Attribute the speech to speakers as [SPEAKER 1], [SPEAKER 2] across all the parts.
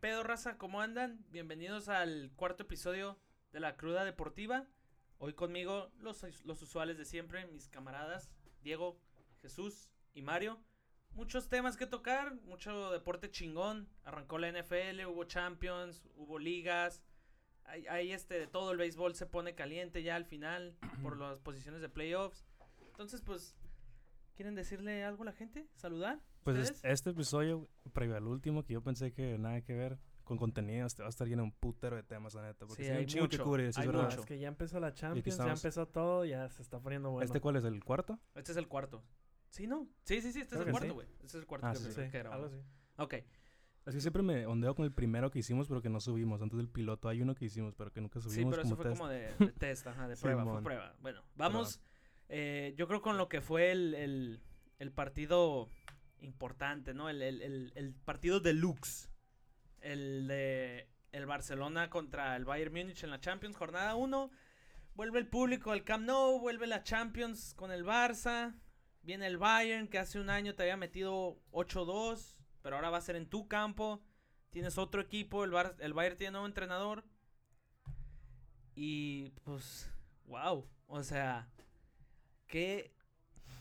[SPEAKER 1] pedo, raza? ¿Cómo andan? Bienvenidos al cuarto episodio de La Cruda Deportiva. Hoy conmigo los, los usuales de siempre, mis camaradas Diego, Jesús y Mario. Muchos temas que tocar, mucho deporte chingón. Arrancó la NFL, hubo Champions, hubo ligas. Ahí, ahí este, de todo el béisbol se pone caliente ya al final por las posiciones de playoffs. Entonces, pues, ¿quieren decirle algo a la gente? ¿Saludar?
[SPEAKER 2] Pues es-
[SPEAKER 1] ¿Ustedes?
[SPEAKER 2] este episodio, previo al último, que yo pensé que nada que ver con contenido, este va a estar lleno de un putero de temas, la neta. Porque
[SPEAKER 1] Sí,
[SPEAKER 2] sí, hay
[SPEAKER 1] hay
[SPEAKER 2] un chingo que
[SPEAKER 1] mucho,
[SPEAKER 2] cubrir, sí,
[SPEAKER 1] hay
[SPEAKER 2] es
[SPEAKER 3] No,
[SPEAKER 2] verdad.
[SPEAKER 1] mucho.
[SPEAKER 3] es que ya empezó la Champions, ya
[SPEAKER 2] estamos.
[SPEAKER 3] empezó todo, ya se está poniendo bueno.
[SPEAKER 2] ¿Este cuál es? ¿El cuarto?
[SPEAKER 1] Este es el cuarto. ¿Sí, no? Sí, sí, sí, este es
[SPEAKER 3] Creo
[SPEAKER 1] el
[SPEAKER 3] que
[SPEAKER 1] cuarto,
[SPEAKER 3] sí.
[SPEAKER 1] güey. Este es el cuarto
[SPEAKER 2] Ah,
[SPEAKER 1] que,
[SPEAKER 2] sí,
[SPEAKER 3] Sí,
[SPEAKER 1] que
[SPEAKER 3] algo
[SPEAKER 1] grabamos.
[SPEAKER 3] así.
[SPEAKER 1] Ok.
[SPEAKER 2] Es que siempre me ondeo con el primero que hicimos, pero que no subimos. Antes del piloto hay uno que hicimos, pero que nunca subimos.
[SPEAKER 1] Sí, pero eso fue
[SPEAKER 2] test.
[SPEAKER 1] como de, de test, ajá, de prueba, fue
[SPEAKER 2] Simón.
[SPEAKER 1] prueba. Bueno, vamos, eh, yo creo con lo que fue el, el, el partido importante, ¿no? El, el, el, el partido deluxe, el de el Barcelona contra el Bayern Múnich en la Champions, jornada 1. Vuelve el público al Camp Nou, vuelve la Champions con el Barça, viene el Bayern que hace un año te había metido 8-2, pero ahora va a ser en tu campo. Tienes otro equipo, el, Bar- el Bayern tiene nuevo entrenador. Y pues, wow. O sea, qué.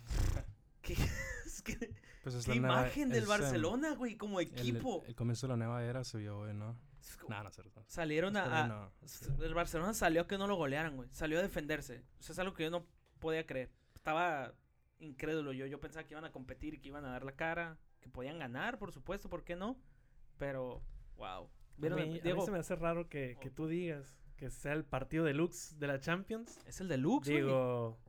[SPEAKER 1] qué es que-
[SPEAKER 2] Pues es
[SPEAKER 1] qué
[SPEAKER 2] la nueva-
[SPEAKER 1] imagen del
[SPEAKER 2] es, em,
[SPEAKER 1] Barcelona, güey, como
[SPEAKER 2] el- el-
[SPEAKER 1] equipo.
[SPEAKER 2] El, comienzo de la nueva era se vio, güey, ¿no?
[SPEAKER 1] Es como-
[SPEAKER 2] Nada, no es cierto.
[SPEAKER 1] Salieron a.
[SPEAKER 2] Espero
[SPEAKER 1] a-
[SPEAKER 2] no,
[SPEAKER 1] s-
[SPEAKER 2] sí.
[SPEAKER 1] El Barcelona salió a que no lo golearan, güey. Salió a defenderse. Eso es algo que yo no podía creer. Estaba incrédulo yo. Yo pensaba que iban a competir, que iban a dar la cara, que podían ganar, por supuesto, ¿por qué no? Pero, wow.
[SPEAKER 3] A
[SPEAKER 1] ¿Vieron?
[SPEAKER 3] mí- a mí
[SPEAKER 1] Diego, Oh.
[SPEAKER 3] se me hace raro que, que tú digas que sea el partido deluxe de la Champions.
[SPEAKER 1] es el deluxe, güey.
[SPEAKER 3] Digo,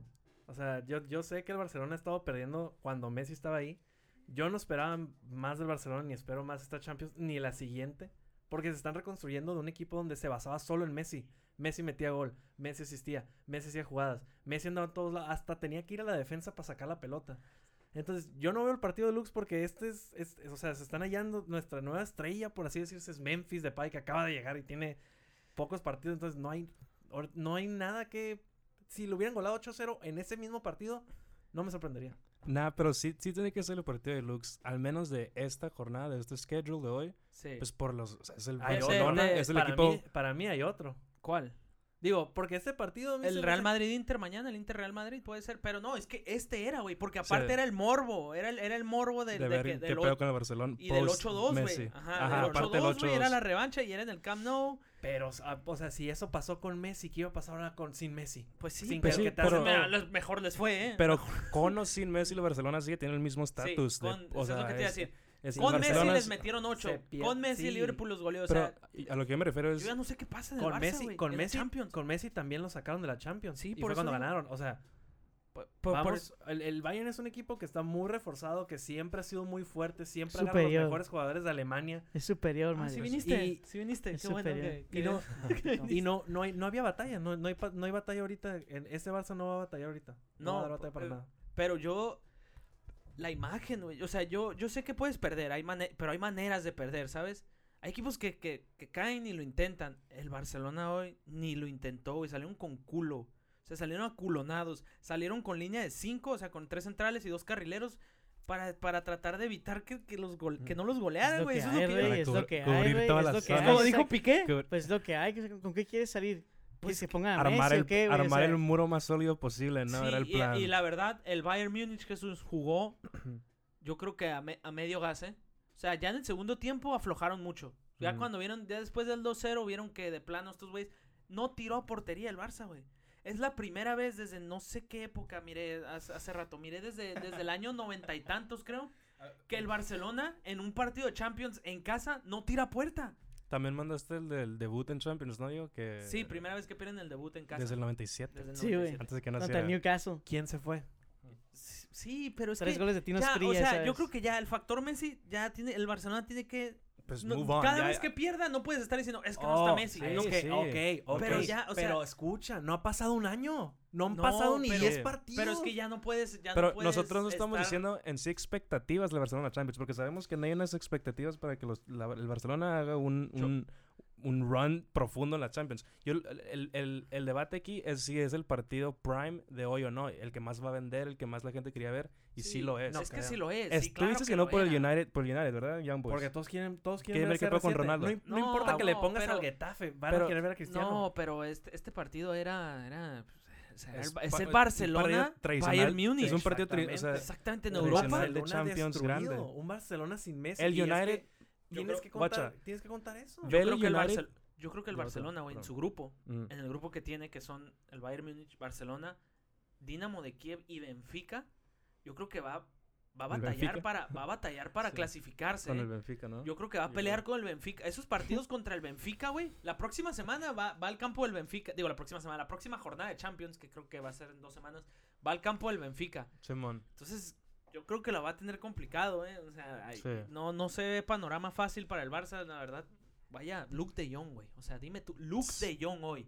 [SPEAKER 3] o sea, yo, yo sé que el Barcelona ha estado perdiendo cuando Messi estaba ahí. Yo no esperaba más del Barcelona, ni espero más esta Champions, ni la siguiente. Porque se están reconstruyendo de un equipo donde se basaba solo en Messi. Messi metía gol, Messi asistía, Messi hacía jugadas, Messi andaba en todos lados, hasta tenía que ir a la defensa para sacar la pelota. Entonces, yo no veo el partido de Lux porque este es, es- es- o sea, se están hallando nuestra nueva estrella, por así decirse, es Memphis Depay que acaba de llegar y tiene pocos partidos, entonces no hay ahor- no hay nada que si lo hubieran golado 8-0 en ese mismo partido, no me sorprendería.
[SPEAKER 2] Nah, pero sí, sí tiene que ser el partido de Lux, al menos de esta jornada, de este schedule de hoy.
[SPEAKER 1] Sí.
[SPEAKER 2] Pues por los. O sea, es el
[SPEAKER 3] Hay otro,
[SPEAKER 2] Barcelona,
[SPEAKER 1] de-
[SPEAKER 2] es el
[SPEAKER 3] para
[SPEAKER 2] equipo.
[SPEAKER 3] mí, para mí hay otro.
[SPEAKER 1] ¿Cuál?
[SPEAKER 3] Digo, porque este partido a mí se
[SPEAKER 1] El
[SPEAKER 3] me
[SPEAKER 1] Real
[SPEAKER 3] hace-
[SPEAKER 1] Madrid-Inter mañana, el Inter-Real Madrid puede ser, pero no, es que este era, güey, porque
[SPEAKER 2] O sea,
[SPEAKER 1] aparte era el morbo, era el, era el morbo de, este,
[SPEAKER 2] de
[SPEAKER 1] de
[SPEAKER 2] ver
[SPEAKER 1] que-
[SPEAKER 2] qué
[SPEAKER 1] del,
[SPEAKER 2] pedo
[SPEAKER 1] o-
[SPEAKER 2] con el Barcelona.
[SPEAKER 1] y del
[SPEAKER 2] post
[SPEAKER 1] 8-2,
[SPEAKER 2] Messi.
[SPEAKER 1] güey. Ajá,
[SPEAKER 2] Ajá,
[SPEAKER 1] del
[SPEAKER 2] aparte del
[SPEAKER 1] 8-2, güey, era
[SPEAKER 2] 8-2.
[SPEAKER 1] la revancha y era en el Camp Nou,
[SPEAKER 3] Pero o sea, o sea, si eso pasó con Messi, ¿qué iba a pasar ahora con sin Messi?
[SPEAKER 1] pues sí,
[SPEAKER 3] Sin
[SPEAKER 1] pero,
[SPEAKER 2] sí,
[SPEAKER 3] que te
[SPEAKER 2] pero-
[SPEAKER 3] hacen-
[SPEAKER 1] mira, les- mejor les fue, ¿eh?
[SPEAKER 2] Pero con o sin Messi, el Barcelona sigue tiene el mismo
[SPEAKER 1] Sí,
[SPEAKER 2] estatus. de-
[SPEAKER 1] con- eso
[SPEAKER 2] o
[SPEAKER 1] es lo
[SPEAKER 2] sea,
[SPEAKER 1] que te iba a
[SPEAKER 2] es-
[SPEAKER 1] decir.
[SPEAKER 2] es- el
[SPEAKER 1] Con Messi
[SPEAKER 2] Barcelona
[SPEAKER 1] les
[SPEAKER 2] es-
[SPEAKER 1] metieron 8,
[SPEAKER 3] se pierde-
[SPEAKER 1] con Messi
[SPEAKER 3] sí.
[SPEAKER 1] Liverpool los goleó, o
[SPEAKER 2] Pero
[SPEAKER 1] sea,
[SPEAKER 2] y- a lo que yo me refiero es.
[SPEAKER 1] yo ya no sé qué pasa en el
[SPEAKER 3] Con
[SPEAKER 1] Barça,
[SPEAKER 3] Messi,
[SPEAKER 1] güey,
[SPEAKER 3] con
[SPEAKER 1] en la
[SPEAKER 3] Messi,
[SPEAKER 1] Champions.
[SPEAKER 3] con Messi también lo sacaron de la Champions.
[SPEAKER 1] Sí,
[SPEAKER 3] y
[SPEAKER 1] por
[SPEAKER 3] fue
[SPEAKER 1] eso
[SPEAKER 3] cuando
[SPEAKER 1] digo.
[SPEAKER 3] ganaron, o sea,
[SPEAKER 1] Por- por- por-
[SPEAKER 3] Vamos, el, el Bayern es un equipo que está muy reforzado, que siempre ha sido muy fuerte, siempre ha agarra los
[SPEAKER 4] Superior.
[SPEAKER 3] mejores jugadores de Alemania.
[SPEAKER 4] Es superior,
[SPEAKER 1] Ah,
[SPEAKER 4] Mario.
[SPEAKER 1] sí viniste,
[SPEAKER 3] Y-
[SPEAKER 1] sí viniste,
[SPEAKER 4] es
[SPEAKER 1] qué bueno.
[SPEAKER 4] superior.
[SPEAKER 1] que-
[SPEAKER 3] Y
[SPEAKER 1] que-
[SPEAKER 3] no,
[SPEAKER 4] Entonces,
[SPEAKER 3] y no, no, hay, no había batalla, no, no, hay, pa- no hay batalla ahorita. En, este Barça no va a batallar ahorita. No, va
[SPEAKER 1] No,
[SPEAKER 3] a dar batalla para
[SPEAKER 1] eh,
[SPEAKER 3] nada.
[SPEAKER 1] Pero yo. La imagen, güey. O sea, yo, yo sé que puedes perder, hay mane- pero hay maneras de perder, ¿sabes? Hay equipos que, que, que caen y lo intentan. El Barcelona hoy ni lo intentó, güey. Salieron con culo. O sea, salieron aculonados. Salieron con línea de cinco, o sea, con tres centrales y dos carrileros. Para, para tratar de evitar que, que los gol- que no los golearan,
[SPEAKER 4] Mm. es
[SPEAKER 1] güey.
[SPEAKER 4] lo
[SPEAKER 1] Eso
[SPEAKER 4] que
[SPEAKER 1] es lo
[SPEAKER 4] hay,
[SPEAKER 1] que-
[SPEAKER 2] Para
[SPEAKER 4] rey, es lo
[SPEAKER 2] cubrir-
[SPEAKER 4] que
[SPEAKER 2] cubrir
[SPEAKER 4] hay, rey,
[SPEAKER 2] todas
[SPEAKER 4] es lo
[SPEAKER 2] las
[SPEAKER 4] que
[SPEAKER 2] zonas.
[SPEAKER 4] hay.
[SPEAKER 1] Como
[SPEAKER 4] o sea,
[SPEAKER 1] dijo Piqué.
[SPEAKER 2] que-
[SPEAKER 4] Pues lo que hay, que- ¿con qué quieres salir? Pues que se ponga a
[SPEAKER 2] Armar,
[SPEAKER 4] Messi,
[SPEAKER 2] el,
[SPEAKER 4] ¿o qué, güey? O
[SPEAKER 2] armar
[SPEAKER 4] sea,
[SPEAKER 2] el muro más sólido posible, ¿no?
[SPEAKER 1] Sí,
[SPEAKER 2] Era el
[SPEAKER 1] y-
[SPEAKER 2] plan.
[SPEAKER 1] Y, la verdad, el Bayern Múnich, Jesús, jugó, yo creo que a, me- a medio gas, ¿eh? O sea, ya en el segundo tiempo aflojaron mucho. Ya
[SPEAKER 2] Ujú.
[SPEAKER 1] cuando vieron, ya después del 2-0, vieron que de plano estos güeyes no tiró a portería el Barça, güey. Es la primera vez desde no sé qué época, miré hace, hace rato, miré desde, desde el año noventa y tantos, creo, que el Barcelona en un partido de Champions en casa no tira a puerta.
[SPEAKER 2] También mandaste el del debut en Champions, ¿no? Digo que.
[SPEAKER 1] Sí, primera vez que pierden el debut en casa.
[SPEAKER 2] Eh, Desde el 97.
[SPEAKER 1] Desde el
[SPEAKER 4] Sí, güey.
[SPEAKER 1] 97.
[SPEAKER 2] Antes de que
[SPEAKER 4] Contra
[SPEAKER 2] naciera.
[SPEAKER 4] el Newcastle.
[SPEAKER 3] ¿Quién se fue?
[SPEAKER 1] Sí, pero es
[SPEAKER 4] Tres
[SPEAKER 1] que
[SPEAKER 4] goles de Tino
[SPEAKER 1] ya,
[SPEAKER 4] Esprilla,
[SPEAKER 1] o sea,
[SPEAKER 4] ¿sabes?
[SPEAKER 1] yo creo que ya el factor Messi ya tiene el Barcelona tiene que
[SPEAKER 2] Pues
[SPEAKER 1] no-
[SPEAKER 2] move on.
[SPEAKER 1] cada
[SPEAKER 2] ya-
[SPEAKER 1] vez que pierda no puedes estar diciendo es que no
[SPEAKER 3] Oh,
[SPEAKER 1] está Messi.
[SPEAKER 2] sí,
[SPEAKER 1] Es lo que-
[SPEAKER 2] sí.
[SPEAKER 3] ok, ok.
[SPEAKER 1] Pero ya, o sea-
[SPEAKER 3] Pero escucha, no ha pasado un año. No han
[SPEAKER 1] No,
[SPEAKER 3] pasado ni
[SPEAKER 1] pero-
[SPEAKER 3] 10 partidos.
[SPEAKER 1] Pero es que ya no puedes, ya no
[SPEAKER 2] Pero
[SPEAKER 1] puedes
[SPEAKER 2] nosotros no estamos
[SPEAKER 1] pues estar-
[SPEAKER 2] diciendo en sí expectativas del Barcelona Champions, porque sabemos que no hay unas expectativas para que los- la- el Barcelona haga un,
[SPEAKER 1] Yo-
[SPEAKER 2] un- un run profundo en la Champions. Yo, el, el- el- el debate aquí es si es el partido prime de hoy o no, el que más va a vender, el que más la gente quería ver, y sí, lo es.
[SPEAKER 1] Es que sí lo es.
[SPEAKER 2] Es-
[SPEAKER 1] sí,
[SPEAKER 2] tú
[SPEAKER 1] claro
[SPEAKER 2] dices
[SPEAKER 1] que
[SPEAKER 2] que no
[SPEAKER 1] lo
[SPEAKER 2] por el,
[SPEAKER 1] era.
[SPEAKER 2] United, por el United, ¿verdad, Young Boys?
[SPEAKER 3] Porque todos quieren, todos quieren
[SPEAKER 2] Pues, Quieren
[SPEAKER 3] ver,
[SPEAKER 2] ver qué pedo con
[SPEAKER 3] CR7.
[SPEAKER 2] Ronaldo.
[SPEAKER 3] No, im- no
[SPEAKER 1] No,
[SPEAKER 3] importa que le
[SPEAKER 1] no,
[SPEAKER 3] pongas
[SPEAKER 1] pero-
[SPEAKER 3] al Getafe, van a
[SPEAKER 2] pero-
[SPEAKER 3] querer ver a Cristiano.
[SPEAKER 1] No, pero este, este partido era. era pues, o sea, era el
[SPEAKER 2] Es
[SPEAKER 1] Ba-
[SPEAKER 2] pa-
[SPEAKER 1] es el
[SPEAKER 2] un
[SPEAKER 1] Barcelona,
[SPEAKER 2] partido tradicional.
[SPEAKER 1] Bayern Múnich.
[SPEAKER 2] es un partido... tri- o sea,
[SPEAKER 3] Exactamente.
[SPEAKER 1] Exactamente en
[SPEAKER 2] Un
[SPEAKER 1] Europa.
[SPEAKER 2] tradicional. de Champions
[SPEAKER 3] destruido,
[SPEAKER 2] grande.
[SPEAKER 3] Un Barcelona sin Messi.
[SPEAKER 2] El
[SPEAKER 3] y es que
[SPEAKER 2] United-
[SPEAKER 3] tienes,
[SPEAKER 2] creo-
[SPEAKER 3] que contar,
[SPEAKER 2] guacha.
[SPEAKER 3] tienes que contar eso.
[SPEAKER 1] Yo
[SPEAKER 2] Ve el
[SPEAKER 1] creo, que el
[SPEAKER 2] United-
[SPEAKER 1] Barcel- yo creo que el
[SPEAKER 2] Barcelona,
[SPEAKER 1] Barcelona, güey, en
[SPEAKER 2] perdón.
[SPEAKER 1] su grupo,
[SPEAKER 2] mm.
[SPEAKER 1] en el grupo que tiene, que son el Bayern Múnich, Barcelona, Dinamo de Kiev y Benfica, yo creo que va, va a
[SPEAKER 2] ¿El
[SPEAKER 1] batallar
[SPEAKER 2] Benfica?
[SPEAKER 1] para, va a batallar para
[SPEAKER 2] Sí.
[SPEAKER 1] clasificarse.
[SPEAKER 2] Con
[SPEAKER 1] ¿eh?
[SPEAKER 2] el Benfica, ¿no?
[SPEAKER 1] Yo creo que va a
[SPEAKER 2] Yo
[SPEAKER 1] pelear
[SPEAKER 2] creo.
[SPEAKER 1] con el Benfica. Esos partidos contra el Benfica, güey. La próxima semana va, va al campo del Benfica. Digo, la próxima semana, la próxima jornada de Champions, que creo que va a ser en dos semanas, va al campo del Benfica.
[SPEAKER 2] Simón.
[SPEAKER 1] Entonces, yo creo que la va a tener complicado, ¿eh? O sea, ay,
[SPEAKER 2] Sí.
[SPEAKER 1] no, no se ve panorama fácil para el Barça, la verdad. Vaya, Luke de Jong, güey. O sea, dime tú, Luke de Jong hoy.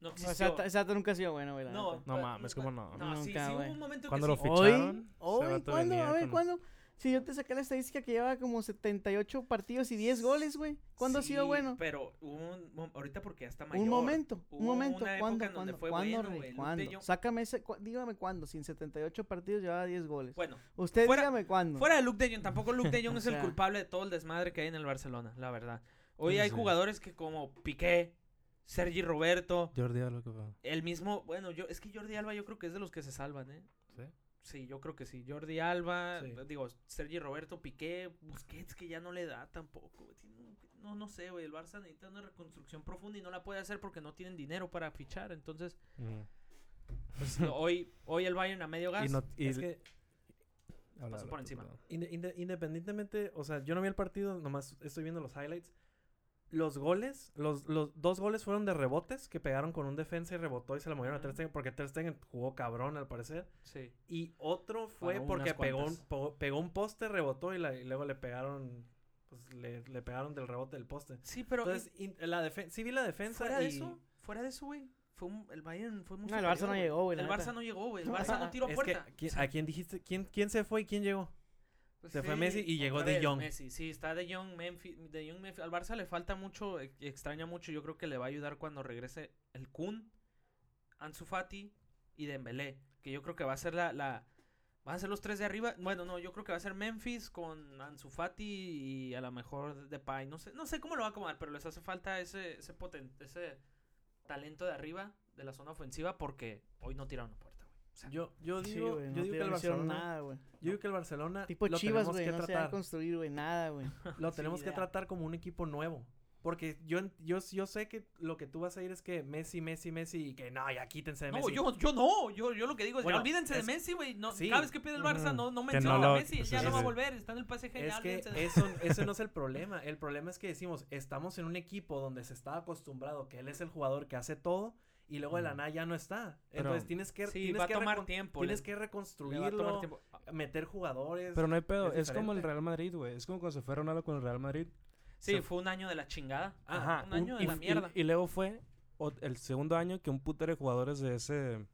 [SPEAKER 1] No
[SPEAKER 4] No,
[SPEAKER 1] existió.
[SPEAKER 4] esa, ta- esa ta nunca ha sido buena, güey. la
[SPEAKER 1] No,
[SPEAKER 4] neta.
[SPEAKER 2] No
[SPEAKER 1] pa-
[SPEAKER 2] mames, ¿cómo no?
[SPEAKER 1] No, sí,
[SPEAKER 4] Nunca,
[SPEAKER 1] sí hubo
[SPEAKER 4] güey.
[SPEAKER 1] un momento
[SPEAKER 2] Cuando
[SPEAKER 1] que
[SPEAKER 2] lo
[SPEAKER 1] sí.
[SPEAKER 2] ficharon,
[SPEAKER 4] Hoy,
[SPEAKER 2] ese
[SPEAKER 4] hoy,
[SPEAKER 2] vato
[SPEAKER 4] ¿cuándo?
[SPEAKER 2] venía
[SPEAKER 4] A ver,
[SPEAKER 2] con-
[SPEAKER 4] ¿cuándo? Si yo te saqué la estadística que lleva como 78 partidos y 10 goles, güey. ¿Cuándo ha sido
[SPEAKER 1] Sí,
[SPEAKER 4] bueno?
[SPEAKER 1] Pero hubo un, mom- ahorita porque ya está mayor.
[SPEAKER 4] Un momento,
[SPEAKER 1] Hubo
[SPEAKER 4] un momento.
[SPEAKER 1] una época
[SPEAKER 4] ¿Cuándo?
[SPEAKER 1] en donde
[SPEAKER 4] ¿Cuándo?
[SPEAKER 1] fue
[SPEAKER 4] ¿Cuándo?
[SPEAKER 1] bueno,
[SPEAKER 4] Rey?
[SPEAKER 1] güey, Luke de
[SPEAKER 4] ¿Cuándo?
[SPEAKER 1] Jong.
[SPEAKER 4] Sácame ese. cu- dígame cuándo. Si en 78 partidos llevaba 10 goles.
[SPEAKER 1] Bueno,
[SPEAKER 4] Usted
[SPEAKER 1] fuera-
[SPEAKER 4] dígame cuándo.
[SPEAKER 1] Fuera de Luke de Jong, tampoco Luke de Jong
[SPEAKER 4] O
[SPEAKER 1] es el
[SPEAKER 4] sea.
[SPEAKER 1] culpable de todo el desmadre que hay en el Barcelona, la verdad. Hoy
[SPEAKER 2] Eso
[SPEAKER 1] hay
[SPEAKER 2] sí.
[SPEAKER 1] jugadores que como Piqué, Sergi Roberto,
[SPEAKER 2] Jordi Alba, ¿qué fue?
[SPEAKER 1] el mismo, bueno, yo es que Jordi Alba yo creo que es de los que se salvan, ¿eh?
[SPEAKER 2] ¿Sí?
[SPEAKER 1] Sí, yo creo que sí. Jordi Alba,
[SPEAKER 3] Sí.
[SPEAKER 1] digo, Sergi Roberto, Piqué, Busquets que ya no le da tampoco. güey. Tiene un- No, no sé, güey, el Barça necesita una reconstrucción profunda y no la puede hacer porque no tienen dinero para fichar. Entonces,
[SPEAKER 2] Mm.
[SPEAKER 1] pues, hoy, hoy el Bayern a medio gas.
[SPEAKER 2] Y no... Y
[SPEAKER 3] Es que
[SPEAKER 2] Habla,
[SPEAKER 1] pasó
[SPEAKER 2] habla
[SPEAKER 1] por
[SPEAKER 2] tú,
[SPEAKER 1] encima.
[SPEAKER 2] perdón.
[SPEAKER 3] inde- inde- independientemente, o sea, yo no vi el partido, nomás estoy viendo los highlights. Los goles, los, los dos goles fueron de rebotes que pegaron con un defensa y rebotó y se la movieron a Ter
[SPEAKER 1] Ujú.
[SPEAKER 3] Stegen porque Ter Stegen jugó cabrón al parecer.
[SPEAKER 1] Sí.
[SPEAKER 3] Y otro fue
[SPEAKER 1] Paró
[SPEAKER 3] porque
[SPEAKER 1] unas
[SPEAKER 3] pegó un,
[SPEAKER 1] cuantas.
[SPEAKER 3] po- pegó un poste, rebotó y, la- y luego le pegaron, pues le, le pegaron del rebote del poste.
[SPEAKER 1] Sí, pero
[SPEAKER 3] Entonces, in- la defen- sí vi la defensa
[SPEAKER 1] Fuera de
[SPEAKER 3] y
[SPEAKER 1] eso, fuera de eso, güey. Fue un- el Bayern fue muy
[SPEAKER 4] No, el
[SPEAKER 1] superior,
[SPEAKER 4] Barça no llegó, güey, la
[SPEAKER 1] El
[SPEAKER 4] neta.
[SPEAKER 1] Barça no llegó, güey. El Barça no tiró a
[SPEAKER 3] es que,
[SPEAKER 1] puerta.
[SPEAKER 3] ¿quién- ¿a quién dijiste? ¿Quién, ¿Quién se fue y quién llegó? se fue Messi y llegó
[SPEAKER 1] Pues otra
[SPEAKER 3] De
[SPEAKER 1] vez
[SPEAKER 3] Jong.
[SPEAKER 1] Messi, sí, está De Jong, Memphis, De Jong, Memphis. Al Barça le falta mucho, e- extraña mucho. Yo creo que le va a ayudar cuando regrese el Kun, Ansu Fati y Dembélé, que yo creo que va a ser la, la van a ser los tres de arriba. Bueno, no, yo creo que va a ser Memphis con Ansu Fati y a lo mejor Depay, no sé, no sé cómo lo va a acomodar, pero les hace falta ese ese poten- ese talento de arriba de la zona ofensiva porque hoy no tiraron a puerta, güey. O sea,
[SPEAKER 3] Yo, yo
[SPEAKER 4] Sí,
[SPEAKER 3] digo,
[SPEAKER 4] güey,
[SPEAKER 3] yo
[SPEAKER 4] no
[SPEAKER 3] digo que el
[SPEAKER 4] te- no hicieron
[SPEAKER 3] Barcelona,
[SPEAKER 4] nada, güey.
[SPEAKER 3] yo digo que el Barcelona
[SPEAKER 4] Tipo
[SPEAKER 3] lo
[SPEAKER 4] Chivas,
[SPEAKER 3] tenemos
[SPEAKER 4] güey.
[SPEAKER 3] que
[SPEAKER 4] No se va a
[SPEAKER 3] tratar,
[SPEAKER 4] construir, güey, nada, güey.
[SPEAKER 3] lo
[SPEAKER 4] sin
[SPEAKER 3] tenemos que
[SPEAKER 4] idea.
[SPEAKER 3] tratar como un equipo nuevo. Porque yo, en- yo, yo sé que lo que tú vas a ir es que Messi, Messi, Messi y que no, ya quítense de
[SPEAKER 1] No,
[SPEAKER 3] Messi.
[SPEAKER 1] yo, yo no, yo, yo lo que digo es,
[SPEAKER 3] Bueno,
[SPEAKER 1] ya olvídense
[SPEAKER 3] es-
[SPEAKER 1] de Messi, güey. No,
[SPEAKER 3] sí.
[SPEAKER 1] Cada vez que pide el Barça,
[SPEAKER 2] Ujú.
[SPEAKER 1] no, no
[SPEAKER 2] Que
[SPEAKER 1] menciona
[SPEAKER 2] no
[SPEAKER 1] a
[SPEAKER 2] lo-
[SPEAKER 1] Messi,
[SPEAKER 2] sí,
[SPEAKER 1] ya
[SPEAKER 3] sí,
[SPEAKER 1] no va a
[SPEAKER 2] sí.
[SPEAKER 1] volver, está en el PSG,
[SPEAKER 3] Es
[SPEAKER 1] ya
[SPEAKER 3] que
[SPEAKER 1] olvídense de
[SPEAKER 3] eso, ese no es el problema. El problema es que decimos, estamos en un equipo donde se está acostumbrado que él es el jugador que hace todo y luego de la
[SPEAKER 2] Ujú.
[SPEAKER 3] nada ya no está.
[SPEAKER 2] Pero-
[SPEAKER 3] Entonces tienes que,
[SPEAKER 1] Sí,
[SPEAKER 3] tienes
[SPEAKER 1] va a
[SPEAKER 3] que
[SPEAKER 1] tomar
[SPEAKER 3] recon-
[SPEAKER 1] tiempo,
[SPEAKER 3] Tienes
[SPEAKER 1] le-
[SPEAKER 3] que
[SPEAKER 1] Le va a tomar
[SPEAKER 3] reconstruirlo,
[SPEAKER 1] tiempo. Ah,
[SPEAKER 3] meter jugadores.
[SPEAKER 2] Pero no hay pedo,
[SPEAKER 3] es
[SPEAKER 2] es, como el
[SPEAKER 3] diferente.
[SPEAKER 2] Real Madrid, güey. Es como cuando se fue Ronaldo con el Real Madrid.
[SPEAKER 1] Sí,
[SPEAKER 2] se-
[SPEAKER 1] fue un año de la chingada.
[SPEAKER 3] Ajá,
[SPEAKER 1] Ah, Un año de
[SPEAKER 2] y,
[SPEAKER 1] la
[SPEAKER 2] y-
[SPEAKER 1] mierda.
[SPEAKER 2] Y, luego fue ot- el segundo año que un putero de jugadores de ese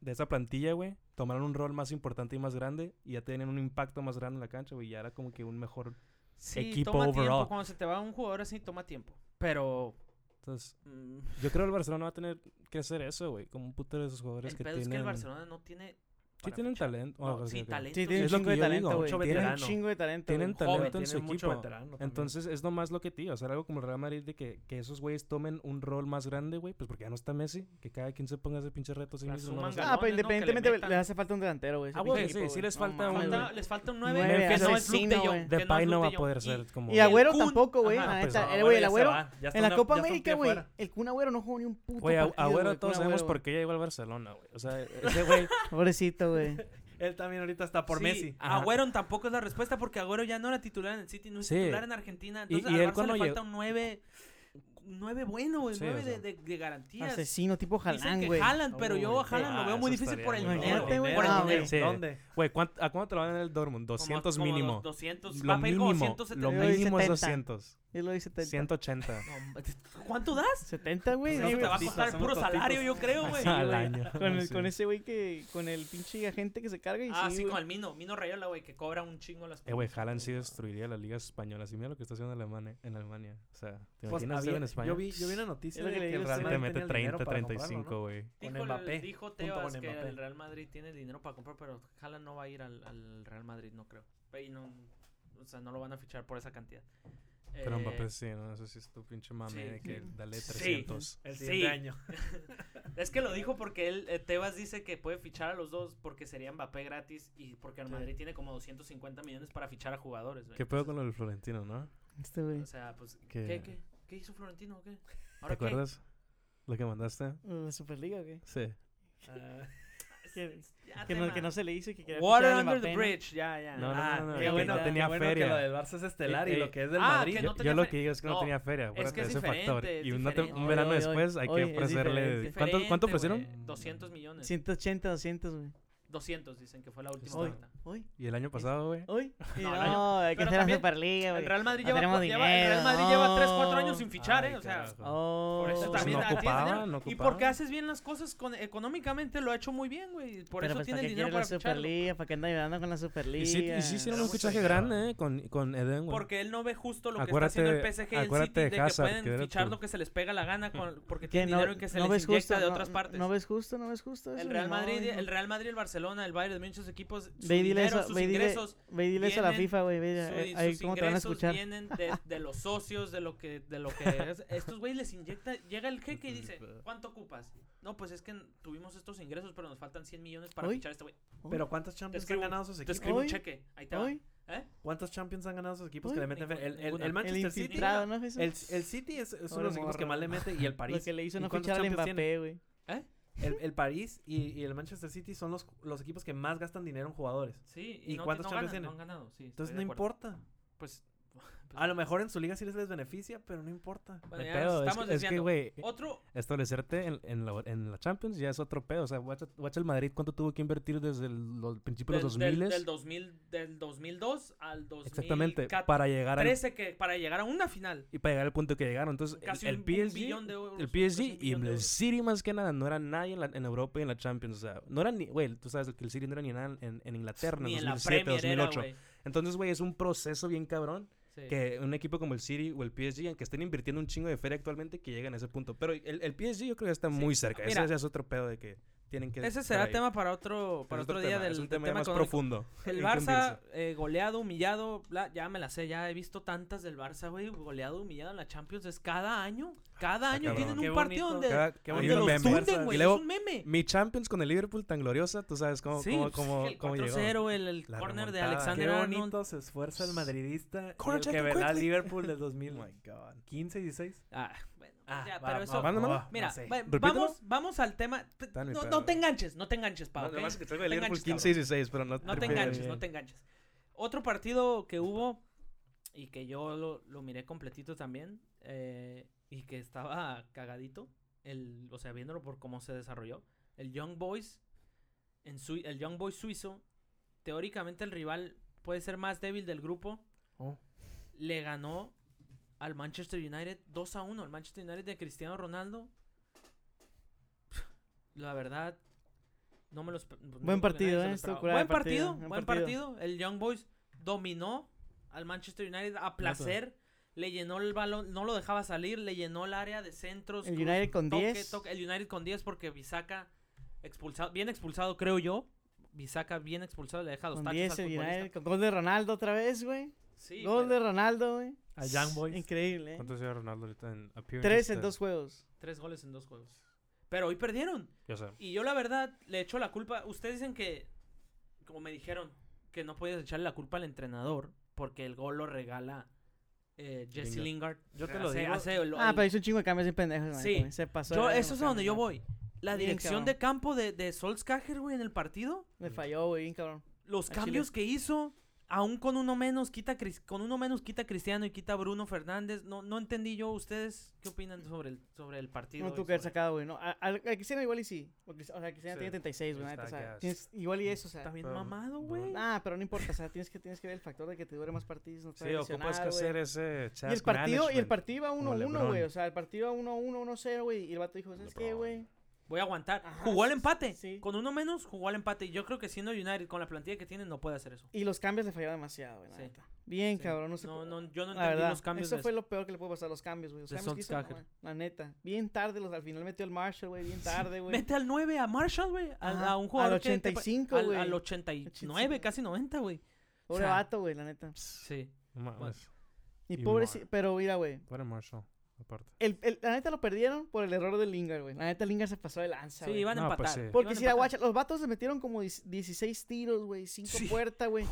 [SPEAKER 2] de esa plantilla, güey, tomaron un rol más importante y más grande y ya tenían un impacto más grande en la cancha, güey, ya era como que un mejor,
[SPEAKER 1] Sí,
[SPEAKER 2] Equipo
[SPEAKER 1] toma tiempo.
[SPEAKER 2] overall.
[SPEAKER 1] Cuando se te va un jugador así, toma tiempo. Pero...
[SPEAKER 2] entonces,
[SPEAKER 1] mm,
[SPEAKER 2] yo creo que el Barcelona va a tener que hacer eso, güey, como un putero de esos jugadores
[SPEAKER 1] el
[SPEAKER 2] que
[SPEAKER 1] pedo
[SPEAKER 2] tienen
[SPEAKER 1] es que el Barcelona no tiene...
[SPEAKER 2] sí
[SPEAKER 1] para
[SPEAKER 2] tienen
[SPEAKER 1] fichar.
[SPEAKER 2] talento,
[SPEAKER 1] No,
[SPEAKER 2] Ah,
[SPEAKER 1] sí,
[SPEAKER 2] ok, ok.
[SPEAKER 1] talento.
[SPEAKER 4] Sí, tiene un
[SPEAKER 2] Es lo
[SPEAKER 4] chingo
[SPEAKER 2] que
[SPEAKER 4] de
[SPEAKER 2] yo
[SPEAKER 4] talento,
[SPEAKER 2] digo,
[SPEAKER 4] güey.
[SPEAKER 3] mucho
[SPEAKER 4] Tiene un
[SPEAKER 3] veterano.
[SPEAKER 4] chingo de talento,
[SPEAKER 2] tienen
[SPEAKER 4] güey.
[SPEAKER 1] joven,
[SPEAKER 2] talento en
[SPEAKER 3] tiene
[SPEAKER 2] su
[SPEAKER 3] mucho
[SPEAKER 2] equipo.
[SPEAKER 3] veterano también.
[SPEAKER 2] Entonces es nomás lo que te digo, o sea, algo como el Real Madrid de que, que esos güeyes tomen un rol más grande, güey, pues porque ya no está Messi, que cada quien se ponga ese pinche reto a sí
[SPEAKER 1] La
[SPEAKER 2] mismo. no
[SPEAKER 1] suman
[SPEAKER 2] lo sé.
[SPEAKER 1] galones,
[SPEAKER 4] Ah,
[SPEAKER 1] ¿no? Que
[SPEAKER 4] pero
[SPEAKER 1] le
[SPEAKER 4] independientemente
[SPEAKER 1] metan.
[SPEAKER 4] les hace falta un delantero, güey. ese
[SPEAKER 2] Ah,
[SPEAKER 4] pinche
[SPEAKER 2] güey,
[SPEAKER 4] equipo,
[SPEAKER 2] sí, sí
[SPEAKER 4] güey.
[SPEAKER 2] les
[SPEAKER 4] No
[SPEAKER 2] falta
[SPEAKER 4] mames,
[SPEAKER 2] un-
[SPEAKER 1] Falta-
[SPEAKER 4] Ah, güey.
[SPEAKER 1] les falta un
[SPEAKER 4] Nueve,
[SPEAKER 1] 9, que
[SPEAKER 4] así
[SPEAKER 1] no es Luke
[SPEAKER 4] sin,
[SPEAKER 1] de
[SPEAKER 4] no,
[SPEAKER 1] Jong.
[SPEAKER 4] güey.
[SPEAKER 1] que no
[SPEAKER 2] Depay
[SPEAKER 1] es
[SPEAKER 2] no
[SPEAKER 1] Luke
[SPEAKER 2] va
[SPEAKER 1] de
[SPEAKER 2] a
[SPEAKER 1] Jong.
[SPEAKER 2] poder ser como-
[SPEAKER 4] Y
[SPEAKER 2] el
[SPEAKER 4] Agüero
[SPEAKER 1] Kun.
[SPEAKER 4] tampoco, güey.
[SPEAKER 1] Ajá,
[SPEAKER 4] la
[SPEAKER 2] pues
[SPEAKER 3] Ah,
[SPEAKER 4] neta.
[SPEAKER 2] no,
[SPEAKER 4] el eh, güey, el Agüero. En la Copa América,
[SPEAKER 3] América,
[SPEAKER 4] güey, el Kun Agüero no jugó ni un puto
[SPEAKER 2] Güey, Agü-
[SPEAKER 4] partido,
[SPEAKER 2] Agüero,
[SPEAKER 4] güey,
[SPEAKER 2] todos
[SPEAKER 4] Kun
[SPEAKER 2] sabemos
[SPEAKER 4] Agüero,
[SPEAKER 2] por qué ya llegó al Barcelona, güey. O sea, ese güey.
[SPEAKER 4] güey. Pobrecito, güey.
[SPEAKER 3] Él también ahorita está por
[SPEAKER 1] Sí,
[SPEAKER 3] Messi.
[SPEAKER 2] Ajá.
[SPEAKER 1] Agüero tampoco es la respuesta porque Agüero ya no era titular en el City, no es
[SPEAKER 2] Sí.
[SPEAKER 1] titular en Argentina.
[SPEAKER 2] Y-
[SPEAKER 1] Entonces
[SPEAKER 2] y
[SPEAKER 1] al
[SPEAKER 2] él
[SPEAKER 1] Barça
[SPEAKER 2] cuando
[SPEAKER 1] le falta
[SPEAKER 2] llegó-
[SPEAKER 1] un 9, 9 bueno, güey,
[SPEAKER 2] Sí,
[SPEAKER 1] 9
[SPEAKER 2] o
[SPEAKER 1] de,
[SPEAKER 2] sea.
[SPEAKER 1] de, de garantías.
[SPEAKER 4] Asesino tipo
[SPEAKER 1] Dicen
[SPEAKER 4] Jalán,
[SPEAKER 1] que
[SPEAKER 4] güey.
[SPEAKER 1] Haaland, pero yo a
[SPEAKER 2] Uy,
[SPEAKER 1] Haaland lo
[SPEAKER 2] ah,
[SPEAKER 1] veo muy
[SPEAKER 2] eso
[SPEAKER 1] difícil
[SPEAKER 2] estaría
[SPEAKER 1] por el
[SPEAKER 2] muy
[SPEAKER 1] dinero.
[SPEAKER 4] Imagínate, güey.
[SPEAKER 1] Por el
[SPEAKER 4] Ah,
[SPEAKER 1] dinero.
[SPEAKER 2] Sí.
[SPEAKER 3] ¿Dónde?
[SPEAKER 2] Güey, ¿cuánto- ¿a cuánto lo van en el Dortmund?
[SPEAKER 1] Como-
[SPEAKER 2] 200
[SPEAKER 1] como
[SPEAKER 2] mínimo.
[SPEAKER 1] dos- 200,
[SPEAKER 2] lo
[SPEAKER 1] va a pedir como
[SPEAKER 2] mínimo.
[SPEAKER 1] 270.
[SPEAKER 2] Lo
[SPEAKER 4] Yo doy
[SPEAKER 2] mínimo es
[SPEAKER 4] 70.
[SPEAKER 2] 200.
[SPEAKER 4] Yo le doy 70.
[SPEAKER 2] 180
[SPEAKER 1] No, hombre, ¿Cuánto das?
[SPEAKER 4] 70, güey.
[SPEAKER 1] Eso
[SPEAKER 4] Sí,
[SPEAKER 1] te
[SPEAKER 4] güey.
[SPEAKER 1] va a
[SPEAKER 3] tostitos,
[SPEAKER 1] costar
[SPEAKER 3] son
[SPEAKER 1] puro
[SPEAKER 3] unos tostitos.
[SPEAKER 1] salario, yo creo, güey.
[SPEAKER 2] al
[SPEAKER 4] güey.
[SPEAKER 2] año.
[SPEAKER 4] Con, el-
[SPEAKER 2] Sí.
[SPEAKER 4] con ese güey que. Con el pinche agente que se carga y
[SPEAKER 1] Ah, sí,
[SPEAKER 4] güey.
[SPEAKER 1] con el Mino, Mino Rayola, güey, que cobra un chingo las
[SPEAKER 2] Eh, güey,
[SPEAKER 1] publicidades,
[SPEAKER 2] Haaland sí destruiría la liga española. Si mira lo que está haciendo Alemania, en Alemania. O sea, ¿te
[SPEAKER 3] Pues,
[SPEAKER 2] imaginas
[SPEAKER 3] había-
[SPEAKER 2] eso en España?
[SPEAKER 3] yo, vi, yo vi una noticia
[SPEAKER 4] Es lo
[SPEAKER 3] de
[SPEAKER 4] que le
[SPEAKER 3] que el
[SPEAKER 4] digo,
[SPEAKER 3] Real
[SPEAKER 4] sí.
[SPEAKER 2] Te
[SPEAKER 3] Madrid
[SPEAKER 2] mete
[SPEAKER 3] tenía el dinero
[SPEAKER 2] 30,
[SPEAKER 3] para comprarlo,
[SPEAKER 2] 35,
[SPEAKER 3] ¿no?
[SPEAKER 2] güey.
[SPEAKER 1] Dijo,
[SPEAKER 3] Con
[SPEAKER 1] el-
[SPEAKER 3] Mbappé,
[SPEAKER 1] dijo
[SPEAKER 3] junto
[SPEAKER 1] Tebas
[SPEAKER 3] con
[SPEAKER 1] que
[SPEAKER 3] Mbappé.
[SPEAKER 1] el Real Madrid tiene el dinero para comprar, pero Haaland no va a ir al, al Real Madrid, no creo. Y no, o sea, no lo van a fichar por esa cantidad.
[SPEAKER 2] Pero
[SPEAKER 1] Eh,
[SPEAKER 2] Mbappé sí, ¿no? Eso sí es tu pinche mame
[SPEAKER 1] sí.
[SPEAKER 2] de que
[SPEAKER 4] Sí.
[SPEAKER 2] dale
[SPEAKER 1] Sí.
[SPEAKER 2] 300.
[SPEAKER 3] El
[SPEAKER 1] Sí.
[SPEAKER 3] siguiente año.
[SPEAKER 1] Es que lo dijo porque él, eh, Tebas dice que puede fichar a los dos porque sería Mbappé gratis y porque el
[SPEAKER 4] Sí.
[SPEAKER 1] Madrid tiene como 250 millones para fichar a jugadores, güey.
[SPEAKER 2] ¿Qué pedo
[SPEAKER 1] Entonces,
[SPEAKER 2] con lo del Florentino, no?
[SPEAKER 4] Este, güey.
[SPEAKER 1] O sea, pues,
[SPEAKER 2] Que-
[SPEAKER 1] ¿qué, qué, qué, hizo Florentino o qué?
[SPEAKER 2] ¿Te
[SPEAKER 1] ¿Ahora qué?
[SPEAKER 2] acuerdas? ¿Lo que mandaste?
[SPEAKER 4] ¿La Superliga o qué?
[SPEAKER 2] Sí.
[SPEAKER 3] Ah,
[SPEAKER 4] Que,
[SPEAKER 1] Ya
[SPEAKER 4] que
[SPEAKER 1] te
[SPEAKER 4] no,
[SPEAKER 1] ma-
[SPEAKER 4] que no se le hizo y que quería
[SPEAKER 1] Water
[SPEAKER 4] fichar al
[SPEAKER 1] under
[SPEAKER 4] Mbappé,
[SPEAKER 1] the
[SPEAKER 4] ¿no?
[SPEAKER 1] bridge, ya, ya.
[SPEAKER 2] No, no,
[SPEAKER 3] ah,
[SPEAKER 2] no, no,
[SPEAKER 3] qué
[SPEAKER 2] que no
[SPEAKER 3] bueno,
[SPEAKER 2] tenía
[SPEAKER 3] qué bueno
[SPEAKER 2] feria.
[SPEAKER 3] que lo del Barça es estelar y
[SPEAKER 2] Eh,
[SPEAKER 3] lo que es del
[SPEAKER 1] ah,
[SPEAKER 3] Madrid.
[SPEAKER 1] que
[SPEAKER 2] yo
[SPEAKER 1] no tenía
[SPEAKER 2] yo lo
[SPEAKER 1] fe-
[SPEAKER 2] que digo es que no,
[SPEAKER 1] no,
[SPEAKER 2] tenía feria.
[SPEAKER 1] es que
[SPEAKER 2] acuérdate
[SPEAKER 1] es
[SPEAKER 2] de ese factor.
[SPEAKER 1] diferente, es
[SPEAKER 2] Y una tem-
[SPEAKER 1] diferente.
[SPEAKER 2] un verano
[SPEAKER 4] Hoy, hoy,
[SPEAKER 2] después hay
[SPEAKER 4] hoy
[SPEAKER 2] que
[SPEAKER 4] es
[SPEAKER 2] ofrecerle.
[SPEAKER 4] diferente.
[SPEAKER 2] ¿Cuánto,
[SPEAKER 1] Ah, Diferente,
[SPEAKER 2] cuánto
[SPEAKER 1] güey.
[SPEAKER 2] ofrecieron?
[SPEAKER 1] 200 millones.
[SPEAKER 4] 180, 200, güey.
[SPEAKER 1] 200 dicen que fue la última
[SPEAKER 4] Hoy,
[SPEAKER 1] oferta.
[SPEAKER 4] hoy,
[SPEAKER 2] Y el año pasado, güey.
[SPEAKER 4] hoy. Y
[SPEAKER 1] No,
[SPEAKER 4] No,
[SPEAKER 1] el año-
[SPEAKER 4] hay que
[SPEAKER 1] pero
[SPEAKER 4] hacer la
[SPEAKER 1] también,
[SPEAKER 4] Superliga,
[SPEAKER 1] El
[SPEAKER 4] güey.
[SPEAKER 1] Real Madrid
[SPEAKER 4] No
[SPEAKER 1] lleva,
[SPEAKER 4] tenemos
[SPEAKER 1] lleva- el Real Madrid lleva 3, 4 años sin fichar,
[SPEAKER 2] Ay,
[SPEAKER 1] ¿eh? O sea,
[SPEAKER 2] carajo.
[SPEAKER 4] Oh,
[SPEAKER 1] por eso
[SPEAKER 2] Pues
[SPEAKER 1] también
[SPEAKER 2] no
[SPEAKER 1] tiene
[SPEAKER 2] ocupaba,
[SPEAKER 1] dinero.
[SPEAKER 2] no
[SPEAKER 1] y
[SPEAKER 2] ocupaba.
[SPEAKER 1] porque haces bien las cosas con, económicamente lo ha hecho muy bien, güey. Por
[SPEAKER 4] pero
[SPEAKER 1] eso
[SPEAKER 4] pues,
[SPEAKER 1] tiene
[SPEAKER 4] qué
[SPEAKER 1] el dinero
[SPEAKER 4] quiere
[SPEAKER 1] para
[SPEAKER 4] la
[SPEAKER 1] ficharlo.
[SPEAKER 4] Superliga? ¿Para qué anda ayudando con la Superliga?
[SPEAKER 2] Y sí, y sí hicieron
[SPEAKER 1] Era
[SPEAKER 2] un
[SPEAKER 1] mucho
[SPEAKER 2] fichaje
[SPEAKER 1] dinero.
[SPEAKER 2] grande, ¿eh? Con, con Eden, güey.
[SPEAKER 1] Porque él no ve justo lo que está
[SPEAKER 2] Acuérdate-
[SPEAKER 1] haciendo el PSG y el
[SPEAKER 2] acuérdate
[SPEAKER 1] City
[SPEAKER 2] de
[SPEAKER 1] de que
[SPEAKER 2] Hazard, que
[SPEAKER 1] pueden
[SPEAKER 2] era
[SPEAKER 1] fichar
[SPEAKER 2] tu-
[SPEAKER 1] lo que se les pega la gana con- porque
[SPEAKER 4] ¿Qué,
[SPEAKER 1] tienen dinero y que se
[SPEAKER 4] no
[SPEAKER 1] les
[SPEAKER 4] ves
[SPEAKER 1] inyecta
[SPEAKER 4] justo,
[SPEAKER 1] de
[SPEAKER 4] no-
[SPEAKER 1] otras partes.
[SPEAKER 4] No ves justo, no ves justo. eso,
[SPEAKER 1] el Real
[SPEAKER 4] no,
[SPEAKER 1] Madrid,
[SPEAKER 4] hijo.
[SPEAKER 1] el Real Madrid, el Barcelona, el Bayern, muchos equipos, su
[SPEAKER 4] Ve y dile
[SPEAKER 1] dinero,
[SPEAKER 4] eso,
[SPEAKER 1] sus
[SPEAKER 4] ve y dile-
[SPEAKER 1] ingresos,
[SPEAKER 4] Ve y dile eso a la
[SPEAKER 1] vienen-
[SPEAKER 4] FIFA, güey. ve,
[SPEAKER 1] su-
[SPEAKER 4] eh, ahí
[SPEAKER 1] sus
[SPEAKER 4] cómo te van a
[SPEAKER 1] ingresos
[SPEAKER 4] escuchar.
[SPEAKER 1] vienen de, de los socios, de lo que, de lo que es. Estos güeyes les inyecta, llega el jeque y dice, ¿cuánto ocupas? No, pues es que n- tuvimos estos ingresos, pero nos faltan 100 millones para
[SPEAKER 4] Hoy,
[SPEAKER 1] fichar a este güey.
[SPEAKER 3] Pero ¿cuántas Champions han
[SPEAKER 1] escribo-
[SPEAKER 3] ganado sus
[SPEAKER 1] Te
[SPEAKER 3] equipos?
[SPEAKER 1] escribo un
[SPEAKER 4] Hoy,
[SPEAKER 1] cheque, ahí te va.
[SPEAKER 4] Hoy,
[SPEAKER 3] ¿Cuántos Champions han ganado sus equipos
[SPEAKER 4] Uy,
[SPEAKER 3] que le meten fe-
[SPEAKER 1] ninguna,
[SPEAKER 3] el, el- el
[SPEAKER 1] ninguna.
[SPEAKER 3] Manchester
[SPEAKER 4] el
[SPEAKER 3] City.
[SPEAKER 4] infiltrado, ¿no? Jesús?
[SPEAKER 3] El, el City es, es uno de
[SPEAKER 4] Pobre
[SPEAKER 3] los equipos que
[SPEAKER 4] morro.
[SPEAKER 3] más le mete y el París.
[SPEAKER 4] Lo que le hizo
[SPEAKER 3] ¿Y
[SPEAKER 4] no
[SPEAKER 3] cuántos
[SPEAKER 4] fichar al
[SPEAKER 3] Champions tiene?
[SPEAKER 4] Mbappé, güey.
[SPEAKER 3] El, el París y, y el Manchester City son los, los equipos que más gastan dinero en jugadores.
[SPEAKER 1] Sí,
[SPEAKER 3] ¿Y
[SPEAKER 1] y, no,
[SPEAKER 3] cuántos
[SPEAKER 1] no
[SPEAKER 3] Champions
[SPEAKER 1] ganan, no
[SPEAKER 3] tienen?
[SPEAKER 1] han ganado. Sí,
[SPEAKER 3] Entonces
[SPEAKER 1] estoy de
[SPEAKER 3] no
[SPEAKER 1] acuerdo.
[SPEAKER 3] importa.
[SPEAKER 1] Pues,
[SPEAKER 3] A lo mejor en su liga sí les les beneficia, pero no importa.
[SPEAKER 1] bueno,
[SPEAKER 2] El
[SPEAKER 1] ya
[SPEAKER 2] pedo
[SPEAKER 1] nos
[SPEAKER 2] es-
[SPEAKER 1] eh, estamos
[SPEAKER 2] es, que,
[SPEAKER 1] desviando.
[SPEAKER 2] güey,
[SPEAKER 1] Otro,
[SPEAKER 2] establecerte en, en la, en la Champions ya es otro pedo. O sea, watch, watch el Madrid cuánto tuvo que invertir desde el, los principios de los
[SPEAKER 1] del- del,
[SPEAKER 2] 2000.
[SPEAKER 1] del 2000 del 2002 al 2014.
[SPEAKER 2] Exactamente, para llegar, al,
[SPEAKER 1] 13 que para llegar a una final.
[SPEAKER 2] y para llegar al punto que llegaron. Entonces, el-
[SPEAKER 1] Casi
[SPEAKER 2] el,
[SPEAKER 1] un- un
[SPEAKER 2] PSG,
[SPEAKER 1] billón de euros, casi
[SPEAKER 2] el
[SPEAKER 1] un
[SPEAKER 2] PSG y
[SPEAKER 1] billón de
[SPEAKER 2] el
[SPEAKER 1] euros.
[SPEAKER 2] City más que nada no era nadie en, la- en Europa y en la Champions. O sea, no era ni, güey, tú sabes que el City no era ni nada en, en Inglaterra
[SPEAKER 1] Ni
[SPEAKER 2] en
[SPEAKER 1] en la
[SPEAKER 2] 2007,
[SPEAKER 1] Premier era,
[SPEAKER 2] 2008.
[SPEAKER 1] güey.
[SPEAKER 2] Entonces, güey, es un proceso bien cabrón
[SPEAKER 1] Sí.
[SPEAKER 2] que un equipo como el City o el PSG, aunque estén invirtiendo un chingo de feria actualmente, que lleguen a ese punto. Pero el, el PSG yo creo que está
[SPEAKER 1] Sí.
[SPEAKER 2] muy cerca.
[SPEAKER 1] Mira.
[SPEAKER 2] ese ya es otro pedo de que tienen que...
[SPEAKER 1] Ese
[SPEAKER 2] estar
[SPEAKER 1] será
[SPEAKER 2] ahí.
[SPEAKER 1] tema para otro, para
[SPEAKER 2] Es
[SPEAKER 1] otro, día del
[SPEAKER 2] es un
[SPEAKER 1] del
[SPEAKER 2] tema, ya más
[SPEAKER 1] económico.
[SPEAKER 2] profundo.
[SPEAKER 1] El
[SPEAKER 2] en
[SPEAKER 1] Barça
[SPEAKER 2] que
[SPEAKER 1] eh, goleado, humillado, bla, ya me la sé, ya he visto tantas del Barça, güey, goleado, humillado en la Champions, es cada año, cada
[SPEAKER 2] Está
[SPEAKER 1] año
[SPEAKER 2] cabrón.
[SPEAKER 1] tienen un
[SPEAKER 3] Qué
[SPEAKER 1] partido
[SPEAKER 3] bonito.
[SPEAKER 1] donde,
[SPEAKER 2] Cada- qué
[SPEAKER 1] donde
[SPEAKER 2] bonito
[SPEAKER 1] los
[SPEAKER 2] meme.
[SPEAKER 1] hunden,
[SPEAKER 2] Y
[SPEAKER 1] güey, es
[SPEAKER 2] luego-
[SPEAKER 1] un meme.
[SPEAKER 2] Mi Champions con el Liverpool tan gloriosa, tú sabes cómo,
[SPEAKER 1] sí,
[SPEAKER 2] cómo,
[SPEAKER 1] pues,
[SPEAKER 2] cómo,
[SPEAKER 1] el
[SPEAKER 2] cómo llegó.
[SPEAKER 1] 4-0, el, el
[SPEAKER 2] La
[SPEAKER 1] corner de
[SPEAKER 2] remontada.
[SPEAKER 3] Qué
[SPEAKER 1] Alexander Arnold.
[SPEAKER 3] bonito se esfuerza el madridista y
[SPEAKER 2] Corner
[SPEAKER 3] el que
[SPEAKER 2] taken
[SPEAKER 3] verá
[SPEAKER 2] quickly.
[SPEAKER 3] Liverpool del 2000.
[SPEAKER 2] Oh my God.
[SPEAKER 3] 15 y 16.
[SPEAKER 1] Ah, bueno,
[SPEAKER 3] Ah,
[SPEAKER 1] ya,
[SPEAKER 3] va,
[SPEAKER 1] pero
[SPEAKER 3] va,
[SPEAKER 1] eso...
[SPEAKER 2] va, Mándamelo.
[SPEAKER 3] va,
[SPEAKER 1] Mira,
[SPEAKER 3] no sé.
[SPEAKER 1] va-
[SPEAKER 2] Repítelo.
[SPEAKER 1] vamos, vamos al tema. te-
[SPEAKER 2] Está en mi
[SPEAKER 1] no,
[SPEAKER 2] pedo,
[SPEAKER 1] no te
[SPEAKER 2] güey.
[SPEAKER 1] enganches, no te enganches, Pau.
[SPEAKER 2] No,
[SPEAKER 1] ¿ok?
[SPEAKER 2] nomás que traigo
[SPEAKER 1] No
[SPEAKER 2] el
[SPEAKER 1] te
[SPEAKER 2] Liverpool
[SPEAKER 1] enganches,
[SPEAKER 2] 15 y 16, pero no...
[SPEAKER 1] No te enganches, no te enganches. Otro partido que hubo y que yo lo, lo miré completito también eh, y que estaba cagadito, el, o sea, viéndolo por cómo se desarrolló, el Young Boys, en Sui- el Young Boys suizo, teóricamente el rival puede ser más débil del grupo,
[SPEAKER 3] Oh.
[SPEAKER 1] le ganó al Manchester United 2 a 1, al Manchester United de Cristiano Ronaldo. La verdad, no me los...
[SPEAKER 4] Buen partido, ¿eh? Estuvo curado el
[SPEAKER 1] Buen partido,
[SPEAKER 4] partido, buen
[SPEAKER 1] buen partido. El Young Boys dominó al Manchester United a placer. Le llenó el balón, no lo dejaba salir, le llenó el área de centros.
[SPEAKER 4] El
[SPEAKER 1] cruz,
[SPEAKER 4] United con
[SPEAKER 1] toque,
[SPEAKER 4] 10.
[SPEAKER 1] toque. El United con 10 porque Bisaca expulsado, bien expulsado creo yo. Bisaca bien expulsado, le deja dos
[SPEAKER 4] Con
[SPEAKER 1] tachos
[SPEAKER 4] 10
[SPEAKER 1] al
[SPEAKER 4] el
[SPEAKER 1] futbolista.
[SPEAKER 4] United, con gol de Ronaldo otra vez, güey.
[SPEAKER 1] Sí,
[SPEAKER 4] gol
[SPEAKER 1] pero
[SPEAKER 4] de Ronaldo, güey.
[SPEAKER 3] A Young Boys.
[SPEAKER 4] Increíble, eh.
[SPEAKER 2] lleva Ronaldo ahorita en appearance?
[SPEAKER 4] Tres en dos juegos.
[SPEAKER 1] tres goles en dos juegos. Pero hoy perdieron.
[SPEAKER 2] Yo sé.
[SPEAKER 1] Y yo la verdad le echo la culpa. Ustedes dicen que, como me dijeron, que no podías echarle la culpa al entrenador porque el gol lo regala eh, Jesse Lingard.
[SPEAKER 3] Yo te lo
[SPEAKER 1] Hace-
[SPEAKER 3] digo.
[SPEAKER 1] hace el-
[SPEAKER 4] Ah,
[SPEAKER 1] el-
[SPEAKER 4] pero hizo un chingo de cambios bien pendejos, güey,
[SPEAKER 1] Sí.
[SPEAKER 4] también. Se pasó.
[SPEAKER 1] yo,
[SPEAKER 4] de
[SPEAKER 1] eso es a donde yo voy.
[SPEAKER 4] emoción,
[SPEAKER 1] La
[SPEAKER 4] Bien,
[SPEAKER 1] dirección
[SPEAKER 4] cabrón.
[SPEAKER 1] de campo de, de Solskjaer, güey, en el partido.
[SPEAKER 4] güey. Le falló, güey, bien cabrón.
[SPEAKER 1] Los
[SPEAKER 4] Al
[SPEAKER 1] cambios que hizo. aún con uno menos quita a Cris- con uno menos quita a Cristiano y quita a Bruno Fernández. No, no entendí yo ustedes qué opinan sobre el sobre el partido.
[SPEAKER 4] No
[SPEAKER 1] y
[SPEAKER 4] tú que haber
[SPEAKER 1] sobre-
[SPEAKER 4] sacado, güey. No, a, a- a Cristiano igual y sí. O Cris- o sea, Cristiano
[SPEAKER 3] Sí.
[SPEAKER 4] tiene 36, güey. la
[SPEAKER 3] Está
[SPEAKER 4] neta, o sea,
[SPEAKER 3] gas.
[SPEAKER 4] tienes- igual y eso, o sea.
[SPEAKER 1] Está bien
[SPEAKER 2] Pero-
[SPEAKER 1] mamado, güey.
[SPEAKER 4] Ah, pero no importa, o sea, tienes que, tienes que ver el factor de que te dure más partidos. No te
[SPEAKER 2] Sí, ocupas que hacer ese
[SPEAKER 4] Y el
[SPEAKER 2] task
[SPEAKER 4] partido, y el
[SPEAKER 2] management.
[SPEAKER 4] partido iba
[SPEAKER 2] como
[SPEAKER 4] 1-1,
[SPEAKER 2] LeBron.
[SPEAKER 4] güey. O sea, el partido iba 1-1, 1-0, güey. Y el vato dijo, ¿sabes qué,
[SPEAKER 2] LeBron.
[SPEAKER 4] güey?
[SPEAKER 1] Voy a aguantar.
[SPEAKER 4] Ajá,
[SPEAKER 1] jugó al
[SPEAKER 4] sí,
[SPEAKER 1] empate.
[SPEAKER 4] sí.
[SPEAKER 1] Con uno menos jugó al empate y yo creo que siendo United con la plantilla que tiene no puede hacer eso.
[SPEAKER 4] Y los cambios le fallaron demasiado, güey. la
[SPEAKER 1] Sí.
[SPEAKER 4] neta. Bien,
[SPEAKER 1] Sí.
[SPEAKER 4] cabrón. No sé
[SPEAKER 1] No,
[SPEAKER 4] cómo-
[SPEAKER 1] no, yo no
[SPEAKER 4] la
[SPEAKER 1] entendí
[SPEAKER 4] verdad,
[SPEAKER 1] los cambios.
[SPEAKER 4] eso
[SPEAKER 1] de
[SPEAKER 4] fue
[SPEAKER 1] eso.
[SPEAKER 4] lo peor que le pudo pasar a los cambios, güey. Los
[SPEAKER 1] de
[SPEAKER 4] cambios que hizo,
[SPEAKER 1] Solskjaer.
[SPEAKER 4] no, güey, la neta. Bien tarde, los, al final metió el Marshall, güey. Bien tarde, güey.
[SPEAKER 1] Mete al 9 a Marshall, güey. al-
[SPEAKER 4] Ajá,
[SPEAKER 1] A un jugador
[SPEAKER 4] al
[SPEAKER 1] que te pa-
[SPEAKER 4] 85,
[SPEAKER 1] al-
[SPEAKER 4] güey.
[SPEAKER 1] Al 89,
[SPEAKER 4] 85.
[SPEAKER 1] casi 90, güey.
[SPEAKER 4] Pobre
[SPEAKER 1] sea,
[SPEAKER 4] vato, güey, la neta.
[SPEAKER 1] Sí.
[SPEAKER 2] No mames.
[SPEAKER 4] Y
[SPEAKER 2] y
[SPEAKER 4] pobre,
[SPEAKER 2] Mar-
[SPEAKER 4] sí- pero mira, güey.
[SPEAKER 2] Fuera Marshall, aparte.
[SPEAKER 4] El, el- la neta lo perdieron por el error de Lingard, güey. La neta Lingard se pasó de lanza,
[SPEAKER 1] Sí,
[SPEAKER 4] güey.
[SPEAKER 1] iban a
[SPEAKER 2] No, pues
[SPEAKER 1] empatar.
[SPEAKER 2] sí.
[SPEAKER 1] iban a
[SPEAKER 4] Porque si la
[SPEAKER 1] empatar.
[SPEAKER 4] guacha, los vatos se metieron como 10 16 tiros, güey, 5
[SPEAKER 1] Sí.
[SPEAKER 4] puertas, güey.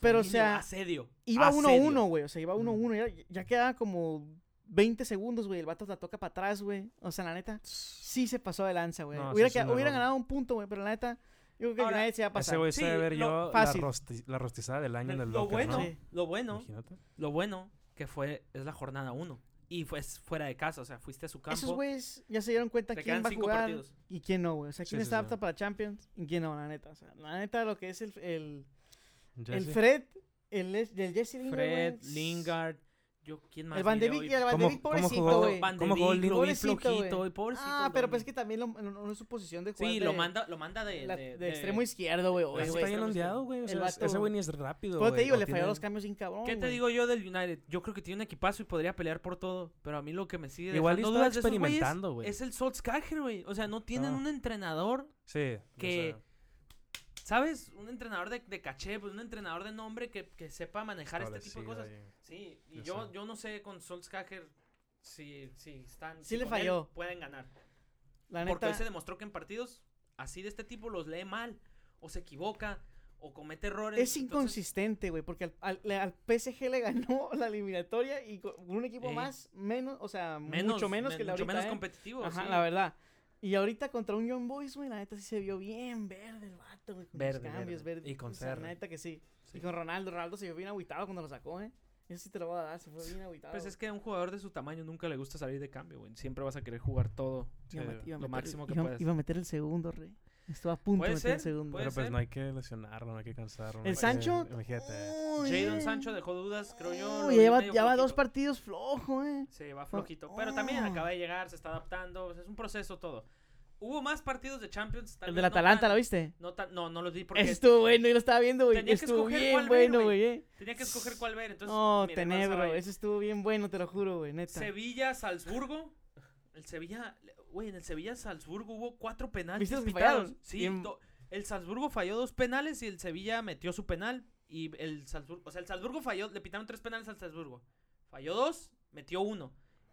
[SPEAKER 4] Pero, o
[SPEAKER 1] Dominio,
[SPEAKER 4] sea,
[SPEAKER 1] asedio.
[SPEAKER 4] iba
[SPEAKER 1] asedio.
[SPEAKER 4] 1-1, güey. O sea, iba
[SPEAKER 1] Mm.
[SPEAKER 4] 1-1. Ya, ya quedaba como 20 segundos, güey. El vato la toca para atrás, güey. O sea, la neta, sí se pasó de lanza, güey.
[SPEAKER 2] No, sí
[SPEAKER 4] Hubiera
[SPEAKER 2] es un
[SPEAKER 4] queda- hubieran
[SPEAKER 2] error.
[SPEAKER 4] ganado un punto, güey. Pero la neta, yo creo que
[SPEAKER 1] Ahora,
[SPEAKER 4] nadie se va a pasar.
[SPEAKER 2] Ese güey
[SPEAKER 1] Sí,
[SPEAKER 2] se debe ver
[SPEAKER 1] lo-
[SPEAKER 2] yo la,
[SPEAKER 4] fácil.
[SPEAKER 2] rosti- la rostizada del año en el
[SPEAKER 1] Lo
[SPEAKER 2] locker,
[SPEAKER 1] bueno,
[SPEAKER 2] ¿no?
[SPEAKER 4] Sí.
[SPEAKER 1] lo bueno,
[SPEAKER 2] Imagínate.
[SPEAKER 1] lo bueno que fue es la jornada 1 y fue es fuera de casa, o sea, fuiste a su campo.
[SPEAKER 4] Esos güeyes ya se dieron cuenta
[SPEAKER 1] te
[SPEAKER 4] quién
[SPEAKER 1] quedan
[SPEAKER 4] va a
[SPEAKER 1] cinco
[SPEAKER 4] jugar
[SPEAKER 1] partidos.
[SPEAKER 4] y quién no, güey. O sea, quién
[SPEAKER 2] Sí, sí,
[SPEAKER 4] está
[SPEAKER 2] sí.
[SPEAKER 4] apta para Champions y quién no, la neta. O sea, la neta, lo que es el, el, el
[SPEAKER 2] Jesse.
[SPEAKER 4] Fred, el, es- del Jesse Lingard.
[SPEAKER 1] Fred,
[SPEAKER 4] güey,
[SPEAKER 1] Lingard, yo quién más
[SPEAKER 4] El Van de
[SPEAKER 1] miré
[SPEAKER 4] Beek,
[SPEAKER 1] hoy?
[SPEAKER 4] y el Van de
[SPEAKER 2] ¿Cómo-
[SPEAKER 4] Beek,
[SPEAKER 2] cómo
[SPEAKER 4] pobrecito,
[SPEAKER 2] jugó?
[SPEAKER 4] güey.
[SPEAKER 1] Van de
[SPEAKER 2] ¿Cómo jugó
[SPEAKER 1] Beek, lo vi
[SPEAKER 4] Pobrecito, güey.
[SPEAKER 1] flojito, y pobrecito.
[SPEAKER 4] Ah,
[SPEAKER 1] el
[SPEAKER 4] pero
[SPEAKER 1] Van
[SPEAKER 4] pues es
[SPEAKER 1] de
[SPEAKER 4] que también lo- no, no es su posición de
[SPEAKER 1] Beek.
[SPEAKER 4] jugar
[SPEAKER 1] Sí,
[SPEAKER 4] de-
[SPEAKER 1] lo manda lo manda de,
[SPEAKER 4] la-
[SPEAKER 1] de-
[SPEAKER 4] de
[SPEAKER 1] de-
[SPEAKER 4] extremo izquierdo, güey.
[SPEAKER 2] Ese
[SPEAKER 4] hoy,
[SPEAKER 2] está
[SPEAKER 4] güey.
[SPEAKER 2] bien ondeado, güey. O
[SPEAKER 4] El
[SPEAKER 2] sea,
[SPEAKER 4] vato-
[SPEAKER 2] ese güey ni es rápido,
[SPEAKER 4] Pero te
[SPEAKER 2] güey,
[SPEAKER 4] digo,
[SPEAKER 2] o
[SPEAKER 4] le fallaron
[SPEAKER 2] tiene-
[SPEAKER 4] los cambios sin cabrón,
[SPEAKER 1] ¿Qué te
[SPEAKER 4] güey.
[SPEAKER 1] digo yo del United? Yo creo que tiene un equipazo y podría pelear por todo, pero a mí lo que me sigue
[SPEAKER 2] Igual y
[SPEAKER 1] dejando
[SPEAKER 2] estaba
[SPEAKER 1] dudas de esos güeyes
[SPEAKER 2] experimentando, güey.
[SPEAKER 1] es el Solskjaer, güey. O sea, no tienen
[SPEAKER 2] Ah.
[SPEAKER 1] un entrenador
[SPEAKER 2] Sí. o
[SPEAKER 1] que-
[SPEAKER 2] sea,
[SPEAKER 1] ¿Sabes? Un entrenador de, de caché, pues un entrenador de nombre que, que sepa manejar este tipo de
[SPEAKER 2] parecido
[SPEAKER 1] cosas.
[SPEAKER 2] ahí.
[SPEAKER 1] Sí, y
[SPEAKER 2] Ya
[SPEAKER 1] yo,
[SPEAKER 2] sé.
[SPEAKER 1] yo no sé con Solskjaer si, si están. si
[SPEAKER 4] Sí le
[SPEAKER 1] con él
[SPEAKER 4] falló.
[SPEAKER 1] pueden ganar.
[SPEAKER 4] La
[SPEAKER 1] Porque
[SPEAKER 4] neta,
[SPEAKER 1] hoy se demostró que en partidos así de este tipo los lee mal, o se equivoca, o comete errores.
[SPEAKER 4] es
[SPEAKER 1] entonces-
[SPEAKER 4] inconsistente, güey, porque al, al- le- al PSG le ganó la eliminatoria y con un equipo
[SPEAKER 1] Eh.
[SPEAKER 4] más, menos, o sea, mucho menos
[SPEAKER 1] men-
[SPEAKER 4] que la
[SPEAKER 1] Mucho
[SPEAKER 4] ahorita,
[SPEAKER 1] menos
[SPEAKER 4] ¿eh?
[SPEAKER 1] competitivo.
[SPEAKER 4] Ajá,
[SPEAKER 1] sí.
[SPEAKER 4] la verdad. Y ahorita contra un Young Boys, güey, la neta sí se vio bien verde el vato, güey. Con
[SPEAKER 3] Verde,
[SPEAKER 4] los cambios,
[SPEAKER 3] verde.
[SPEAKER 4] verde.
[SPEAKER 3] Y con
[SPEAKER 4] O sea,
[SPEAKER 3] CR.
[SPEAKER 4] la neta que sí.
[SPEAKER 1] Sí.
[SPEAKER 4] Y con Ronaldo, Ronaldo se vio bien agüitado cuando lo sacó, ¿eh? Eso sí te lo voy a dar, se fue bien agüitado.
[SPEAKER 1] Pues es que a un jugador de su tamaño nunca le gusta salir de cambio, güey. Siempre vas a querer jugar todo. eh,
[SPEAKER 4] Iba a
[SPEAKER 2] Sí,
[SPEAKER 4] met- iba a
[SPEAKER 1] lo
[SPEAKER 4] meter-
[SPEAKER 1] máximo que
[SPEAKER 4] iba-
[SPEAKER 1] puedas.
[SPEAKER 4] Iba a meter el segundo, rey. Estuvo a punto de
[SPEAKER 1] Puede
[SPEAKER 4] meter
[SPEAKER 1] ser,
[SPEAKER 4] el segundo.
[SPEAKER 1] puede
[SPEAKER 2] Pero pues
[SPEAKER 1] ser.
[SPEAKER 2] no hay que lesionarlo, no hay que cansarlo. no
[SPEAKER 4] El
[SPEAKER 2] hay que-
[SPEAKER 4] Sancho.
[SPEAKER 2] eh, Imagínate.
[SPEAKER 4] Uy,
[SPEAKER 1] Jadon
[SPEAKER 4] eh.
[SPEAKER 1] Sancho dejó dudas, creo yo. lo
[SPEAKER 4] Uy,
[SPEAKER 1] vi
[SPEAKER 4] ya va,
[SPEAKER 1] medio
[SPEAKER 4] ya va dos
[SPEAKER 1] flojito.
[SPEAKER 4] partidos flojo, eh.
[SPEAKER 1] Sí, va flojito. Pero también
[SPEAKER 4] Oh.
[SPEAKER 1] acaba de llegar, se está adaptando. o sea, es un proceso todo. Hubo más partidos de Champions. tal
[SPEAKER 4] El
[SPEAKER 1] vez
[SPEAKER 4] del
[SPEAKER 1] no
[SPEAKER 4] Atalanta,
[SPEAKER 1] tan-
[SPEAKER 4] ¿lo viste?
[SPEAKER 1] No, tan- no, no los vi porque
[SPEAKER 4] Ese Estuvo bueno, yo lo estaba viendo, güey.
[SPEAKER 1] Tenía que
[SPEAKER 4] Estuvo
[SPEAKER 1] escoger
[SPEAKER 4] bien
[SPEAKER 1] cuál ver,
[SPEAKER 4] bueno,
[SPEAKER 1] güey.
[SPEAKER 4] güey, eh.
[SPEAKER 1] tenía que escoger cuál ver. Entonces,
[SPEAKER 4] No,
[SPEAKER 1] miré más a
[SPEAKER 4] tenebro,
[SPEAKER 1] Bayern.
[SPEAKER 4] ese estuvo bien bueno, te lo juro, güey, neta.
[SPEAKER 1] Sevilla, Salzburgo. El Sevilla, güey, en el Sevilla, Salzburgo hubo cuatro penales.
[SPEAKER 4] ¿Viste los Em, que
[SPEAKER 1] pitados.
[SPEAKER 4] fallaron?
[SPEAKER 1] Sí,
[SPEAKER 4] Bien-
[SPEAKER 1] do- el Salzburgo falló dos penales y el Sevilla metió su penal. Y el Salzburgo, o sea, el Salzburgo falló, le pitaron tres penales al Salzburgo. Falló dos, metió uno.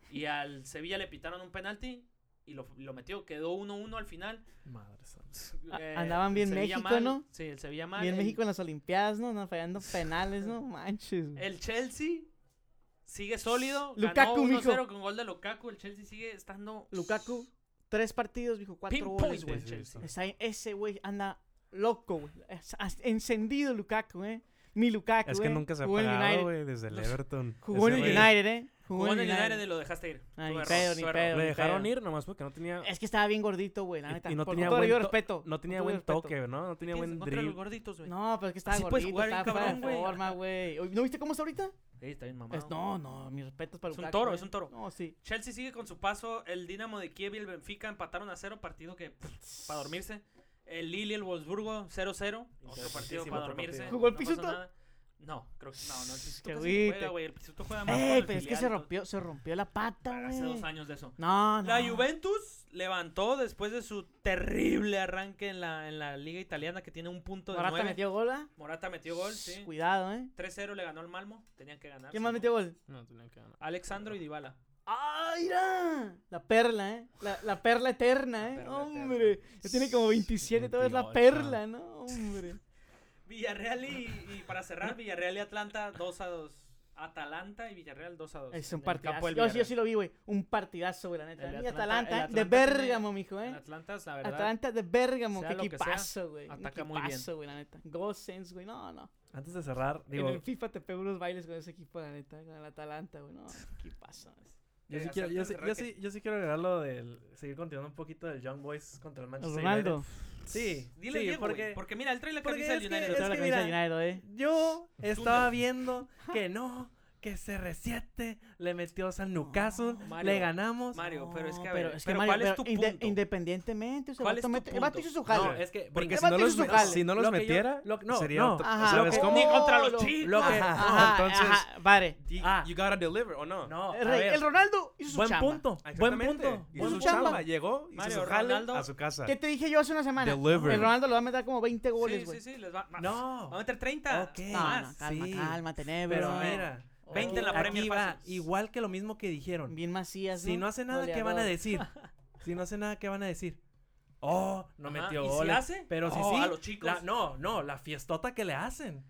[SPEAKER 1] Y al Sevilla le pitaron un penalti y lo, lo metió. Quedó 1-1 al final.
[SPEAKER 3] Madre santa.
[SPEAKER 4] A-
[SPEAKER 1] Eh,
[SPEAKER 4] andaban
[SPEAKER 1] el
[SPEAKER 4] bien
[SPEAKER 1] Sevilla
[SPEAKER 4] México,
[SPEAKER 1] mal.
[SPEAKER 4] ¿no?
[SPEAKER 1] Sí, el Sevilla mal.
[SPEAKER 4] Bien
[SPEAKER 1] el-
[SPEAKER 4] México en las Olimpiadas, ¿no? Andan fallando penales, ¿no? Manches, güey.
[SPEAKER 1] El Chelsea sigue sólido.
[SPEAKER 4] Lukaku,
[SPEAKER 1] ganó
[SPEAKER 4] mijo.
[SPEAKER 1] 1-0 con gol de Lukaku. El Chelsea sigue estando.
[SPEAKER 4] Lukaku, tres partidos, dijo, cuatro
[SPEAKER 1] pinpoint
[SPEAKER 4] goles,
[SPEAKER 1] del
[SPEAKER 4] güey.
[SPEAKER 2] Sí, sí,
[SPEAKER 1] Chelsea.
[SPEAKER 4] Está- Ese güey anda loco, güey. Es- as- Encendido Lukaku, ¿eh. Mi Lukaku,
[SPEAKER 2] Es que
[SPEAKER 4] eh.
[SPEAKER 2] nunca se ha
[SPEAKER 4] Jugó en el
[SPEAKER 2] parado,
[SPEAKER 4] United.
[SPEAKER 2] güey, desde el
[SPEAKER 1] Los-
[SPEAKER 2] Everton.
[SPEAKER 4] Jugó en
[SPEAKER 2] Ese
[SPEAKER 4] el
[SPEAKER 2] güey-
[SPEAKER 4] United, ¿eh?
[SPEAKER 1] Jugó en el United y lo dejaste ir.
[SPEAKER 4] Ah,
[SPEAKER 1] Tu
[SPEAKER 4] ni
[SPEAKER 1] error,
[SPEAKER 4] pedo, ni
[SPEAKER 1] tu error.
[SPEAKER 4] pedo.
[SPEAKER 2] Le dejaron
[SPEAKER 4] Pero-
[SPEAKER 2] ir nomás porque no tenía,
[SPEAKER 4] Es que estaba bien gordito, güey, la
[SPEAKER 2] Y-
[SPEAKER 4] neta.
[SPEAKER 2] y no
[SPEAKER 4] Por-
[SPEAKER 2] tenía
[SPEAKER 4] con todo
[SPEAKER 2] buen
[SPEAKER 4] yo
[SPEAKER 2] to-
[SPEAKER 4] respeto.
[SPEAKER 2] no tenía
[SPEAKER 4] con todo
[SPEAKER 2] buen
[SPEAKER 4] respeto.
[SPEAKER 2] toque, ¿no? No tenía
[SPEAKER 1] Tienes
[SPEAKER 2] buen
[SPEAKER 1] contra los
[SPEAKER 2] drill.
[SPEAKER 1] gorditos, güey.
[SPEAKER 4] No, pero es que estaba
[SPEAKER 1] Así puedes
[SPEAKER 4] gordito,
[SPEAKER 1] jugar bien
[SPEAKER 4] estaba fuera de
[SPEAKER 1] cabrón, güey.
[SPEAKER 4] forma, güey. Oye, ¿No viste cómo está ahorita?
[SPEAKER 1] Sí, está bien mamado.
[SPEAKER 4] Es- no, no, mis respetos para
[SPEAKER 1] Es un
[SPEAKER 4] Lukaku.
[SPEAKER 1] toro,
[SPEAKER 4] eh.
[SPEAKER 1] es un toro.
[SPEAKER 4] No, sí.
[SPEAKER 1] Chelsea sigue con su paso. El Dinamo de Kiev y el Benfica empataron a cero. Partido que pues, para dormirse. El Lille y el Wolfsburgo 0-0. Otro partido
[SPEAKER 3] Interesantísimo
[SPEAKER 1] para
[SPEAKER 3] otro
[SPEAKER 1] dormirse.
[SPEAKER 3] partido.
[SPEAKER 4] ¿Jugó el
[SPEAKER 1] No pasó
[SPEAKER 4] Pisuto?
[SPEAKER 1] nada. No, creo que no, no. El Pisuto
[SPEAKER 4] Qué
[SPEAKER 1] casi ni juega,
[SPEAKER 4] agüite.
[SPEAKER 1] güey. El Pisuto juega más. con
[SPEAKER 4] Ey,
[SPEAKER 1] el
[SPEAKER 4] pero es que
[SPEAKER 1] filial,
[SPEAKER 4] se
[SPEAKER 1] entonces-
[SPEAKER 4] rompió, se rompió la pata, güey.
[SPEAKER 1] Hace dos años de eso.
[SPEAKER 4] No, no.
[SPEAKER 1] La Juventus levantó después de su terrible arranque en la, en la liga italiana que tiene un punto de
[SPEAKER 4] Morata
[SPEAKER 1] nueve.
[SPEAKER 4] metió gol, ¿ah?
[SPEAKER 1] Morata metió gol, sí.
[SPEAKER 4] Cuidado, ¿eh?
[SPEAKER 1] 3-0 le ganó al Malmo, tenían que ganar.
[SPEAKER 4] ¿Quién
[SPEAKER 1] si
[SPEAKER 4] más
[SPEAKER 1] no.
[SPEAKER 4] metió gol?
[SPEAKER 2] No, tenía que ganar.
[SPEAKER 1] Alexandro y Dybala.
[SPEAKER 4] ¡Ah, mira! La perla, ¿eh? La, la perla eterna,
[SPEAKER 1] La
[SPEAKER 4] ¿eh?
[SPEAKER 1] perla eterna.
[SPEAKER 4] ¡Hombre! Ya tiene como 27, todavía es la
[SPEAKER 2] 28.
[SPEAKER 4] perla, ¿no? ¡Hombre!
[SPEAKER 1] Villarreal y, y para cerrar, Villarreal y Atlanta 2 a 2. Atalanta y Villarreal 2 a 2.
[SPEAKER 4] Es un
[SPEAKER 1] en el campo
[SPEAKER 4] partidazo.
[SPEAKER 1] del
[SPEAKER 4] Yo, sí- yo
[SPEAKER 1] Villarreal.
[SPEAKER 4] sí lo vi, güey. Un partidazo, güey, la neta.
[SPEAKER 1] El
[SPEAKER 4] Y
[SPEAKER 1] Atlanta-
[SPEAKER 4] Atalanta,
[SPEAKER 1] el
[SPEAKER 4] de
[SPEAKER 1] Atlanta tiene-
[SPEAKER 4] Bérgamo, mijo,
[SPEAKER 1] En
[SPEAKER 4] ¿eh?
[SPEAKER 1] Atlanta, la verdad.
[SPEAKER 4] Atalanta de Bérgamo,
[SPEAKER 1] sea
[SPEAKER 4] qué
[SPEAKER 1] lo que sea,
[SPEAKER 4] equipazo, güey. Un
[SPEAKER 1] ataca muy bien.
[SPEAKER 4] equipazo, güey, la neta. Gossens, güey, no, no.
[SPEAKER 3] Antes de cerrar, digo,
[SPEAKER 4] en el FIFA te pego unos bailes con ese equipo, la neta, con el Atalanta, güey. No, ¿qué pasa?
[SPEAKER 3] yo sí,
[SPEAKER 5] Eh,
[SPEAKER 3] quiero, yo,
[SPEAKER 5] antes
[SPEAKER 3] sí,
[SPEAKER 5] de cerrar
[SPEAKER 3] yo
[SPEAKER 5] que-
[SPEAKER 3] sí- yo sí quiero agregar lo del. Seguir continuando un poquito del Young Boys contra el Manchester
[SPEAKER 4] Ronaldo.
[SPEAKER 3] United. Sí,
[SPEAKER 1] Dile
[SPEAKER 3] sí,
[SPEAKER 1] bien, porque...
[SPEAKER 3] porque
[SPEAKER 1] porque mira, él trae la
[SPEAKER 3] porque
[SPEAKER 1] camisa del
[SPEAKER 3] es que-
[SPEAKER 1] United.
[SPEAKER 3] es
[SPEAKER 4] Toda la
[SPEAKER 3] que
[SPEAKER 4] camisa
[SPEAKER 3] mira,
[SPEAKER 4] de United, eh.
[SPEAKER 3] yo estaba
[SPEAKER 1] Zúmbale.
[SPEAKER 3] viendo que no, que CR7 le metió San Newcastle,
[SPEAKER 4] No,
[SPEAKER 3] le
[SPEAKER 1] Mario,
[SPEAKER 3] ganamos.
[SPEAKER 1] Mario, pero es que a ver,
[SPEAKER 4] pero
[SPEAKER 1] pero,
[SPEAKER 4] es que Mario,
[SPEAKER 1] ¿cuál es
[SPEAKER 4] pero
[SPEAKER 1] tu
[SPEAKER 4] inde-
[SPEAKER 1] punto?
[SPEAKER 4] Independientemente, o sea,
[SPEAKER 1] ¿Cuál
[SPEAKER 4] el
[SPEAKER 1] es
[SPEAKER 4] vato
[SPEAKER 1] tu
[SPEAKER 4] mete- el
[SPEAKER 1] punto?
[SPEAKER 4] vato hizo su jale.
[SPEAKER 1] No, es que
[SPEAKER 2] Porque
[SPEAKER 4] el
[SPEAKER 2] si no,
[SPEAKER 4] vato
[SPEAKER 2] los,
[SPEAKER 4] hizo su
[SPEAKER 2] me-
[SPEAKER 4] jale.
[SPEAKER 2] si no los
[SPEAKER 3] Lo que yo-
[SPEAKER 2] metiera,
[SPEAKER 3] lo- no,
[SPEAKER 2] sería
[SPEAKER 3] no.
[SPEAKER 2] otro-
[SPEAKER 4] Ajá.
[SPEAKER 2] ¿sabes
[SPEAKER 4] Lo que-
[SPEAKER 2] cómo?
[SPEAKER 1] ni contra
[SPEAKER 4] lo-
[SPEAKER 1] los Chiefs.
[SPEAKER 3] lo que-
[SPEAKER 4] Ajá,
[SPEAKER 2] entonces-
[SPEAKER 4] ajá, vale.
[SPEAKER 2] You-
[SPEAKER 3] Ah.
[SPEAKER 2] You gotta deliver, ¿o no?
[SPEAKER 3] No, a
[SPEAKER 4] El, rey-
[SPEAKER 3] ver,
[SPEAKER 4] el Ronaldo hizo su
[SPEAKER 3] buen
[SPEAKER 4] chamba.
[SPEAKER 3] punto, buen
[SPEAKER 2] Exactamente.
[SPEAKER 3] punto.
[SPEAKER 2] Hizo
[SPEAKER 4] buen
[SPEAKER 2] su
[SPEAKER 4] punto.
[SPEAKER 2] chamba. Llegó, hizo
[SPEAKER 1] Mario
[SPEAKER 2] su jale
[SPEAKER 1] Ronaldo.
[SPEAKER 2] a su casa.
[SPEAKER 4] ¿Qué te dije yo hace una semana?
[SPEAKER 2] Deliver.
[SPEAKER 4] El Ronaldo le va a meter como 20 goles,
[SPEAKER 1] Sí,
[SPEAKER 4] güey.
[SPEAKER 1] sí, sí, les va. No.
[SPEAKER 3] No,
[SPEAKER 1] Va a meter 30.
[SPEAKER 3] Ok.
[SPEAKER 1] o
[SPEAKER 4] No, no,
[SPEAKER 1] más.
[SPEAKER 4] calma,
[SPEAKER 3] sí.
[SPEAKER 4] calma, tenebro.
[SPEAKER 3] pero
[SPEAKER 4] no.
[SPEAKER 3] mira,
[SPEAKER 1] 20 en la
[SPEAKER 3] aquí
[SPEAKER 1] Premier
[SPEAKER 3] va,
[SPEAKER 1] fácil.
[SPEAKER 3] igual que lo mismo que dijeron.
[SPEAKER 4] Bien Macías,
[SPEAKER 3] Si no hace nada, ¿qué van a
[SPEAKER 4] Goleador.
[SPEAKER 3] decir? Si no hace nada, ¿qué van a decir? Oh, no
[SPEAKER 1] Ajá,
[SPEAKER 3] metió
[SPEAKER 1] ¿y si
[SPEAKER 3] goles.
[SPEAKER 1] hace?
[SPEAKER 3] Pero si
[SPEAKER 1] Oh,
[SPEAKER 3] sí,
[SPEAKER 1] a los chicos.
[SPEAKER 3] la- no, no, la fiestota que le hacen.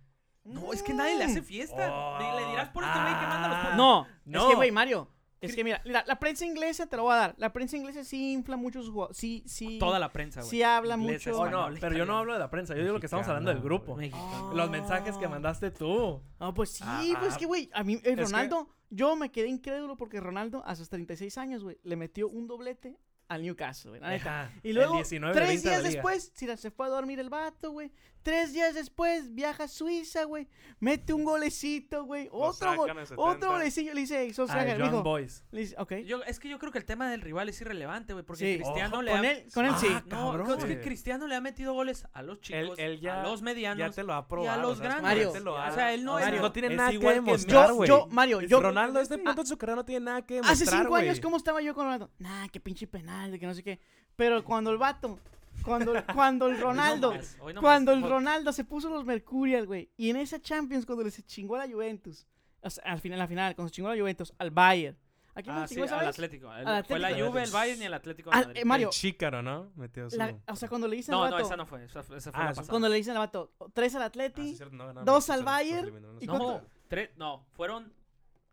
[SPEAKER 1] No, es que nadie le hace fiesta.
[SPEAKER 3] Oh.
[SPEAKER 1] Ni le dirás por este güey que manda los
[SPEAKER 3] Ah.
[SPEAKER 1] puntos.
[SPEAKER 4] No,
[SPEAKER 3] No.
[SPEAKER 4] es que, güey, Mario. Es que mira, mira, la prensa inglesa te lo voy a dar. La prensa inglesa sí infla mucho sus jugadores. Sí, sí.
[SPEAKER 1] Toda la prensa, güey.
[SPEAKER 4] Sí habla
[SPEAKER 1] Inglesa,
[SPEAKER 4] mucho.
[SPEAKER 3] Oh, no,
[SPEAKER 1] Español,
[SPEAKER 3] pero yo no
[SPEAKER 1] italiano.
[SPEAKER 3] hablo de la prensa, yo digo lo que estamos hablando del
[SPEAKER 2] Mexicano,
[SPEAKER 3] grupo.
[SPEAKER 1] Mexicano.
[SPEAKER 3] Los mensajes que mandaste tú.
[SPEAKER 4] No, pues sí,
[SPEAKER 3] Ah,
[SPEAKER 4] güey, es
[SPEAKER 3] ah,
[SPEAKER 4] que, güey, a mí, eh,
[SPEAKER 3] que-
[SPEAKER 4] Ronaldo, yo me quedé incrédulo porque Ronaldo a sus 36 años, güey, le metió un doblete al Newcastle, güey, la neta.
[SPEAKER 3] Ajá,
[SPEAKER 4] Y
[SPEAKER 3] el
[SPEAKER 4] luego,
[SPEAKER 3] 19 de
[SPEAKER 4] tres
[SPEAKER 3] 20 de
[SPEAKER 4] días
[SPEAKER 3] la liga.
[SPEAKER 4] después, si la- se fue a dormir el vato, güey. Tres días después, viaja a Suiza, güey. Mete un golecito, güey. Otro
[SPEAKER 2] sacan
[SPEAKER 4] gol.
[SPEAKER 2] al 70.
[SPEAKER 4] Otro golecillo. Le dice, "Sos
[SPEAKER 3] Al
[SPEAKER 4] Jagger", me
[SPEAKER 3] Young
[SPEAKER 4] dijo.
[SPEAKER 3] Boys.
[SPEAKER 4] Le dice, ok.
[SPEAKER 1] Yo- es que yo creo que el tema del rival es irrelevante, güey, porque
[SPEAKER 4] Sí.
[SPEAKER 1] Cristiano
[SPEAKER 3] Ojo,
[SPEAKER 1] le
[SPEAKER 4] con
[SPEAKER 1] ha...
[SPEAKER 4] él, con él sí.
[SPEAKER 3] Ah,
[SPEAKER 1] No,
[SPEAKER 3] cabrón,
[SPEAKER 1] creo que
[SPEAKER 2] sí.
[SPEAKER 1] Cristiano le ha metido goles a los
[SPEAKER 2] Él-
[SPEAKER 1] chicos,
[SPEAKER 2] él ya-
[SPEAKER 1] a los medianos.
[SPEAKER 2] Ya te lo ha probado.
[SPEAKER 1] a los
[SPEAKER 2] o sea, es como
[SPEAKER 1] grandes.
[SPEAKER 2] ya te lo
[SPEAKER 1] O
[SPEAKER 2] ha-
[SPEAKER 1] sea, él no
[SPEAKER 2] o sea,
[SPEAKER 1] es-
[SPEAKER 2] no tiene
[SPEAKER 3] es
[SPEAKER 2] nada que
[SPEAKER 3] igual que
[SPEAKER 2] demostrar,
[SPEAKER 4] Yo,
[SPEAKER 2] güey.
[SPEAKER 4] yo, Mario, yo.
[SPEAKER 2] Ronaldo, a este punto
[SPEAKER 4] Ah,
[SPEAKER 2] de su carrera no tiene nada que demostrar,
[SPEAKER 4] hace cinco
[SPEAKER 2] güey.
[SPEAKER 4] años, ¿cómo estaba yo con Ronaldo? Nah, qué pinche penal, de que no sé qué. Pero cuando el vato, cuando, cuando el Ronaldo,
[SPEAKER 1] Hoy no más, hoy no
[SPEAKER 4] cuando
[SPEAKER 1] más.
[SPEAKER 4] el
[SPEAKER 1] Por-
[SPEAKER 4] Ronaldo se puso los Mercurial, güey, y en esa Champions, cuando les chingó a la Juventus, o sea, al final, la final, cuando se chingó a la Juventus, al Bayern. ¿A quién
[SPEAKER 1] Ah,
[SPEAKER 4] nos
[SPEAKER 1] sí,
[SPEAKER 4] chingó esa
[SPEAKER 1] al
[SPEAKER 4] vez?
[SPEAKER 1] Atlético. El-
[SPEAKER 4] Al
[SPEAKER 1] Fue la
[SPEAKER 4] Atlético.
[SPEAKER 1] Juve, el Bayern y el Atlético de
[SPEAKER 4] Al-
[SPEAKER 1] Madrid.
[SPEAKER 4] eh, Mario,
[SPEAKER 2] El Chícaro, ¿no? Metió su...
[SPEAKER 4] la- o sea, cuando le dicen
[SPEAKER 1] No,
[SPEAKER 4] al
[SPEAKER 1] no,
[SPEAKER 4] vato,
[SPEAKER 1] esa no fue. Esa fue, esa fue
[SPEAKER 2] Ah,
[SPEAKER 1] la
[SPEAKER 2] esa-
[SPEAKER 1] pasada.
[SPEAKER 4] cuando le dicen al vato, tres al
[SPEAKER 2] Ah, sí,
[SPEAKER 4] Atleti,
[SPEAKER 2] cierto, no ganamos,
[SPEAKER 4] dos
[SPEAKER 2] sí,
[SPEAKER 4] al
[SPEAKER 2] los
[SPEAKER 4] Bayern
[SPEAKER 2] eliminaron,
[SPEAKER 4] y
[SPEAKER 2] sí.
[SPEAKER 1] No,
[SPEAKER 4] contra-
[SPEAKER 1] tres, no, fueron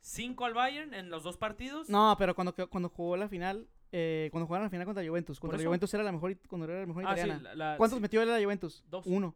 [SPEAKER 1] cinco al Bayern en los dos partidos.
[SPEAKER 4] no, pero cuando, cuando jugó la final, eh, cuando jugaron la final contra Juventus,
[SPEAKER 1] Por
[SPEAKER 4] contra
[SPEAKER 1] eso.
[SPEAKER 4] Juventus era la mejor, cuando era la mejor
[SPEAKER 1] ah, sí,
[SPEAKER 4] italiana.
[SPEAKER 1] la- la-
[SPEAKER 4] ¿Cuántos metió él a la Juventus?
[SPEAKER 1] Dos.
[SPEAKER 4] Uno.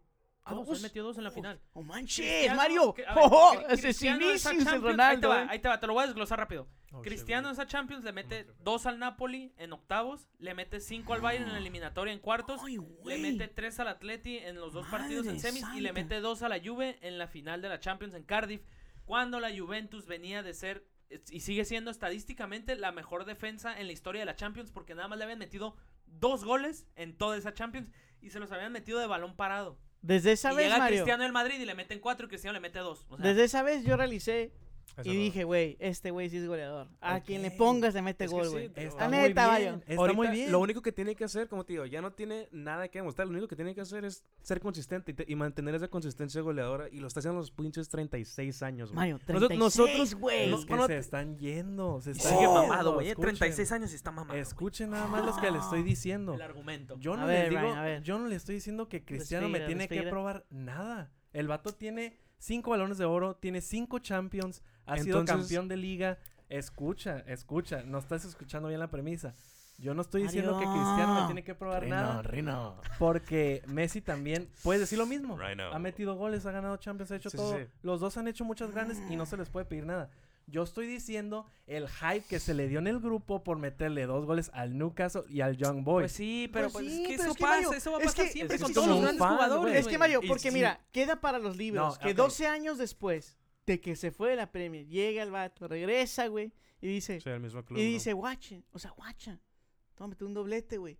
[SPEAKER 1] Ah, pues, él metió dos en la final.
[SPEAKER 4] ¡Oh, manches,
[SPEAKER 1] Cristiano-
[SPEAKER 4] Mario!
[SPEAKER 1] que- a ver,
[SPEAKER 4] ¡Oh,
[SPEAKER 1] Cri- Cristiano en esa
[SPEAKER 4] asesinísimo el
[SPEAKER 1] Champions-
[SPEAKER 4] Ronaldo!
[SPEAKER 1] Ahí te, va,
[SPEAKER 4] eh.
[SPEAKER 1] ahí te va, te lo voy a desglosar rápido.
[SPEAKER 2] Oh, sí,
[SPEAKER 1] Cristiano en
[SPEAKER 2] güey.
[SPEAKER 1] esa Champions le mete dos al Napoli en octavos, le mete cinco al Bayern en la eliminatoria en cuartos,
[SPEAKER 4] Ay,
[SPEAKER 1] le
[SPEAKER 4] güey.
[SPEAKER 1] mete tres al Atleti en los dos partidos en
[SPEAKER 4] Madre
[SPEAKER 1] semis y le
[SPEAKER 4] santa.
[SPEAKER 1] mete dos a la Juve en la final de la Champions en Cardiff, cuando la Juventus venía de ser es- y sigue siendo estadísticamente la mejor defensa en la historia de la Champions porque nada más le habían metido dos goles en toda esa Champions y se los habían metido de balón parado.
[SPEAKER 4] Desde esa
[SPEAKER 1] Y
[SPEAKER 4] vez,
[SPEAKER 1] llega
[SPEAKER 4] Mario.
[SPEAKER 1] Cristiano del Madrid y le meten cuatro y Cristiano le mete dos. O sea,
[SPEAKER 4] Desde esa vez yo realicé
[SPEAKER 2] Ese
[SPEAKER 4] y
[SPEAKER 2] no.
[SPEAKER 4] dije, güey, este güey sí es goleador. A
[SPEAKER 3] Ok.
[SPEAKER 4] quien le pongas le mete
[SPEAKER 2] Es que
[SPEAKER 4] gol,
[SPEAKER 2] sí,
[SPEAKER 4] güey.
[SPEAKER 2] te-
[SPEAKER 4] La
[SPEAKER 3] ah, Está muy
[SPEAKER 4] neta,
[SPEAKER 3] bien.
[SPEAKER 4] vaya.
[SPEAKER 3] Está muy
[SPEAKER 2] Ahorita,
[SPEAKER 3] bien.
[SPEAKER 2] Lo único que tiene que hacer, como te digo, ya no tiene nada que demostrar. Lo único que tiene que hacer es ser consistente y, te- y mantener esa consistencia goleadora. Y lo está haciendo a los pinches 36 años, güey.
[SPEAKER 4] Mario,
[SPEAKER 2] Nosotros-
[SPEAKER 4] 36, güey.
[SPEAKER 2] no-
[SPEAKER 3] Es que
[SPEAKER 2] no
[SPEAKER 3] se
[SPEAKER 2] te-
[SPEAKER 3] están yendo. Se están
[SPEAKER 1] Sigue
[SPEAKER 3] yendo,
[SPEAKER 1] mamado, güey. eh,
[SPEAKER 3] escuchen.
[SPEAKER 1] 36 años y está mamado.
[SPEAKER 3] Escuchen nada más los que le estoy diciendo.
[SPEAKER 1] El argumento.
[SPEAKER 3] Yo
[SPEAKER 4] A
[SPEAKER 3] no,
[SPEAKER 4] ver,
[SPEAKER 3] les digo,
[SPEAKER 4] Ryan, a ver.
[SPEAKER 3] yo no le estoy diciendo que Cristiano me
[SPEAKER 4] Respira,
[SPEAKER 3] tiene que
[SPEAKER 4] respira.
[SPEAKER 3] probar nada. El vato tiene cinco balones de oro, tiene cinco champions, ha sido
[SPEAKER 2] Entonces-
[SPEAKER 3] campeón de liga. Escucha, escucha, no estás escuchando bien la premisa. Yo no estoy diciendo que Cristiano me
[SPEAKER 4] Mario.
[SPEAKER 3] tiene que probar nada. Porque Messi también puede decir lo mismo.
[SPEAKER 2] Rhino.
[SPEAKER 3] Ha metido goles, ha ganado Champions, ha hecho
[SPEAKER 2] Sí, sí,
[SPEAKER 3] todo.
[SPEAKER 2] sí.
[SPEAKER 3] Los dos han hecho muchas grandes y no se les puede pedir nada. Yo estoy diciendo el hype que se le dio en el grupo por meterle dos goles al Newcastle y al Young Boys.
[SPEAKER 1] Pues sí, pero
[SPEAKER 4] Pues
[SPEAKER 1] pues,
[SPEAKER 4] sí,
[SPEAKER 1] es que
[SPEAKER 4] pero
[SPEAKER 1] eso
[SPEAKER 4] es que,
[SPEAKER 1] pasa,
[SPEAKER 4] Mario,
[SPEAKER 1] eso va a
[SPEAKER 4] es
[SPEAKER 1] pasar
[SPEAKER 4] que-
[SPEAKER 1] siempre
[SPEAKER 2] es que
[SPEAKER 1] con
[SPEAKER 2] es
[SPEAKER 1] todos
[SPEAKER 2] como
[SPEAKER 1] los
[SPEAKER 2] un
[SPEAKER 1] grandes
[SPEAKER 2] fan,
[SPEAKER 1] jugadores.
[SPEAKER 2] güey.
[SPEAKER 4] Es que, Mario,
[SPEAKER 2] Y
[SPEAKER 4] porque
[SPEAKER 2] sí.
[SPEAKER 4] mira, queda para los libros
[SPEAKER 3] No,
[SPEAKER 4] que
[SPEAKER 3] ok.
[SPEAKER 4] 12 años después de que se fue de la Premier, llega el vato, regresa, güey, y dice,
[SPEAKER 2] Sí, el mismo club.
[SPEAKER 4] Y
[SPEAKER 2] ¿no?
[SPEAKER 4] dice, guache, o sea, guacha. Toma, metió un doblete, güey.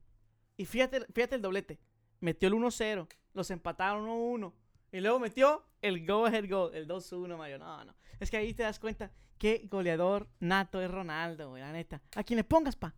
[SPEAKER 4] Y fíjate, fíjate el doblete. Metió el 1-0, los empataron 1-1. Y luego metió el go ahead goal, el 2-1, Mario. No, no. Es que ahí te das cuenta qué goleador nato es Ronaldo, güey, la neta. A quien le pongas, pa.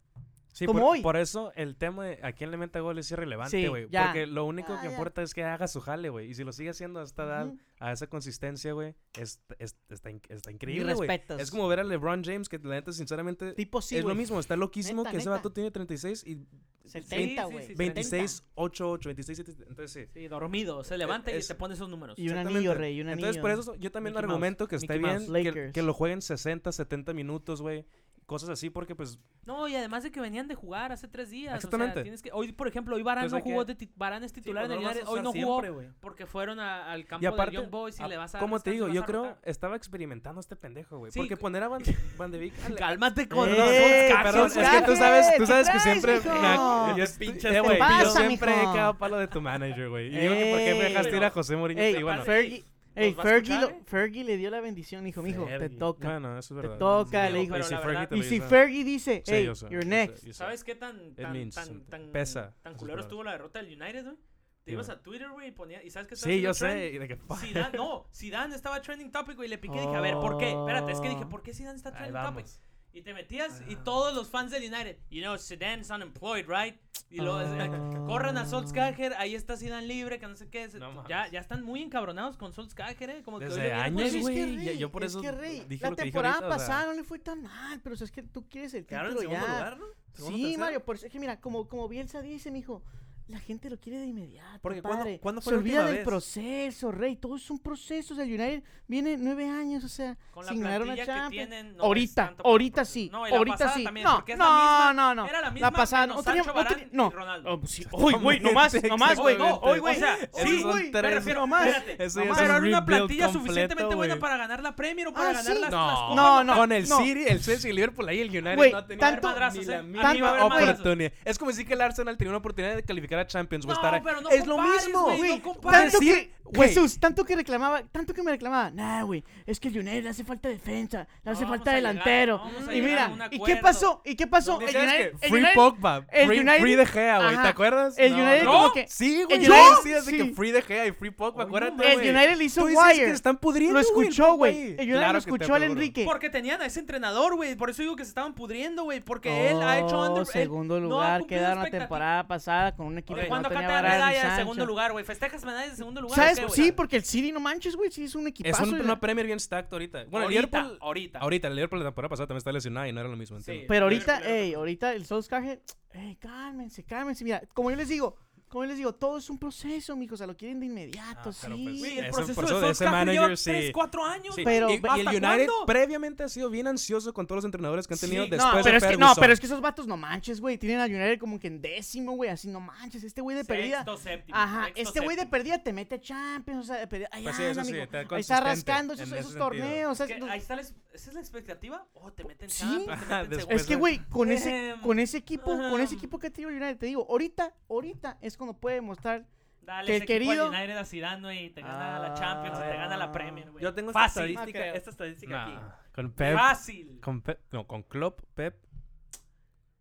[SPEAKER 2] Sí,
[SPEAKER 4] como
[SPEAKER 2] por,
[SPEAKER 4] hoy.
[SPEAKER 2] por eso el tema de a quién le mete gol es
[SPEAKER 4] Sí,
[SPEAKER 2] irrelevante, güey.
[SPEAKER 4] ya.
[SPEAKER 2] porque lo único
[SPEAKER 4] Ya,
[SPEAKER 2] que
[SPEAKER 4] ya.
[SPEAKER 2] importa es que haga su jale, güey. Y si lo sigue haciendo a esta edad,
[SPEAKER 4] Ujú.
[SPEAKER 2] a esa consistencia, güey, es, es- está, in- está increíble, güey.
[SPEAKER 4] respetos.
[SPEAKER 2] Es como ver a LeBron James, que la neta, sinceramente,
[SPEAKER 4] Tipo sí,
[SPEAKER 2] es lo
[SPEAKER 4] güey.
[SPEAKER 2] mismo. Está loquísimo
[SPEAKER 4] Neta,
[SPEAKER 2] que ese
[SPEAKER 4] neta.
[SPEAKER 2] vato tiene 36 y
[SPEAKER 4] 70,
[SPEAKER 1] Sí, sí,
[SPEAKER 4] güey.
[SPEAKER 1] sí, sí,
[SPEAKER 2] 26, 8, 8, 26, 7. Entonces, sí.
[SPEAKER 1] Sí, dormido, se levanta y
[SPEAKER 2] es-
[SPEAKER 1] te pone esos números.
[SPEAKER 4] Y un anillo,
[SPEAKER 2] Exactamente.
[SPEAKER 4] rey, y un anillo.
[SPEAKER 2] Entonces, por eso yo también
[SPEAKER 1] Mickey Mouse,
[SPEAKER 2] argumento que está
[SPEAKER 1] Mickey
[SPEAKER 2] bien
[SPEAKER 4] Mouse,
[SPEAKER 2] que- que,
[SPEAKER 4] Lakers.
[SPEAKER 2] lo jueguen 60, 70 minutos, güey. cosas así porque pues
[SPEAKER 5] No, y además de que venían de jugar hace tres días. o sea,
[SPEAKER 2] Exactamente.
[SPEAKER 5] tienes que... Hoy, por ejemplo, hoy Barán no
[SPEAKER 2] Entonces hay
[SPEAKER 5] jugó
[SPEAKER 2] que-
[SPEAKER 5] de tit- Barán es titular en
[SPEAKER 3] pues,
[SPEAKER 5] el
[SPEAKER 3] no lo vas a
[SPEAKER 5] United, Hoy
[SPEAKER 3] usar
[SPEAKER 5] no jugó
[SPEAKER 3] siempre, güey.
[SPEAKER 5] porque fueron a- al campo
[SPEAKER 2] y aparte,
[SPEAKER 5] de Young Boys y
[SPEAKER 2] a-
[SPEAKER 5] le vas a dar
[SPEAKER 2] ¿cómo te
[SPEAKER 5] descanso y
[SPEAKER 2] digo?
[SPEAKER 5] vas
[SPEAKER 2] Yo
[SPEAKER 5] a
[SPEAKER 2] creo
[SPEAKER 5] rotar.
[SPEAKER 2] estaba experimentando este pendejo, güey.
[SPEAKER 5] Sí,
[SPEAKER 2] Porque
[SPEAKER 5] c-
[SPEAKER 2] poner a Van, Van de Beek al-
[SPEAKER 5] Cálmate
[SPEAKER 2] Con
[SPEAKER 5] con
[SPEAKER 4] ¡Ey!
[SPEAKER 2] razón,
[SPEAKER 4] Carlos
[SPEAKER 2] perdón, Eh, es que tú
[SPEAKER 4] Gaffer,
[SPEAKER 2] sabes, tú
[SPEAKER 4] ¿qué
[SPEAKER 2] sabes que
[SPEAKER 4] traes,
[SPEAKER 2] siempre
[SPEAKER 4] hijo?
[SPEAKER 2] me ha-
[SPEAKER 4] ¿Qué
[SPEAKER 2] yo,
[SPEAKER 3] pinche
[SPEAKER 2] eh, güey,
[SPEAKER 4] te
[SPEAKER 2] yo
[SPEAKER 4] pasa,
[SPEAKER 2] siempre
[SPEAKER 4] mijo?
[SPEAKER 2] he quedado palo de tu manager, güey. Y digo que por qué me
[SPEAKER 4] Ey.
[SPEAKER 2] dejaste ir a José Mourinho
[SPEAKER 4] Ey,
[SPEAKER 2] y bueno,
[SPEAKER 4] Fergie, ey,
[SPEAKER 1] ¿Nos va a
[SPEAKER 4] Fergie, lo-
[SPEAKER 1] escuchar, eh?
[SPEAKER 4] Fergie le dio la bendición, hijo, mijo, te
[SPEAKER 3] Fergie.
[SPEAKER 4] toca.
[SPEAKER 2] bueno, eso es verdad.
[SPEAKER 4] toca, le
[SPEAKER 2] Y
[SPEAKER 4] dijo, pero
[SPEAKER 2] si
[SPEAKER 1] la
[SPEAKER 2] Fergie
[SPEAKER 1] verdad-
[SPEAKER 2] te lo
[SPEAKER 4] y si
[SPEAKER 2] hizo-
[SPEAKER 4] Fergie dice,
[SPEAKER 2] Sí,
[SPEAKER 4] hey,
[SPEAKER 2] yo sé, yo
[SPEAKER 4] you're
[SPEAKER 2] sé,
[SPEAKER 4] next. Pues
[SPEAKER 2] yo sé.
[SPEAKER 1] ¿Sabes qué tan, tan,
[SPEAKER 2] means
[SPEAKER 1] tan,
[SPEAKER 2] something.
[SPEAKER 1] tan,
[SPEAKER 2] Pesa,
[SPEAKER 1] tan culero
[SPEAKER 2] esas palabras.
[SPEAKER 1] estuvo la derrota del United, güey? Te
[SPEAKER 2] Sí,
[SPEAKER 1] ibas
[SPEAKER 2] güey.
[SPEAKER 1] a Twitter, güey, y ponía, ¿y sabes qué estaba
[SPEAKER 2] Sí, yo
[SPEAKER 1] haciendo
[SPEAKER 2] sé.
[SPEAKER 1] trend?
[SPEAKER 2] y de que,
[SPEAKER 1] Zidane, no, Zidane estaba trending topic, güey, y le piqué y dije, a ver, ¿por
[SPEAKER 2] Oh.
[SPEAKER 1] qué? Espérate, es que dije, ¿por qué Zidane está
[SPEAKER 3] Ahí
[SPEAKER 1] trending topic?
[SPEAKER 3] vamos.
[SPEAKER 1] Y te metías y
[SPEAKER 3] Ah.
[SPEAKER 1] todos los fans del United, you know, Zidane's unemployed, right? Y luego, eh, corran a Solskjaer, ahí está Zidane libre, que no sé qué. se-
[SPEAKER 2] Ah. No mames.
[SPEAKER 1] ya, ya están muy encabronados con Solskjaer, ¿eh? Como que
[SPEAKER 2] Desde
[SPEAKER 1] hoy le viene-
[SPEAKER 2] años,
[SPEAKER 4] Pues es que
[SPEAKER 2] güey,
[SPEAKER 4] rey,
[SPEAKER 2] ya- yo por
[SPEAKER 4] es
[SPEAKER 2] eso
[SPEAKER 4] que rey.
[SPEAKER 2] dije
[SPEAKER 4] la
[SPEAKER 2] lo que dije
[SPEAKER 4] temporada
[SPEAKER 2] ahorita, o sea.
[SPEAKER 4] pasada no le fue tan mal, pero o sea, es que tú quieres el
[SPEAKER 3] Quedaron en
[SPEAKER 4] título
[SPEAKER 3] segundo
[SPEAKER 4] ya.
[SPEAKER 3] lugar, ¿no? Segundo,
[SPEAKER 4] sí,
[SPEAKER 3] tercero.
[SPEAKER 4] Mario, por eso es que mira, como, como Bielsa dice, mijo, la gente lo quiere de inmediato.
[SPEAKER 3] Porque ¿cuándo-
[SPEAKER 4] padre.
[SPEAKER 3] cuándo fue
[SPEAKER 4] Se
[SPEAKER 3] la
[SPEAKER 4] olvida
[SPEAKER 3] última
[SPEAKER 4] del
[SPEAKER 3] vez?
[SPEAKER 4] proceso, rey. Todos son procesos. El United viene nueve años, o sea,
[SPEAKER 1] Con la
[SPEAKER 4] sin ganar una
[SPEAKER 1] plantilla que
[SPEAKER 4] Champions.
[SPEAKER 1] tienen. no es
[SPEAKER 4] ahorita,
[SPEAKER 1] tanto para
[SPEAKER 4] ahorita
[SPEAKER 1] el proceso.
[SPEAKER 4] sí.
[SPEAKER 1] No, y la
[SPEAKER 4] ahorita
[SPEAKER 1] pasada
[SPEAKER 4] sí.
[SPEAKER 1] también,
[SPEAKER 4] no,
[SPEAKER 1] porque es la
[SPEAKER 4] no,
[SPEAKER 1] misma-
[SPEAKER 4] no, no.
[SPEAKER 1] Era la misma.
[SPEAKER 4] pasada
[SPEAKER 1] menos
[SPEAKER 4] no tenía-
[SPEAKER 1] Sancho
[SPEAKER 4] no
[SPEAKER 1] Varane
[SPEAKER 4] tenía- no.
[SPEAKER 1] y Ronaldo.
[SPEAKER 4] Oh, sí. Uy, güey, nomás,
[SPEAKER 2] Exactamente.
[SPEAKER 4] nomás, güey.
[SPEAKER 1] No, hoy, güey.
[SPEAKER 4] O sea,
[SPEAKER 1] Esos
[SPEAKER 4] sí,
[SPEAKER 2] son
[SPEAKER 4] güey.
[SPEAKER 2] tres
[SPEAKER 4] pero
[SPEAKER 1] refiero-
[SPEAKER 4] nomás.
[SPEAKER 1] espérate,
[SPEAKER 2] Eso ya
[SPEAKER 1] nomás.
[SPEAKER 2] es
[SPEAKER 1] Pero era
[SPEAKER 2] un
[SPEAKER 1] una
[SPEAKER 2] rebuild
[SPEAKER 1] plantilla
[SPEAKER 2] completo,
[SPEAKER 1] suficientemente buena
[SPEAKER 2] güey.
[SPEAKER 1] para ganar la Premier o para
[SPEAKER 4] Ah,
[SPEAKER 1] ganar
[SPEAKER 4] sí.
[SPEAKER 1] las,
[SPEAKER 2] No.
[SPEAKER 1] las copas
[SPEAKER 4] No, no.
[SPEAKER 2] Con el
[SPEAKER 4] no.
[SPEAKER 2] City, el Chelsea, el Liverpool ahí el United
[SPEAKER 4] Güey,
[SPEAKER 2] no ha tenido
[SPEAKER 4] tanto-
[SPEAKER 2] ni
[SPEAKER 1] madrazos,
[SPEAKER 2] la
[SPEAKER 1] eh.
[SPEAKER 2] mínima
[SPEAKER 4] Arriba,
[SPEAKER 1] arriba, madrazos.
[SPEAKER 2] oportunidad. Es como decir que el Arsenal tenía una oportunidad de calificar a Champions o
[SPEAKER 1] No,
[SPEAKER 2] estar ahí.
[SPEAKER 1] pero no
[SPEAKER 2] es lo
[SPEAKER 1] compares,
[SPEAKER 2] mismo.
[SPEAKER 1] güey, no
[SPEAKER 2] güey.
[SPEAKER 1] compares.
[SPEAKER 4] Tanto
[SPEAKER 2] Decir,
[SPEAKER 4] que-
[SPEAKER 2] güey,
[SPEAKER 4] Jesús, tanto que reclamaba, tanto que me reclamaba, nah, güey, es que el United le hace falta defensa, le
[SPEAKER 1] No
[SPEAKER 4] hace
[SPEAKER 1] vamos
[SPEAKER 4] falta
[SPEAKER 1] a llegar,
[SPEAKER 4] delantero.
[SPEAKER 1] no vamos a
[SPEAKER 4] y
[SPEAKER 1] llegar a
[SPEAKER 4] mira,
[SPEAKER 1] un
[SPEAKER 4] ¿y qué
[SPEAKER 1] acuerdo.
[SPEAKER 4] pasó? ¿Y qué pasó?
[SPEAKER 2] ¿sabes qué?
[SPEAKER 4] el
[SPEAKER 2] Free
[SPEAKER 4] United-
[SPEAKER 2] Pogba,
[SPEAKER 4] el
[SPEAKER 2] free,
[SPEAKER 4] United-
[SPEAKER 2] free De Gea, güey, ¿te
[SPEAKER 4] Ajá.
[SPEAKER 2] acuerdas?
[SPEAKER 4] el
[SPEAKER 2] No,
[SPEAKER 4] United
[SPEAKER 2] no.
[SPEAKER 4] como que
[SPEAKER 2] Sí, güey,
[SPEAKER 4] el
[SPEAKER 2] yo
[SPEAKER 4] United-
[SPEAKER 2] decía así
[SPEAKER 4] sí.
[SPEAKER 2] que free De Gea y free Pogba, acuérdate,
[SPEAKER 4] el
[SPEAKER 2] güey.
[SPEAKER 4] United le hizo
[SPEAKER 2] Tú dices que
[SPEAKER 4] wire.
[SPEAKER 2] están pudriendo,
[SPEAKER 4] Lo
[SPEAKER 2] güey,
[SPEAKER 4] escuchó,
[SPEAKER 2] no,
[SPEAKER 4] güey. El United
[SPEAKER 2] Claro
[SPEAKER 4] lo
[SPEAKER 2] que te
[SPEAKER 4] escuchó al
[SPEAKER 2] aseguro.
[SPEAKER 4] Enrique.
[SPEAKER 1] Porque tenían a ese entrenador, güey. Por eso digo que se estaban pudriendo, güey. Porque él ha hecho.
[SPEAKER 4] Oh,
[SPEAKER 1] under- él
[SPEAKER 4] segundo
[SPEAKER 1] no ha
[SPEAKER 4] lugar
[SPEAKER 1] cumplido
[SPEAKER 4] quedaron la
[SPEAKER 1] expectativa.
[SPEAKER 4] temporada pasada con un equipo
[SPEAKER 1] Oye,
[SPEAKER 4] que no
[SPEAKER 1] ¿Cuándo
[SPEAKER 4] tenía
[SPEAKER 1] canta la
[SPEAKER 4] Varane ni
[SPEAKER 1] medalla de
[SPEAKER 4] Sancho.
[SPEAKER 1] segundo lugar, güey? ¿Festejas medallas de segundo lugar?
[SPEAKER 4] ¿Sabes?
[SPEAKER 1] o qué, güey?
[SPEAKER 4] Sí, porque el City no manches, güey, sí es un equipazo.
[SPEAKER 2] Es un-
[SPEAKER 4] güey.
[SPEAKER 2] una Premier bien stacked ahorita. Bueno, el
[SPEAKER 1] ahorita,
[SPEAKER 2] Liverpool
[SPEAKER 1] ahorita.
[SPEAKER 2] ahorita el Liverpool la temporada pasada también está lesionado y no era lo mismo,
[SPEAKER 1] Sí.
[SPEAKER 2] entiendo.
[SPEAKER 4] Pero ahorita,
[SPEAKER 1] Claro, claro,
[SPEAKER 4] ey,
[SPEAKER 1] claro.
[SPEAKER 4] ahorita el Solskjaer, ey, cálmense, cálmense. Mira, como yo les digo, como yo les digo, todo es un proceso, mijo, o sea, lo quieren de inmediato,
[SPEAKER 2] Ah, pero
[SPEAKER 4] sí.
[SPEAKER 2] pues,
[SPEAKER 1] Güey, el
[SPEAKER 2] Ese
[SPEAKER 1] proceso
[SPEAKER 2] proceso
[SPEAKER 1] de
[SPEAKER 2] de ese
[SPEAKER 1] Solskjaer lleva
[SPEAKER 2] manager, sí.
[SPEAKER 1] 3, 4 años.
[SPEAKER 2] Sí.
[SPEAKER 1] güey.
[SPEAKER 4] Pero-
[SPEAKER 2] y,
[SPEAKER 1] ¿hasta
[SPEAKER 2] y el United
[SPEAKER 1] cuándo?
[SPEAKER 2] previamente ha sido bien ansioso con todos los entrenadores que han tenido
[SPEAKER 1] Sí, no,
[SPEAKER 2] después
[SPEAKER 4] no, pero
[SPEAKER 2] de
[SPEAKER 4] es que, no,
[SPEAKER 2] Ferguson.
[SPEAKER 4] pero es que esos vatos no manches, güey. Tienen a United como que en décimo, güey. Así no manches. Este güey de perdida.
[SPEAKER 1] Sexto, séptimo,
[SPEAKER 4] Ajá,
[SPEAKER 1] sexto,
[SPEAKER 4] este güey de
[SPEAKER 1] séptimo.
[SPEAKER 4] perdida te mete a Champions. O sea, de perdida. Ahí
[SPEAKER 2] Pues sí,
[SPEAKER 4] anda,
[SPEAKER 2] eso sí,
[SPEAKER 4] mijo.
[SPEAKER 2] está
[SPEAKER 4] Ahí está
[SPEAKER 2] consistente
[SPEAKER 4] rascando
[SPEAKER 2] en
[SPEAKER 4] esos,
[SPEAKER 2] ese
[SPEAKER 4] esos
[SPEAKER 2] sentido.
[SPEAKER 4] torneos. o sea,
[SPEAKER 1] Que
[SPEAKER 4] no-
[SPEAKER 1] ahí está la, ¿Esa es la expectativa? Oh, te meten
[SPEAKER 4] Sí.
[SPEAKER 1] Champions, te
[SPEAKER 2] Ajá,
[SPEAKER 1] meten
[SPEAKER 2] después
[SPEAKER 1] segundo.
[SPEAKER 4] es que, güey,
[SPEAKER 2] eh,
[SPEAKER 4] con ese,
[SPEAKER 1] Em,
[SPEAKER 4] con ese equipo, con ese
[SPEAKER 1] em.
[SPEAKER 4] equipo que te digo United, te digo, ahorita, ahorita es cuando puede mostrar
[SPEAKER 1] Dale,
[SPEAKER 4] que el
[SPEAKER 1] ese equipo al
[SPEAKER 4] querido-
[SPEAKER 1] United a Zidane, güey, y te gana la Champions, y
[SPEAKER 4] Ah.
[SPEAKER 1] te gana la Premier, güey.
[SPEAKER 3] Yo tengo esta
[SPEAKER 1] Fácil.
[SPEAKER 3] estadística,
[SPEAKER 4] No creo.
[SPEAKER 3] esta estadística aquí.
[SPEAKER 2] Nah, con Pep,
[SPEAKER 4] Ah.
[SPEAKER 1] Fácil.
[SPEAKER 2] con Pep, no, con Klopp, Pep.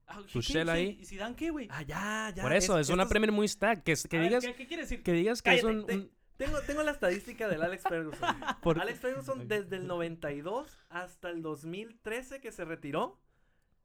[SPEAKER 1] Ah, ¿y
[SPEAKER 2] Tuchel
[SPEAKER 1] qué?
[SPEAKER 2] ahí.
[SPEAKER 1] ¿Y Zidane qué, güey?
[SPEAKER 3] Ah, ya, ya.
[SPEAKER 2] Por eso, es,
[SPEAKER 3] que
[SPEAKER 2] una
[SPEAKER 3] estos-
[SPEAKER 2] Premier muy stack. Que, que
[SPEAKER 1] A ver,
[SPEAKER 2] digas
[SPEAKER 1] ¿Qué, qué quiere decir?
[SPEAKER 2] que, digas que es un...
[SPEAKER 3] Cállate,
[SPEAKER 2] un-
[SPEAKER 3] Tengo, tengo la estadística del Alex Ferguson.
[SPEAKER 2] por-
[SPEAKER 3] Alex Ferguson desde el 92 hasta el 2013 que se retiró,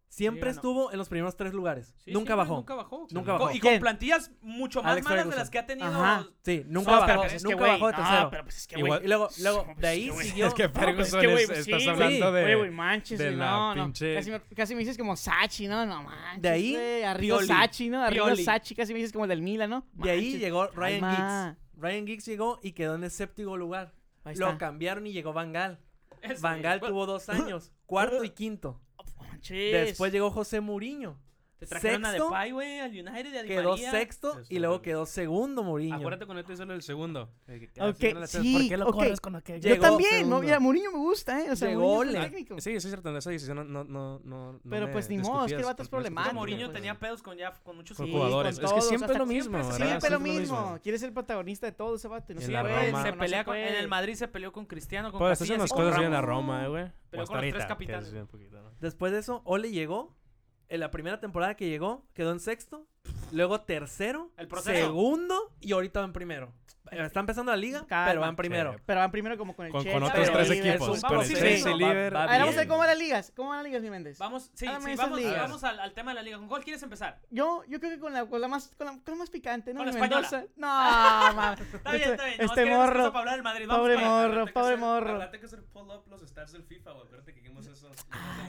[SPEAKER 3] siempre
[SPEAKER 1] Sí, ganó.
[SPEAKER 3] estuvo en los primeros tres lugares.
[SPEAKER 1] Sí,
[SPEAKER 3] nunca
[SPEAKER 1] sí, güey,
[SPEAKER 3] bajó.
[SPEAKER 1] Nunca bajó.
[SPEAKER 3] Nunca
[SPEAKER 1] Co-
[SPEAKER 3] bajó.
[SPEAKER 1] Y con
[SPEAKER 4] ¿Quién?
[SPEAKER 1] plantillas mucho más
[SPEAKER 3] Alex
[SPEAKER 1] malas de
[SPEAKER 3] Ferguson.
[SPEAKER 1] las que ha tenido. este,
[SPEAKER 4] Ajá.
[SPEAKER 3] Sí, nunca
[SPEAKER 4] No,
[SPEAKER 3] bajó.
[SPEAKER 4] pero pues es que,
[SPEAKER 3] nunca
[SPEAKER 4] güey,
[SPEAKER 3] bajó de
[SPEAKER 4] no,
[SPEAKER 3] tercero.
[SPEAKER 4] pero pues es que,
[SPEAKER 2] Igual-
[SPEAKER 3] y luego, luego
[SPEAKER 4] pues
[SPEAKER 3] de
[SPEAKER 4] sí,
[SPEAKER 3] ahí
[SPEAKER 4] güey.
[SPEAKER 3] siguió.
[SPEAKER 2] Es que Ferguson
[SPEAKER 4] que, güey,
[SPEAKER 2] es-
[SPEAKER 4] pues sí,
[SPEAKER 2] estás
[SPEAKER 4] güey.
[SPEAKER 2] hablando de...
[SPEAKER 4] Oye, güey, manches,
[SPEAKER 2] de
[SPEAKER 4] güey,
[SPEAKER 2] la
[SPEAKER 4] no, no.
[SPEAKER 2] pinche-
[SPEAKER 4] Casi, me, casi me dices como Sachi, ¿no? No manches,
[SPEAKER 3] De ahí,
[SPEAKER 4] güey, Arriba
[SPEAKER 3] Pioli.
[SPEAKER 4] Sachi, ¿no? Arriba
[SPEAKER 3] Pioli.
[SPEAKER 4] Sachi, casi me dices como el del Milan, ¿no?
[SPEAKER 3] De ahí
[SPEAKER 4] Manches,
[SPEAKER 3] llegó Ryan
[SPEAKER 4] calma.
[SPEAKER 3] Giggs. Ryan Giggs llegó y quedó en el séptimo lugar.
[SPEAKER 4] Ahí
[SPEAKER 3] Lo
[SPEAKER 4] está.
[SPEAKER 3] cambiaron y llegó Van Gaal.
[SPEAKER 1] Eso,
[SPEAKER 3] Van
[SPEAKER 1] güey.
[SPEAKER 3] Gaal
[SPEAKER 1] Bueno,
[SPEAKER 3] tuvo dos años, cuarto y quinto.
[SPEAKER 4] Manches.
[SPEAKER 3] Después llegó José Mourinho.
[SPEAKER 1] Te trajeron
[SPEAKER 3] sexto,
[SPEAKER 1] a Depay, güey, al United de
[SPEAKER 3] Quedó sexto
[SPEAKER 2] Eso,
[SPEAKER 3] y luego
[SPEAKER 2] güey.
[SPEAKER 3] quedó segundo Mourinho.
[SPEAKER 2] Acuérdate cuando te hice lo del segundo. Eh, que-
[SPEAKER 4] Ok,
[SPEAKER 2] que gana la Champions.
[SPEAKER 4] sí,
[SPEAKER 2] ¿Por qué lo
[SPEAKER 4] ok.
[SPEAKER 2] corres con aquel?
[SPEAKER 4] Yo
[SPEAKER 3] llegó
[SPEAKER 4] también,
[SPEAKER 3] segundo.
[SPEAKER 4] ¿no? Mira, Mourinho me gusta, ¿eh? O sea,
[SPEAKER 3] Llegó
[SPEAKER 4] Mourinho es un
[SPEAKER 3] Ole.
[SPEAKER 4] técnico.
[SPEAKER 2] Sí, eso es cierto. Esa decisión no, no, no, no, no
[SPEAKER 4] Pero,
[SPEAKER 2] me
[SPEAKER 4] pues, ni modo, es que el
[SPEAKER 2] discutías
[SPEAKER 4] vato es
[SPEAKER 2] con- no discutías
[SPEAKER 4] problemático,
[SPEAKER 1] Mourinho
[SPEAKER 2] con-
[SPEAKER 1] tenía pedos con ya con muchos
[SPEAKER 2] con
[SPEAKER 4] Sí,
[SPEAKER 2] jugadores.
[SPEAKER 4] con
[SPEAKER 2] es que
[SPEAKER 4] todos,
[SPEAKER 2] siempre
[SPEAKER 4] hasta
[SPEAKER 2] lo
[SPEAKER 1] siempre
[SPEAKER 2] mismo.
[SPEAKER 1] se-
[SPEAKER 2] ¿verdad?
[SPEAKER 1] siempre
[SPEAKER 4] Siempre
[SPEAKER 2] es
[SPEAKER 4] lo mismo. Quieres ser el protagonista de todo ese vato y no
[SPEAKER 2] En
[SPEAKER 4] se
[SPEAKER 2] la
[SPEAKER 4] puede,
[SPEAKER 2] Roma.
[SPEAKER 4] mijo,
[SPEAKER 1] Pues, Se
[SPEAKER 4] no
[SPEAKER 1] pelea
[SPEAKER 4] se
[SPEAKER 1] con, en
[SPEAKER 4] puede.
[SPEAKER 1] el Madrid se peleó con Cristiano, con
[SPEAKER 2] Pues haces
[SPEAKER 1] Casillas
[SPEAKER 2] unas
[SPEAKER 1] y con
[SPEAKER 2] cosas bien a
[SPEAKER 1] Ramos.
[SPEAKER 2] Roma, eh, güey.
[SPEAKER 1] Pero
[SPEAKER 2] O hasta
[SPEAKER 1] con los tres
[SPEAKER 2] ahorita, que
[SPEAKER 1] capitanes.
[SPEAKER 2] es bien poquito, ¿no?
[SPEAKER 3] Después de eso, Ole llegó. En la primera temporada que llegó, quedó en sexto. Luego tercero,
[SPEAKER 1] El proceso.
[SPEAKER 3] segundo y ahorita va en primero. Eh, Está empezando la liga,
[SPEAKER 4] Calma.
[SPEAKER 3] pero va en primero.
[SPEAKER 2] Sí.
[SPEAKER 4] Pero van primero como con el
[SPEAKER 2] Con,
[SPEAKER 4] Chelsea.
[SPEAKER 2] con
[SPEAKER 1] pero
[SPEAKER 2] otros tres
[SPEAKER 1] sí,
[SPEAKER 4] Liverpool.
[SPEAKER 2] equipos.
[SPEAKER 1] es un
[SPEAKER 2] Con el
[SPEAKER 1] vamos,
[SPEAKER 2] Chelsea,
[SPEAKER 1] sí,
[SPEAKER 2] el Liver.
[SPEAKER 3] va- va
[SPEAKER 4] A ver, vamos a
[SPEAKER 3] bien.
[SPEAKER 4] ver cómo van las ligas. ¿Cómo van las ligas, mi Méndez?
[SPEAKER 1] Vamos, sí,
[SPEAKER 4] Háblame de
[SPEAKER 1] sí,
[SPEAKER 4] Ah, esas
[SPEAKER 1] vamos,
[SPEAKER 4] ligas.
[SPEAKER 1] vamos al, al tema de la liga. ¿Con cuál quieres empezar?
[SPEAKER 4] Yo, yo creo que con la, con la más, con la, con la más picante, ¿no?
[SPEAKER 1] Con la
[SPEAKER 4] Mi
[SPEAKER 1] española.
[SPEAKER 4] Mendoza. No, mames.
[SPEAKER 1] Está bien, está bien. nomás queremos
[SPEAKER 4] Este
[SPEAKER 1] que
[SPEAKER 4] morro.
[SPEAKER 1] sepa hablar del Madrid. Vamos
[SPEAKER 4] Pobre
[SPEAKER 1] para-
[SPEAKER 4] morro, pobre morro.
[SPEAKER 2] que hacer pull up los stats del FIFA, güey. Acuérdate que hicimos eso.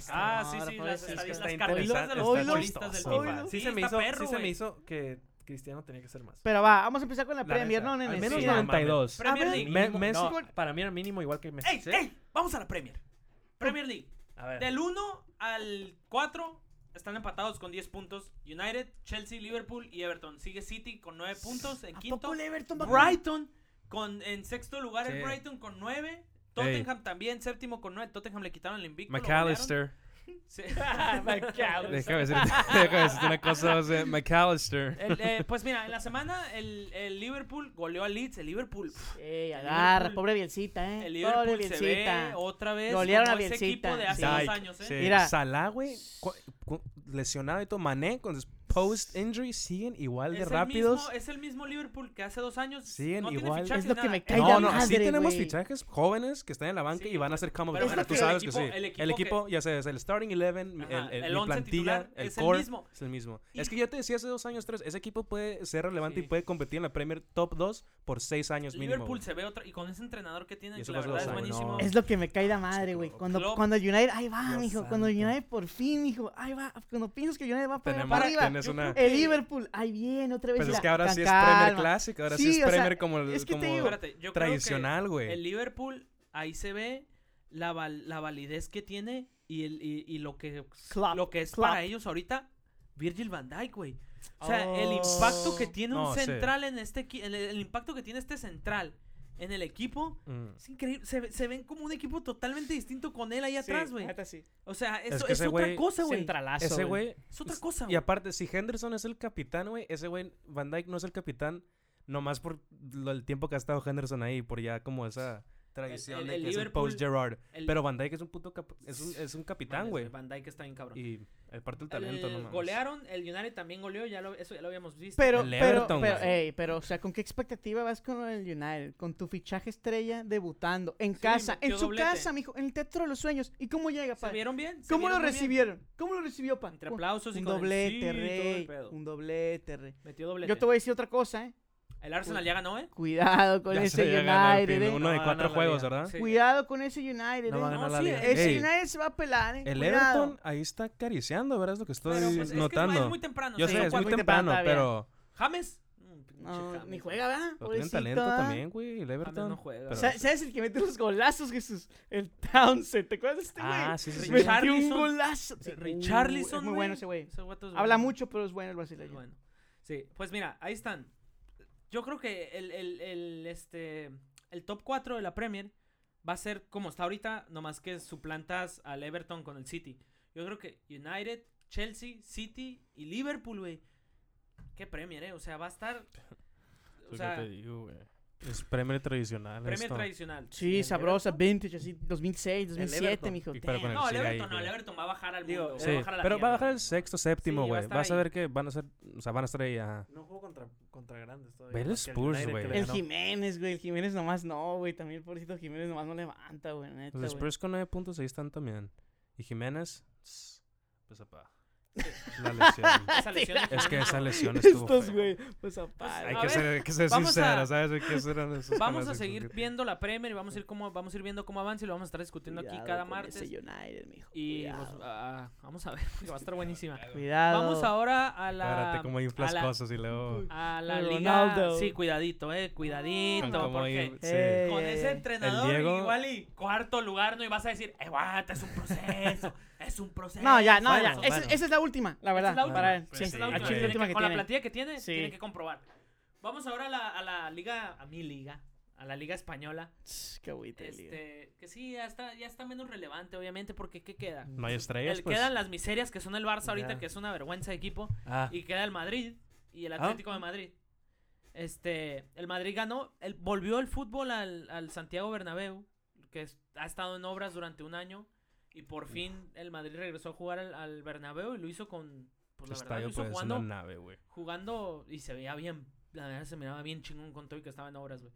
[SPEAKER 1] Ah,
[SPEAKER 4] No,
[SPEAKER 1] sí,
[SPEAKER 4] no
[SPEAKER 1] sí,
[SPEAKER 2] pues,
[SPEAKER 4] puede
[SPEAKER 1] las,
[SPEAKER 4] ser,
[SPEAKER 1] estadis-
[SPEAKER 2] está
[SPEAKER 1] las
[SPEAKER 2] interesante,
[SPEAKER 1] cartitas de los
[SPEAKER 4] está
[SPEAKER 1] futbolistas del
[SPEAKER 2] chistoso.
[SPEAKER 1] FIFA.
[SPEAKER 3] Sí, se, me hizo, sí se me hizo que Cristiano tenía que ser más.
[SPEAKER 4] Pero va, vamos a empezar con la,
[SPEAKER 3] La
[SPEAKER 4] Premier,
[SPEAKER 3] neta.
[SPEAKER 4] ¿no, nene?
[SPEAKER 3] Al menos
[SPEAKER 4] Sí.
[SPEAKER 1] Ah,
[SPEAKER 2] no-
[SPEAKER 3] 92.
[SPEAKER 4] A
[SPEAKER 1] Premier
[SPEAKER 4] ver,
[SPEAKER 1] League.
[SPEAKER 3] Me-
[SPEAKER 4] Mínimo,
[SPEAKER 3] Messi,
[SPEAKER 4] no.
[SPEAKER 3] para mí era mínimo igual que Messi.
[SPEAKER 1] ¡Ey, ey! Vamos a la Premier. Premier League.
[SPEAKER 3] A ver.
[SPEAKER 1] Del 1 al 4 están empatados con 10 puntos. United, Chelsea, Liverpool y Everton. Sigue City con 9 puntos en
[SPEAKER 4] ¿A
[SPEAKER 1] quinto.
[SPEAKER 4] poco el Everton va a-
[SPEAKER 1] Brighton con, en sexto lugar
[SPEAKER 2] Sí.
[SPEAKER 1] el Brighton con 9. Tottenham también séptimo con 9. Tottenham le quitaron el invicto. lo
[SPEAKER 2] McAllister.
[SPEAKER 1] golearon. Sí.
[SPEAKER 2] Déjame decirte, déjame decirte una cosa, o sea, McAllister.
[SPEAKER 1] El, eh, pues mira, en la semana el, el Liverpool goleó al Leeds. El Liverpool, pf,
[SPEAKER 4] Ey,
[SPEAKER 1] Liverpool-
[SPEAKER 4] agarra, pobre Bielcita, ¿eh?
[SPEAKER 1] el
[SPEAKER 4] pobre
[SPEAKER 1] Liverpool se ve oh.
[SPEAKER 4] Bielcita.
[SPEAKER 1] otra vez
[SPEAKER 4] Golearon
[SPEAKER 1] como
[SPEAKER 4] a
[SPEAKER 1] ese
[SPEAKER 4] Bielcita,
[SPEAKER 1] equipo de hace
[SPEAKER 4] sí.
[SPEAKER 1] dos
[SPEAKER 2] Dyke,
[SPEAKER 1] años. ¿eh?
[SPEAKER 2] sí.
[SPEAKER 4] Mira.
[SPEAKER 2] Salah, güey, cu- cu- lesionado y todo. Mané con sus post-injury siguen igual de
[SPEAKER 1] Es el,
[SPEAKER 2] rápidos.
[SPEAKER 1] mismo, es el mismo Liverpool que hace dos años.
[SPEAKER 2] Siguen
[SPEAKER 1] no
[SPEAKER 2] igual.
[SPEAKER 1] Tiene fichajes,
[SPEAKER 4] Es lo que
[SPEAKER 1] nada.
[SPEAKER 4] me
[SPEAKER 1] Eh,
[SPEAKER 4] cae
[SPEAKER 2] No,
[SPEAKER 4] la
[SPEAKER 2] no, sí
[SPEAKER 4] madre,
[SPEAKER 2] tenemos
[SPEAKER 4] güey.
[SPEAKER 2] fichajes jóvenes que están en la banca
[SPEAKER 1] Sí,
[SPEAKER 2] y van a ser como
[SPEAKER 1] pero
[SPEAKER 4] bueno,
[SPEAKER 2] tú
[SPEAKER 4] el
[SPEAKER 2] sabes
[SPEAKER 1] equipo-
[SPEAKER 2] que sí.
[SPEAKER 1] el
[SPEAKER 2] El
[SPEAKER 1] equipo
[SPEAKER 2] equipo,
[SPEAKER 1] que-
[SPEAKER 2] ya sé, es el starting 11,
[SPEAKER 1] Ajá,
[SPEAKER 2] el, el,
[SPEAKER 1] el
[SPEAKER 2] mi
[SPEAKER 1] 11
[SPEAKER 2] plantilla,
[SPEAKER 1] titular
[SPEAKER 2] el
[SPEAKER 1] es el
[SPEAKER 2] core
[SPEAKER 1] mismo.
[SPEAKER 2] es el mismo.
[SPEAKER 1] Y-
[SPEAKER 2] Es que yo te decía hace dos años, tres, ese equipo puede ser relevante
[SPEAKER 5] Sí.
[SPEAKER 2] y puede competir en la Premier Top 2 por seis años mínimo.
[SPEAKER 1] Liverpool
[SPEAKER 2] güey.
[SPEAKER 1] se ve otra. Y con ese entrenador que tiene,
[SPEAKER 2] Y
[SPEAKER 1] que
[SPEAKER 2] eso
[SPEAKER 1] la
[SPEAKER 2] pasó
[SPEAKER 1] verdad es
[SPEAKER 2] dos años,
[SPEAKER 1] buenísimo.
[SPEAKER 2] no.
[SPEAKER 4] Es lo que me cae la madre, güey.
[SPEAKER 2] Klopp.
[SPEAKER 4] Cuando,
[SPEAKER 1] Klopp.
[SPEAKER 4] cuando United, ahí va,
[SPEAKER 3] Dios
[SPEAKER 4] hijo. Cuando
[SPEAKER 3] santo.
[SPEAKER 4] United por fin, hijo. Ahí va. Cuando piensas que United va para,
[SPEAKER 2] Tenemos-
[SPEAKER 4] para arriba.
[SPEAKER 2] tienes una-
[SPEAKER 4] El Liverpool, ahí viene otra vez.
[SPEAKER 2] Pues
[SPEAKER 4] y
[SPEAKER 2] es
[SPEAKER 4] la-
[SPEAKER 2] que ahora
[SPEAKER 4] con
[SPEAKER 2] sí es Premier
[SPEAKER 4] calma.
[SPEAKER 2] Classic, ahora sí,
[SPEAKER 4] Sí, o
[SPEAKER 2] es
[SPEAKER 4] sea,
[SPEAKER 2] Premier como, el-
[SPEAKER 4] es que te
[SPEAKER 2] como
[SPEAKER 4] digo-
[SPEAKER 1] Espérate, yo creo
[SPEAKER 2] tradicional,
[SPEAKER 1] que
[SPEAKER 2] güey.
[SPEAKER 1] el Liverpool ahí se ve la, val- la validez que tiene y, el, y, y lo que
[SPEAKER 4] Klopp,
[SPEAKER 1] lo que es
[SPEAKER 4] Klopp.
[SPEAKER 1] para ellos ahorita Virgil van Dijk, güey. O sea, el
[SPEAKER 2] Oh.
[SPEAKER 1] impacto que tiene un
[SPEAKER 2] No, sí.
[SPEAKER 1] central en este equi- el, el impacto que tiene este central en el equipo
[SPEAKER 2] Mm.
[SPEAKER 1] es increíble, se, ve- se ven como un equipo totalmente distinto con él ahí
[SPEAKER 4] Sí,
[SPEAKER 1] atrás, güey.
[SPEAKER 4] neta sí.
[SPEAKER 1] O sea, eso es,
[SPEAKER 2] que ese
[SPEAKER 1] otra
[SPEAKER 2] güey-
[SPEAKER 1] cosa, güey.
[SPEAKER 4] Centralazo.
[SPEAKER 2] Ese güey
[SPEAKER 1] Es otra cosa,
[SPEAKER 2] Y
[SPEAKER 1] güey.
[SPEAKER 2] aparte, si Henderson es el capitán, güey, ese güey, Van Dyke no es el capitán, nomás por lo- el tiempo que ha estado Henderson ahí, por ya como esa tradición
[SPEAKER 1] el-
[SPEAKER 2] de
[SPEAKER 1] el
[SPEAKER 2] que es el
[SPEAKER 1] Liverpool-
[SPEAKER 2] post Gerard.
[SPEAKER 1] el-
[SPEAKER 2] Pero Van Dyke es un puto cap- es un, es un capitán, güey.
[SPEAKER 5] Van Dijk está bien cabrón.
[SPEAKER 2] Y aparte el talento,
[SPEAKER 1] El-
[SPEAKER 2] no mames.
[SPEAKER 1] golearon, el United también goleó, ya lo, eso ya lo habíamos visto.
[SPEAKER 4] Pero,
[SPEAKER 2] El
[SPEAKER 4] pero,
[SPEAKER 2] Everton,
[SPEAKER 4] pero,
[SPEAKER 2] güey.
[SPEAKER 4] ey, pero, o sea, ¿con qué expectativa vas con el United? Con tu fichaje estrella debutando, en
[SPEAKER 1] Sí,
[SPEAKER 4] casa, en
[SPEAKER 1] metió
[SPEAKER 4] su
[SPEAKER 1] doblete.
[SPEAKER 4] casa, mijo, en el Teatro de los Sueños. ¿Y cómo llega,
[SPEAKER 1] ¿Se
[SPEAKER 4] pa?
[SPEAKER 1] vieron bien? ¿Se
[SPEAKER 4] ¿Cómo lo
[SPEAKER 1] vieron muy bien?
[SPEAKER 4] recibieron? ¿Cómo lo recibió, pa?
[SPEAKER 1] Entre
[SPEAKER 4] Un-
[SPEAKER 1] aplausos y
[SPEAKER 4] Un
[SPEAKER 1] con el sí,
[SPEAKER 4] doblete,
[SPEAKER 1] todo el
[SPEAKER 4] rey.
[SPEAKER 1] pedo.
[SPEAKER 4] Un doblete, rey.
[SPEAKER 1] Metió doblete.
[SPEAKER 4] Yo te voy a decir otra cosa, ¿eh?
[SPEAKER 1] El Arsenal ya ganó, ¿eh?
[SPEAKER 4] Cuidado con
[SPEAKER 2] Ya
[SPEAKER 4] ese
[SPEAKER 2] se había ganado el
[SPEAKER 4] United,
[SPEAKER 2] primer-
[SPEAKER 4] ¿eh?
[SPEAKER 2] Uno de
[SPEAKER 3] No, no,
[SPEAKER 2] cuatro
[SPEAKER 3] la
[SPEAKER 2] juegos,
[SPEAKER 3] liga.
[SPEAKER 2] ¿verdad?
[SPEAKER 1] Sí.
[SPEAKER 4] Cuidado con ese United,
[SPEAKER 3] No va a
[SPEAKER 4] ¿eh?
[SPEAKER 1] No,
[SPEAKER 3] ganar la
[SPEAKER 1] sí,
[SPEAKER 3] liga.
[SPEAKER 4] Ese
[SPEAKER 2] Ey.
[SPEAKER 4] United se va a pelar, ¿eh?
[SPEAKER 2] El
[SPEAKER 4] Cuidado.
[SPEAKER 2] Everton ahí está acariciando, ¿verdad? Es lo que estoy
[SPEAKER 1] Pero pues, es que
[SPEAKER 2] notando.
[SPEAKER 1] es muy temprano.
[SPEAKER 2] Yo
[SPEAKER 1] se
[SPEAKER 2] sé,
[SPEAKER 1] dio
[SPEAKER 2] es muy
[SPEAKER 1] cuenta.
[SPEAKER 4] muy
[SPEAKER 2] temprano,
[SPEAKER 4] temprano
[SPEAKER 2] pero,
[SPEAKER 1] James. Mm, pinche
[SPEAKER 4] No,
[SPEAKER 1] James,
[SPEAKER 4] ni
[SPEAKER 1] güey.
[SPEAKER 4] juega, ¿verdad?
[SPEAKER 2] pero tienen
[SPEAKER 4] Pobrecito,
[SPEAKER 2] talento
[SPEAKER 4] ¿ah?
[SPEAKER 2] también, güey, el
[SPEAKER 1] James
[SPEAKER 2] Everton.
[SPEAKER 1] no juega.
[SPEAKER 2] pero-
[SPEAKER 4] Sa- ¿Sabes el que mete los golazos, Jesús? El Townsend. ¿Te acuerdas de este güey?
[SPEAKER 2] ah, sí, sí, sí.
[SPEAKER 1] Richard-
[SPEAKER 4] Metió un
[SPEAKER 1] Richarlison.
[SPEAKER 4] golazo.
[SPEAKER 1] Sí,
[SPEAKER 4] Uh,
[SPEAKER 1] Richarlison,
[SPEAKER 4] es muy
[SPEAKER 1] güey.
[SPEAKER 4] bueno ese güey.
[SPEAKER 1] Ese vato es
[SPEAKER 4] Habla
[SPEAKER 1] bueno.
[SPEAKER 4] mucho, pero es bueno el
[SPEAKER 1] Es
[SPEAKER 4] brasileño.
[SPEAKER 1] bueno. Sí, pues mira, ahí están. Yo creo que el, el, el, este, el top 4 de la Premier va a ser como está ahorita, nomás que suplantas al Everton con el City. Yo creo que United, Chelsea, City y Liverpool, güey. Qué Premier, ¿eh? O sea, va a estar... O
[SPEAKER 2] Pues
[SPEAKER 1] sea,
[SPEAKER 2] Es Premier tradicional
[SPEAKER 1] Premier
[SPEAKER 2] esto.
[SPEAKER 1] tradicional. Y
[SPEAKER 4] Sí,
[SPEAKER 1] el
[SPEAKER 4] sabrosa,
[SPEAKER 1] Everton-
[SPEAKER 4] vintage, así, 2006, 2007,
[SPEAKER 3] Everton.
[SPEAKER 4] mijo.
[SPEAKER 2] Y para
[SPEAKER 4] Damn.
[SPEAKER 2] poner-
[SPEAKER 1] No, el
[SPEAKER 2] sigue ahí,
[SPEAKER 1] Everton, no, el
[SPEAKER 2] creo.
[SPEAKER 1] Everton va a bajar al
[SPEAKER 3] Digo,
[SPEAKER 1] mundo.
[SPEAKER 2] Sí,
[SPEAKER 1] va a bajar a la
[SPEAKER 2] eh, pero va a
[SPEAKER 1] mierda.
[SPEAKER 2] bajar el sexto, séptimo,
[SPEAKER 1] Sí, va a
[SPEAKER 2] güey.
[SPEAKER 1] estar
[SPEAKER 2] Vas a
[SPEAKER 1] ahí.
[SPEAKER 2] ver que van a ser, o sea, van a estar ahí, ajá.
[SPEAKER 3] No jugó contra, contra grandes todavía.
[SPEAKER 2] Ve el
[SPEAKER 3] más que
[SPEAKER 2] Spurs,
[SPEAKER 3] United, que
[SPEAKER 2] güey.
[SPEAKER 3] le
[SPEAKER 4] El
[SPEAKER 3] ganó.
[SPEAKER 4] Jiménez, güey. El Jiménez nomás no, güey. También el pobrecito Jiménez nomás no levanta, güey. Neta,
[SPEAKER 2] Los
[SPEAKER 4] güey.
[SPEAKER 2] Spurs con 9 puntos ahí están también. Y Jiménez, tss, pues apá. La lesión.
[SPEAKER 1] Esa lesión de
[SPEAKER 2] es que esa lesión estuvo
[SPEAKER 4] Estos,
[SPEAKER 2] fea.
[SPEAKER 4] güey. Pues aparte.
[SPEAKER 2] Hay
[SPEAKER 1] A
[SPEAKER 2] que
[SPEAKER 1] ver,
[SPEAKER 2] ser, hay que ser
[SPEAKER 1] vamos
[SPEAKER 2] sincero,
[SPEAKER 1] a-
[SPEAKER 2] ¿sabes? Hay que ser honestos con
[SPEAKER 1] Vamos
[SPEAKER 2] las
[SPEAKER 1] a seguir
[SPEAKER 2] expectativas.
[SPEAKER 1] viendo la Premier y vamos a ir cómo vamos a ir viendo cómo avanza y lo vamos a estar discutiendo aquí cada martes.
[SPEAKER 4] United, mijo.
[SPEAKER 1] Y
[SPEAKER 4] cuidado.
[SPEAKER 1] pues, ah, vamos a ver, porque va a estar buenísima.
[SPEAKER 4] Cuidado.
[SPEAKER 1] Vamos ahora a
[SPEAKER 2] Espérate
[SPEAKER 1] la
[SPEAKER 2] cómo inflas
[SPEAKER 1] a la-
[SPEAKER 2] cosas y luego...
[SPEAKER 1] a la
[SPEAKER 4] Con
[SPEAKER 1] liga.
[SPEAKER 4] Ronaldo.
[SPEAKER 1] Sí, cuidadito, eh, cuidadito,
[SPEAKER 2] Con cómo
[SPEAKER 1] porque
[SPEAKER 2] in- sí.
[SPEAKER 4] Eh,
[SPEAKER 1] con ese entrenador
[SPEAKER 2] Diego-
[SPEAKER 1] igual y cuarto lugar no y vas a decir, "Eh, guata, es un proceso, es un proceso."
[SPEAKER 4] No, ya, no,
[SPEAKER 1] Bueno,
[SPEAKER 4] ya.
[SPEAKER 1] bueno.
[SPEAKER 4] Esa, esa es la última, la verdad.
[SPEAKER 1] es la última.
[SPEAKER 4] para él.
[SPEAKER 2] Pues
[SPEAKER 4] Sí,
[SPEAKER 2] sí,
[SPEAKER 1] Esa es la
[SPEAKER 2] a
[SPEAKER 4] aquí
[SPEAKER 1] última.
[SPEAKER 4] es la
[SPEAKER 2] Chile
[SPEAKER 1] Tiene
[SPEAKER 4] última
[SPEAKER 1] que-
[SPEAKER 4] que
[SPEAKER 1] con la
[SPEAKER 4] tiene.
[SPEAKER 1] plantilla que tiene,
[SPEAKER 4] Sí.
[SPEAKER 1] tiene que comprobar. Vamos ahora a la, a la liga, a mi liga, a la liga española.
[SPEAKER 4] Tss, Qué agüita de liga.
[SPEAKER 1] Este, que sí, ya está, ya está menos relevante, obviamente, porque ¿qué queda?
[SPEAKER 2] No hay estrellas,
[SPEAKER 1] El,
[SPEAKER 2] pues.
[SPEAKER 1] Quedan las miserias que son el Barça ahorita,
[SPEAKER 3] Ya.
[SPEAKER 1] que es una vergüenza de equipo.
[SPEAKER 3] Ah,
[SPEAKER 1] Y queda el Madrid y el
[SPEAKER 3] Ah.
[SPEAKER 1] Atlético de Madrid. Este, el Madrid ganó, el- volvió el fútbol al, al Santiago Bernabéu, que es- ha estado en obras durante un año. Y por fin el Madrid regresó a jugar al, al Bernabéu y lo hizo con, pues la
[SPEAKER 2] Estadio,
[SPEAKER 1] verdad, lo hizo
[SPEAKER 2] pues, es
[SPEAKER 1] jugando
[SPEAKER 2] una nave, güey.
[SPEAKER 1] jugando y se veía bien. La verdad se miraba bien chingón con todo y que estaba en obras, güey.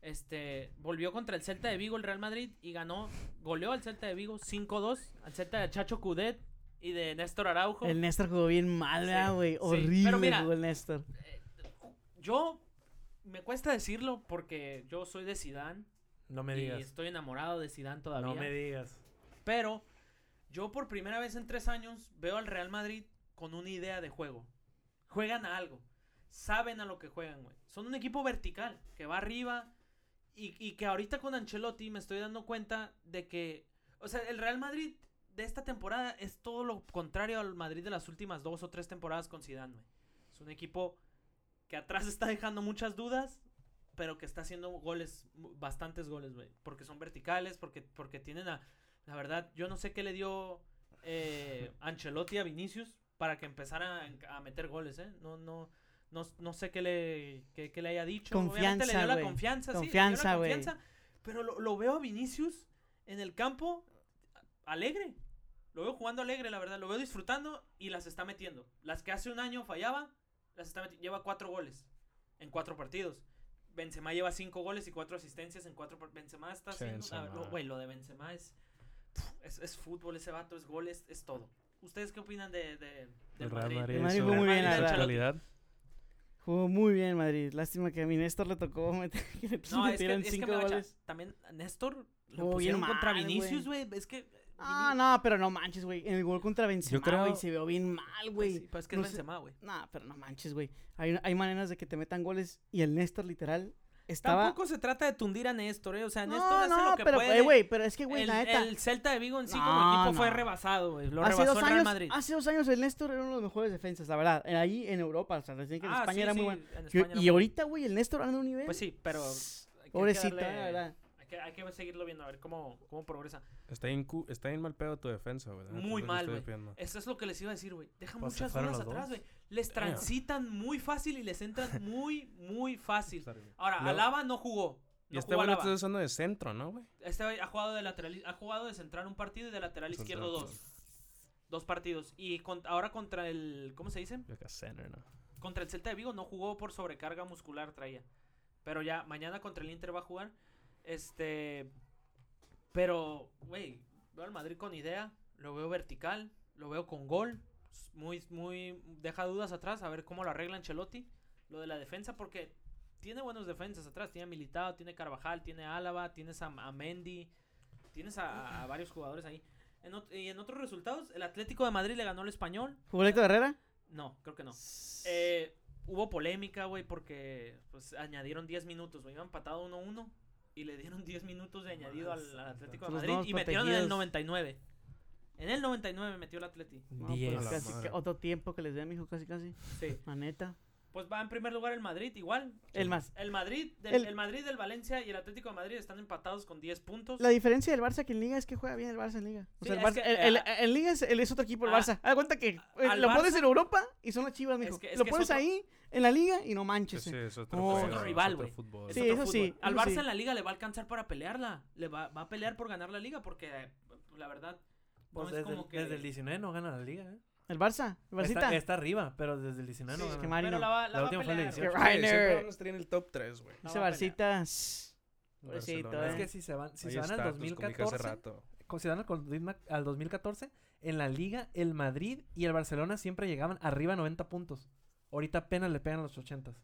[SPEAKER 1] Este, volvió contra el Celta de Vigo, el Real Madrid, y ganó, goleó al Celta de Vigo 5-2, al Celta de Chacho Cudet y de Néstor Araujo.
[SPEAKER 4] El Néstor jugó bien mal, ¿verdad,
[SPEAKER 1] Sí,
[SPEAKER 4] güey?
[SPEAKER 1] sí.
[SPEAKER 4] Horrible
[SPEAKER 1] Pero mira,
[SPEAKER 4] jugó el Néstor.
[SPEAKER 1] Yo, me cuesta decirlo porque yo soy de Sidán
[SPEAKER 3] no me
[SPEAKER 1] y
[SPEAKER 3] digas.
[SPEAKER 1] estoy enamorado de Sidán todavía.
[SPEAKER 3] No me digas.
[SPEAKER 1] Pero yo por primera vez en tres años veo al Real Madrid con una idea de juego. Juegan a algo. Saben a lo que juegan, güey. Son un equipo vertical que va arriba y, y que ahorita con Ancelotti me estoy dando cuenta de que, o sea, el Real Madrid de esta temporada es todo lo contrario al Madrid de las últimas dos o tres temporadas con Zidane, güey. Es un equipo que atrás está dejando muchas dudas, pero que está haciendo goles, mu- bastantes goles, güey. Porque son verticales, porque, porque tienen a... La verdad, yo no sé qué le dio eh, Ancelotti a Vinicius para que empezara a, a meter goles, ¿eh? No, no... No, no sé qué le, qué, qué le haya dicho. Obviamente le
[SPEAKER 4] Confianza,
[SPEAKER 1] dio la
[SPEAKER 4] güey.
[SPEAKER 1] confianza, sí, le dio la
[SPEAKER 4] Confianza, güey.
[SPEAKER 1] confianza, Pero lo, lo veo a Vinicius en el campo alegre. Lo veo jugando alegre, la verdad. Lo veo disfrutando y las está metiendo. Las que hace un año fallaba, las está metiendo. Lleva cuatro goles en cuatro partidos. Benzema lleva cinco goles y cuatro asistencias en cuatro partidos. Benzema está
[SPEAKER 2] Che,
[SPEAKER 1] haciendo... a ver,
[SPEAKER 2] Benzema.
[SPEAKER 1] lo- Güey, lo de Benzema es, pf, es... es fútbol, ese vato es goles, es todo. ¿Ustedes qué opinan de, de, Ah, del
[SPEAKER 2] El Real Madrid.
[SPEAKER 4] Madrid
[SPEAKER 2] hizo
[SPEAKER 4] jugó muy bien,
[SPEAKER 2] en
[SPEAKER 4] la
[SPEAKER 2] su
[SPEAKER 4] verdad.
[SPEAKER 2] actualidad.
[SPEAKER 4] Jugó muy bien Madrid. Lástima que a mi Néstor le tocó meter Pues que le
[SPEAKER 1] No, es que,
[SPEAKER 4] metieron
[SPEAKER 1] es que
[SPEAKER 4] cinco
[SPEAKER 1] me
[SPEAKER 4] goles.
[SPEAKER 1] gacha. También a Néstor lo
[SPEAKER 4] Jugó bien
[SPEAKER 1] pusieron contra
[SPEAKER 4] mal,
[SPEAKER 1] Vinicius, güey. Es que...
[SPEAKER 4] Ah, no, pero no manches, güey. En el gol contra Benzema,
[SPEAKER 2] creo-
[SPEAKER 4] güey, se vio bien mal,
[SPEAKER 1] Pues,
[SPEAKER 4] güey.
[SPEAKER 1] sí, pues es que
[SPEAKER 4] no
[SPEAKER 1] es
[SPEAKER 4] sé-
[SPEAKER 1] Benzema, güey.
[SPEAKER 4] Nah, pero no manches, güey. Hay, hay maneras de que te metan goles y el Néstor literal estaba...
[SPEAKER 1] Tampoco se trata de tundir a Néstor, ¿eh? O sea,
[SPEAKER 4] no,
[SPEAKER 1] Néstor hace
[SPEAKER 4] no,
[SPEAKER 1] lo que
[SPEAKER 4] pero,
[SPEAKER 1] puede.
[SPEAKER 4] eh, güey, pero es que, güey,
[SPEAKER 1] el,
[SPEAKER 4] la neta...
[SPEAKER 1] el Celta de Vigo en sí
[SPEAKER 4] No,
[SPEAKER 1] como equipo fue
[SPEAKER 4] no.
[SPEAKER 1] rebasado, güey. Lo
[SPEAKER 4] Hace
[SPEAKER 1] rebasó
[SPEAKER 4] dos,
[SPEAKER 1] el Real
[SPEAKER 4] años,
[SPEAKER 1] Madrid.
[SPEAKER 4] hace dos años el Néstor era uno de los mejores defensas, la verdad. Era Ahí en Europa, o sea, decían que en
[SPEAKER 1] Ah,
[SPEAKER 4] España
[SPEAKER 1] sí,
[SPEAKER 4] era muy
[SPEAKER 1] sí,
[SPEAKER 4] bueno.
[SPEAKER 1] en
[SPEAKER 4] Yo-
[SPEAKER 1] España era
[SPEAKER 4] y
[SPEAKER 1] muy-
[SPEAKER 4] ahorita, güey, el Néstor anda a un nivel...
[SPEAKER 1] Pues sí, pero... hay que
[SPEAKER 4] Pobrecito,
[SPEAKER 1] darle-
[SPEAKER 4] la verdad.
[SPEAKER 1] Hay que, hay que seguirlo viendo, a ver cómo, cómo progresa.
[SPEAKER 2] Está bien, cu- está bien mal pedo tu defensa, güey. la neta,
[SPEAKER 1] Muy
[SPEAKER 2] es lo que
[SPEAKER 1] mal,
[SPEAKER 2] estoy
[SPEAKER 1] güey. Eh,
[SPEAKER 2] viendo.
[SPEAKER 1] Eso es lo que les iba a decir, güey. Dejan
[SPEAKER 3] Pues, se
[SPEAKER 1] muchas
[SPEAKER 3] fueron
[SPEAKER 1] dudas
[SPEAKER 3] los
[SPEAKER 1] atrás,
[SPEAKER 3] dos.
[SPEAKER 1] güey. Les transitan muy fácil y les entran muy, muy fácil. Ahora,
[SPEAKER 2] Luego-
[SPEAKER 1] Alaba no jugó.
[SPEAKER 2] Y
[SPEAKER 1] No
[SPEAKER 2] este
[SPEAKER 1] jugó
[SPEAKER 2] güey lo
[SPEAKER 1] Alaba.
[SPEAKER 2] estás usando de centro, ¿no, güey?
[SPEAKER 1] Este güey ha jugado de lateral, ha jugado de central un partido y de lateral
[SPEAKER 2] Central,
[SPEAKER 1] izquierdo dos. Dos partidos. Y con- ahora contra el, ¿cómo se dice?
[SPEAKER 2] Yo que center, ¿no?
[SPEAKER 1] Contra el Celta de Vigo no jugó por sobrecarga muscular, traía. Pero ya, mañana contra el Inter va a jugar. Este. Pero, güey, veo al Madrid con idea. Lo veo vertical. Lo veo con gol. s- Muy, muy. Deja dudas atrás. A ver cómo lo arregla Ancelotti. Lo de la defensa, porque tiene buenos defensas atrás. Tiene a Militao, tiene Carvajal, tiene a Álava, tienes a, a Mendy. Tienes a, a varios jugadores ahí. En ot- y en otros resultados, el Atlético de Madrid le ganó al Español.
[SPEAKER 4] ¿Jugó Héctor Herrera?
[SPEAKER 1] No, creo que no. Eh, hubo polémica, güey, porque pues añadieron 10 minutos, güey. Iba empatado 1-1 y le dieron 10 minutos de añadido al, al Atlético de
[SPEAKER 4] Los
[SPEAKER 1] Madrid
[SPEAKER 4] dos
[SPEAKER 1] y metieron en el
[SPEAKER 4] protegidos.
[SPEAKER 1] 99. En el 99 metió el Atleti.
[SPEAKER 4] No, pues,
[SPEAKER 2] Diez.
[SPEAKER 4] casi
[SPEAKER 2] A la
[SPEAKER 4] que
[SPEAKER 2] madre.
[SPEAKER 4] otro tiempo que les dé a mi hijo casi casi.
[SPEAKER 1] Sí.
[SPEAKER 4] La neta.
[SPEAKER 1] Pues va en primer lugar el Madrid, igual.
[SPEAKER 4] El más.
[SPEAKER 1] El Madrid, del,
[SPEAKER 4] El-
[SPEAKER 1] el... Madrid del Valencia y el Atlético de Madrid están empatados con 10 puntos.
[SPEAKER 4] La diferencia del Barça que en Liga es que juega bien el Barça en Liga. O
[SPEAKER 1] Sí,
[SPEAKER 4] sea, el
[SPEAKER 1] es que,
[SPEAKER 4] Barça, el- el-
[SPEAKER 1] ah,
[SPEAKER 4] en Liga es, él es otro equipo el
[SPEAKER 1] ah,
[SPEAKER 4] Barça. Haz de cuenta que eh,
[SPEAKER 1] al
[SPEAKER 4] lo pones
[SPEAKER 1] Barça-
[SPEAKER 4] en Europa y son las chivas, mijo.
[SPEAKER 1] que- es
[SPEAKER 4] lo
[SPEAKER 1] que es
[SPEAKER 4] pones
[SPEAKER 1] otro-
[SPEAKER 4] ahí en la Liga y no manches.
[SPEAKER 2] Sí,
[SPEAKER 4] eh.
[SPEAKER 2] es otro,
[SPEAKER 4] No,
[SPEAKER 2] pedo,
[SPEAKER 4] es otro
[SPEAKER 2] es
[SPEAKER 1] rival,
[SPEAKER 2] otro
[SPEAKER 1] güey.
[SPEAKER 2] fútbol.
[SPEAKER 1] Es
[SPEAKER 4] Sí,
[SPEAKER 1] otro
[SPEAKER 4] eso
[SPEAKER 1] fútbol.
[SPEAKER 4] sí,
[SPEAKER 1] Al
[SPEAKER 4] eso
[SPEAKER 1] Barça
[SPEAKER 4] sí.
[SPEAKER 1] en la liga le va a alcanzar para pelearla. Le va, va a pelear por ganar la liga porque, eh, la verdad, no
[SPEAKER 3] Pues
[SPEAKER 1] es
[SPEAKER 3] desde,
[SPEAKER 1] como
[SPEAKER 3] el,
[SPEAKER 1] que...
[SPEAKER 3] desde el 19 no gana la liga, ¿eh?
[SPEAKER 4] El Barça, el Barcita.
[SPEAKER 3] Está, está arriba, pero desde el 19 no
[SPEAKER 1] Sí,
[SPEAKER 3] gana.
[SPEAKER 4] que Mari
[SPEAKER 1] pero
[SPEAKER 4] no.
[SPEAKER 1] la va,
[SPEAKER 3] La
[SPEAKER 1] la va a
[SPEAKER 3] última fue el
[SPEAKER 1] pelear.
[SPEAKER 3] Sí, 18.
[SPEAKER 2] Güey, siempre
[SPEAKER 4] Reiner.
[SPEAKER 2] van a estar en el top 3, güey.
[SPEAKER 1] No
[SPEAKER 4] Ese
[SPEAKER 1] va a
[SPEAKER 4] Barcita.
[SPEAKER 2] Barcelona.
[SPEAKER 4] Pobrecito,
[SPEAKER 3] Es
[SPEAKER 4] eh.
[SPEAKER 3] que si se van, si
[SPEAKER 2] Hay
[SPEAKER 3] se van al
[SPEAKER 2] estatus, como dije hace
[SPEAKER 3] 2014,
[SPEAKER 2] rato.
[SPEAKER 3] co- si van al col- ritma- al 2014, en la liga, el Madrid y el Barcelona siempre llegaban arriba a 90 puntos. Ahorita apenas le pegan los 80.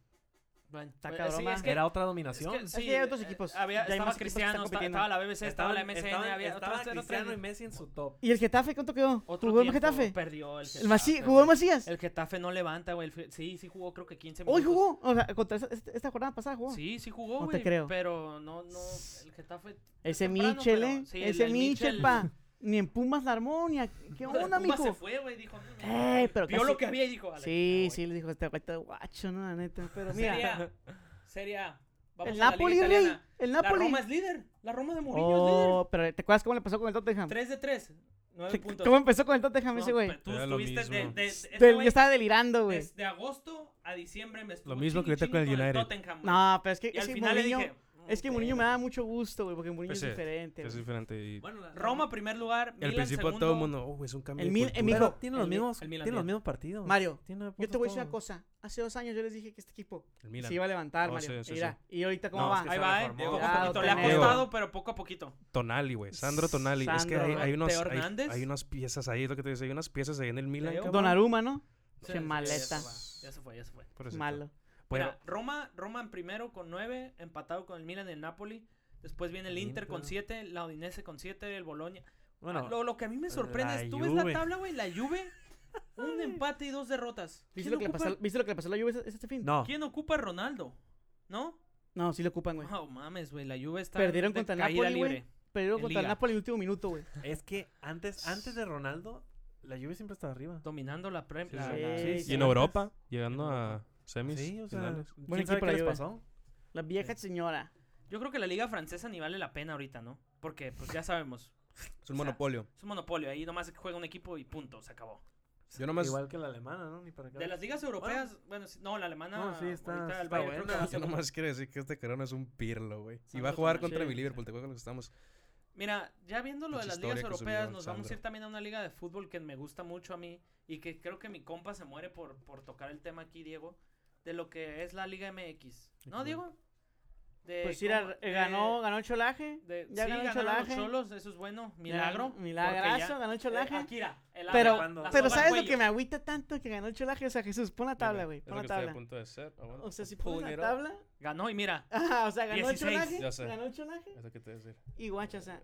[SPEAKER 1] Bueno,
[SPEAKER 4] Está
[SPEAKER 1] pues,
[SPEAKER 4] cabrón,
[SPEAKER 1] sí,
[SPEAKER 4] ¿va?
[SPEAKER 1] es que-
[SPEAKER 3] Era otra
[SPEAKER 1] es que
[SPEAKER 3] dominación.
[SPEAKER 4] Es que hay otros
[SPEAKER 1] eh,
[SPEAKER 4] equipos, ya
[SPEAKER 1] Había,
[SPEAKER 4] hay
[SPEAKER 1] estaba
[SPEAKER 4] más equipos que están
[SPEAKER 1] Cristiano, esta-
[SPEAKER 4] compitiendo.
[SPEAKER 1] estaba la BBC, estaba la
[SPEAKER 3] Estaban-
[SPEAKER 1] MSN,
[SPEAKER 3] estaban-
[SPEAKER 1] había
[SPEAKER 3] estaba
[SPEAKER 1] otros- otros-
[SPEAKER 3] Cristiano y Messi en su top.
[SPEAKER 4] ¿Y el Getafe cuánto quedó?
[SPEAKER 1] otro
[SPEAKER 4] ¿Jugó el
[SPEAKER 1] tiempo
[SPEAKER 4] Getafe?
[SPEAKER 1] Perdió el
[SPEAKER 4] El Masí,
[SPEAKER 1] Getafe,
[SPEAKER 4] ¿Jugó el
[SPEAKER 1] güey.
[SPEAKER 4] Macías?
[SPEAKER 1] El Getafe no levanta, güey. el fe- Sí, sí jugó, creo que 15 minutos.
[SPEAKER 4] Hoy jugó. O sea, contra esta, esta- esta jornada pasada jugó.
[SPEAKER 1] Sí, sí jugó,
[SPEAKER 4] No
[SPEAKER 1] güey.
[SPEAKER 4] te creo.
[SPEAKER 1] Pero no, no, el Getafe...
[SPEAKER 4] Ese
[SPEAKER 1] temprano,
[SPEAKER 4] Michel,
[SPEAKER 1] pero-
[SPEAKER 4] eh.
[SPEAKER 1] sí, el-
[SPEAKER 4] Ese
[SPEAKER 1] el
[SPEAKER 4] Michel,
[SPEAKER 1] Mitchell-
[SPEAKER 4] pa. Ni en Pumas la armonia. ¿Qué onda,
[SPEAKER 1] Puma se
[SPEAKER 4] mijo?
[SPEAKER 1] fue, Ah, güey, dijo...
[SPEAKER 4] Eh, pero
[SPEAKER 1] Vio
[SPEAKER 4] casi-
[SPEAKER 1] lo que había y dijo... "A la
[SPEAKER 4] Sí,
[SPEAKER 1] chingada,
[SPEAKER 4] sí, le dijo este güey está guacho, no, la neta. Pero
[SPEAKER 1] güey". Serie
[SPEAKER 4] mira,
[SPEAKER 1] Ah, A, Serie A. Vamos
[SPEAKER 4] el
[SPEAKER 1] a la Liga
[SPEAKER 4] Napoli, rey.
[SPEAKER 1] Italiana.
[SPEAKER 4] El
[SPEAKER 1] La
[SPEAKER 4] Napoli.
[SPEAKER 1] Roma es líder. La Roma de Mourinho
[SPEAKER 4] Oh, pero ¿te acuerdas cómo le pasó con el
[SPEAKER 1] es
[SPEAKER 4] Tottenham?
[SPEAKER 1] líder. 3 de 3. 9 puntos.
[SPEAKER 4] ¿Cómo empezó con el Tottenham
[SPEAKER 1] No,
[SPEAKER 4] ese güey?
[SPEAKER 1] pero Tú
[SPEAKER 2] Era lo
[SPEAKER 1] estuviste de-
[SPEAKER 2] mismo.
[SPEAKER 1] de- de- este
[SPEAKER 4] Del-
[SPEAKER 1] güey-
[SPEAKER 4] Yo estaba delirando, güey.
[SPEAKER 1] Desde agosto a diciembre me estuvo
[SPEAKER 2] Lo mismo que
[SPEAKER 1] chingui,
[SPEAKER 2] ahorita con el
[SPEAKER 1] chingui
[SPEAKER 2] United.
[SPEAKER 1] Tottenham, güey.
[SPEAKER 4] No, pero es que,
[SPEAKER 1] y
[SPEAKER 4] es
[SPEAKER 1] al
[SPEAKER 4] que
[SPEAKER 1] final
[SPEAKER 4] Mourinho,
[SPEAKER 1] le dije,
[SPEAKER 4] es que
[SPEAKER 1] "Mm,
[SPEAKER 4] Mourinho
[SPEAKER 1] ok".
[SPEAKER 4] me da mucho gusto, güey, porque Mourinho
[SPEAKER 2] Pues
[SPEAKER 4] es
[SPEAKER 2] sí,
[SPEAKER 4] diferente.
[SPEAKER 2] Es
[SPEAKER 4] güey.
[SPEAKER 2] diferente. Y
[SPEAKER 3] Bueno, la-
[SPEAKER 1] Roma primer lugar,
[SPEAKER 2] al
[SPEAKER 1] Milan
[SPEAKER 2] principio
[SPEAKER 1] segundo.
[SPEAKER 2] todo el mundo, oh, es un cambio
[SPEAKER 4] El
[SPEAKER 2] de
[SPEAKER 4] Mil- el
[SPEAKER 2] cultura".
[SPEAKER 4] mijo,
[SPEAKER 3] Pero tiene los
[SPEAKER 1] el Mi-
[SPEAKER 3] mismos,
[SPEAKER 1] el Milan
[SPEAKER 3] tiene los
[SPEAKER 1] bien.
[SPEAKER 3] mismos partidos.
[SPEAKER 4] Mario,
[SPEAKER 3] Tiene
[SPEAKER 4] Yo
[SPEAKER 3] puntos
[SPEAKER 4] te voy a decir
[SPEAKER 3] todos.
[SPEAKER 4] una cosa. Hace dos años yo les dije que este equipo
[SPEAKER 2] El Milan.
[SPEAKER 4] se iba a levantar,
[SPEAKER 2] Oh, sí,
[SPEAKER 4] Mario.
[SPEAKER 2] sí,
[SPEAKER 4] Mira, y ahorita cómo
[SPEAKER 3] No,
[SPEAKER 4] va.
[SPEAKER 3] es que
[SPEAKER 1] Ahí
[SPEAKER 3] se
[SPEAKER 1] va, eh.
[SPEAKER 3] reformó.
[SPEAKER 1] Poco a
[SPEAKER 4] Cuidado,
[SPEAKER 1] poquito. Le ha
[SPEAKER 4] Tenero.
[SPEAKER 1] costado, pero poco a poquito.
[SPEAKER 2] Tonali, güey. Sandro Tonali. es que hay,
[SPEAKER 4] Sandro,
[SPEAKER 2] hay unos,
[SPEAKER 1] Teo
[SPEAKER 2] hay,
[SPEAKER 1] Hernández.
[SPEAKER 2] hay unas piezas ahí, lo que te dice, hay unas piezas ahí en el Milan.
[SPEAKER 1] Leo.
[SPEAKER 2] cabrón.
[SPEAKER 4] Donnarumma, ¿no?
[SPEAKER 1] Sí,
[SPEAKER 4] Che
[SPEAKER 1] sí,
[SPEAKER 4] maleta.
[SPEAKER 1] Ya se fue, ya se fue. ya se fue.
[SPEAKER 2] Pobrecito.
[SPEAKER 4] Malo.
[SPEAKER 2] Bueno,
[SPEAKER 1] Mira, Roma, Roma en primero con 9, empatado con el Milan y el Napoli. Después viene el
[SPEAKER 3] El
[SPEAKER 1] Inter con
[SPEAKER 3] Inter.
[SPEAKER 1] 7, la Udinese con 7, el Bolonia.
[SPEAKER 3] Bueno,
[SPEAKER 1] lo, lo que a mí me sorprende
[SPEAKER 3] la
[SPEAKER 1] es, tú ves la
[SPEAKER 3] Juve.
[SPEAKER 1] tabla, güey, la Juve, un empate y dos derrotas.
[SPEAKER 4] ¿Viste
[SPEAKER 1] ¿Quién
[SPEAKER 4] lo, que le
[SPEAKER 1] ocupa-
[SPEAKER 4] pasó, ¿Viste lo que le pasó a la Juve ese- este fin?
[SPEAKER 3] no.
[SPEAKER 1] ¿Quién ocupa a Ronaldo? ¿No?
[SPEAKER 4] No, sí lo ocupan, güey.
[SPEAKER 1] No mames, güey, la Juve está
[SPEAKER 4] Perdieron
[SPEAKER 1] de
[SPEAKER 4] contra
[SPEAKER 1] caída
[SPEAKER 4] Napoli, güey.
[SPEAKER 1] libre.
[SPEAKER 4] Perdieron
[SPEAKER 1] En
[SPEAKER 4] contra el
[SPEAKER 1] Liga.
[SPEAKER 4] Napoli el último minuto, güey.
[SPEAKER 3] Es que antes, antes de Ronaldo, la Juve siempre estaba arriba.
[SPEAKER 1] Dominando la Premier.
[SPEAKER 2] Sí,
[SPEAKER 1] la-
[SPEAKER 4] sí.
[SPEAKER 1] la-
[SPEAKER 4] Sí,
[SPEAKER 2] Y en
[SPEAKER 4] antes.
[SPEAKER 2] Europa, llegando a semis.
[SPEAKER 3] Sí, o sea,
[SPEAKER 2] finales.
[SPEAKER 3] ¿quién
[SPEAKER 4] Buen
[SPEAKER 3] sabe
[SPEAKER 4] equipo
[SPEAKER 3] qué
[SPEAKER 4] la
[SPEAKER 3] les
[SPEAKER 4] Juve.
[SPEAKER 3] pasó?
[SPEAKER 4] La vieja señora.
[SPEAKER 1] Yo creo que la liga francesa ni vale la pena ahorita, ¿no? Porque, pues ya sabemos,
[SPEAKER 2] Es un
[SPEAKER 1] o sea,
[SPEAKER 2] monopolio.
[SPEAKER 1] es un monopolio. Ahí nomás juega un equipo y punto, se acabó.
[SPEAKER 2] Yo nomás.
[SPEAKER 3] Igual que la alemana, ¿no? Ni para acá.
[SPEAKER 1] De las ligas europeas, bueno, sí, no, la alemana.
[SPEAKER 3] No, sí, está-
[SPEAKER 1] ahorita el
[SPEAKER 3] está
[SPEAKER 1] Bayern creo que
[SPEAKER 3] buena.
[SPEAKER 1] va
[SPEAKER 2] Yo
[SPEAKER 1] segundo.
[SPEAKER 2] nomás quiero decir que este carón es un pirlo, güey. Y
[SPEAKER 1] Santo
[SPEAKER 2] va a jugar
[SPEAKER 1] Tomás.
[SPEAKER 2] contra mi
[SPEAKER 1] Sí.
[SPEAKER 2] Liverpool, te acuerdas que estamos.
[SPEAKER 1] Mira, ya viendo lo de
[SPEAKER 2] Pinche
[SPEAKER 1] las ligas
[SPEAKER 2] historia que subió
[SPEAKER 1] europeas, nos vamos a
[SPEAKER 2] Alessandro.
[SPEAKER 1] ir también a una liga de fútbol que me gusta mucho a mí y que creo que mi compa se muere por, por tocar el tema aquí, Diego, de lo que es la Liga MX. ¿No,
[SPEAKER 3] cómo.
[SPEAKER 1] Diego? De
[SPEAKER 4] Pues
[SPEAKER 1] cómo-
[SPEAKER 4] mira,
[SPEAKER 1] de-
[SPEAKER 4] ganó, ganó el cholaje.
[SPEAKER 1] de-
[SPEAKER 4] ya
[SPEAKER 1] sí,
[SPEAKER 4] ganó
[SPEAKER 1] ganaron
[SPEAKER 4] el
[SPEAKER 1] los
[SPEAKER 4] Cholaje.
[SPEAKER 1] Cholos, eso es bueno. Milagro. porque
[SPEAKER 4] Milagrazo,
[SPEAKER 1] ya-
[SPEAKER 4] ganó el cholaje.
[SPEAKER 1] Eh, Akira, el
[SPEAKER 4] Pero-
[SPEAKER 1] agua, la soga
[SPEAKER 4] Pero
[SPEAKER 1] al
[SPEAKER 4] ¿sabes lo
[SPEAKER 1] cuello.
[SPEAKER 4] que me agüita tanto que ganó el cholaje? O sea, Jesús, pon la tabla, güey. Pon la tabla.
[SPEAKER 2] punto de ah, ser.
[SPEAKER 4] O sea, si pones la tabla.
[SPEAKER 1] Ganó y mira,
[SPEAKER 4] Ajá, o sea, ganó
[SPEAKER 1] 16,
[SPEAKER 4] el
[SPEAKER 2] ya
[SPEAKER 4] cholaje.
[SPEAKER 2] sé.
[SPEAKER 4] Ganó el cholaje.
[SPEAKER 2] Eso que te decir. Eh,
[SPEAKER 4] Y guacha, o sea,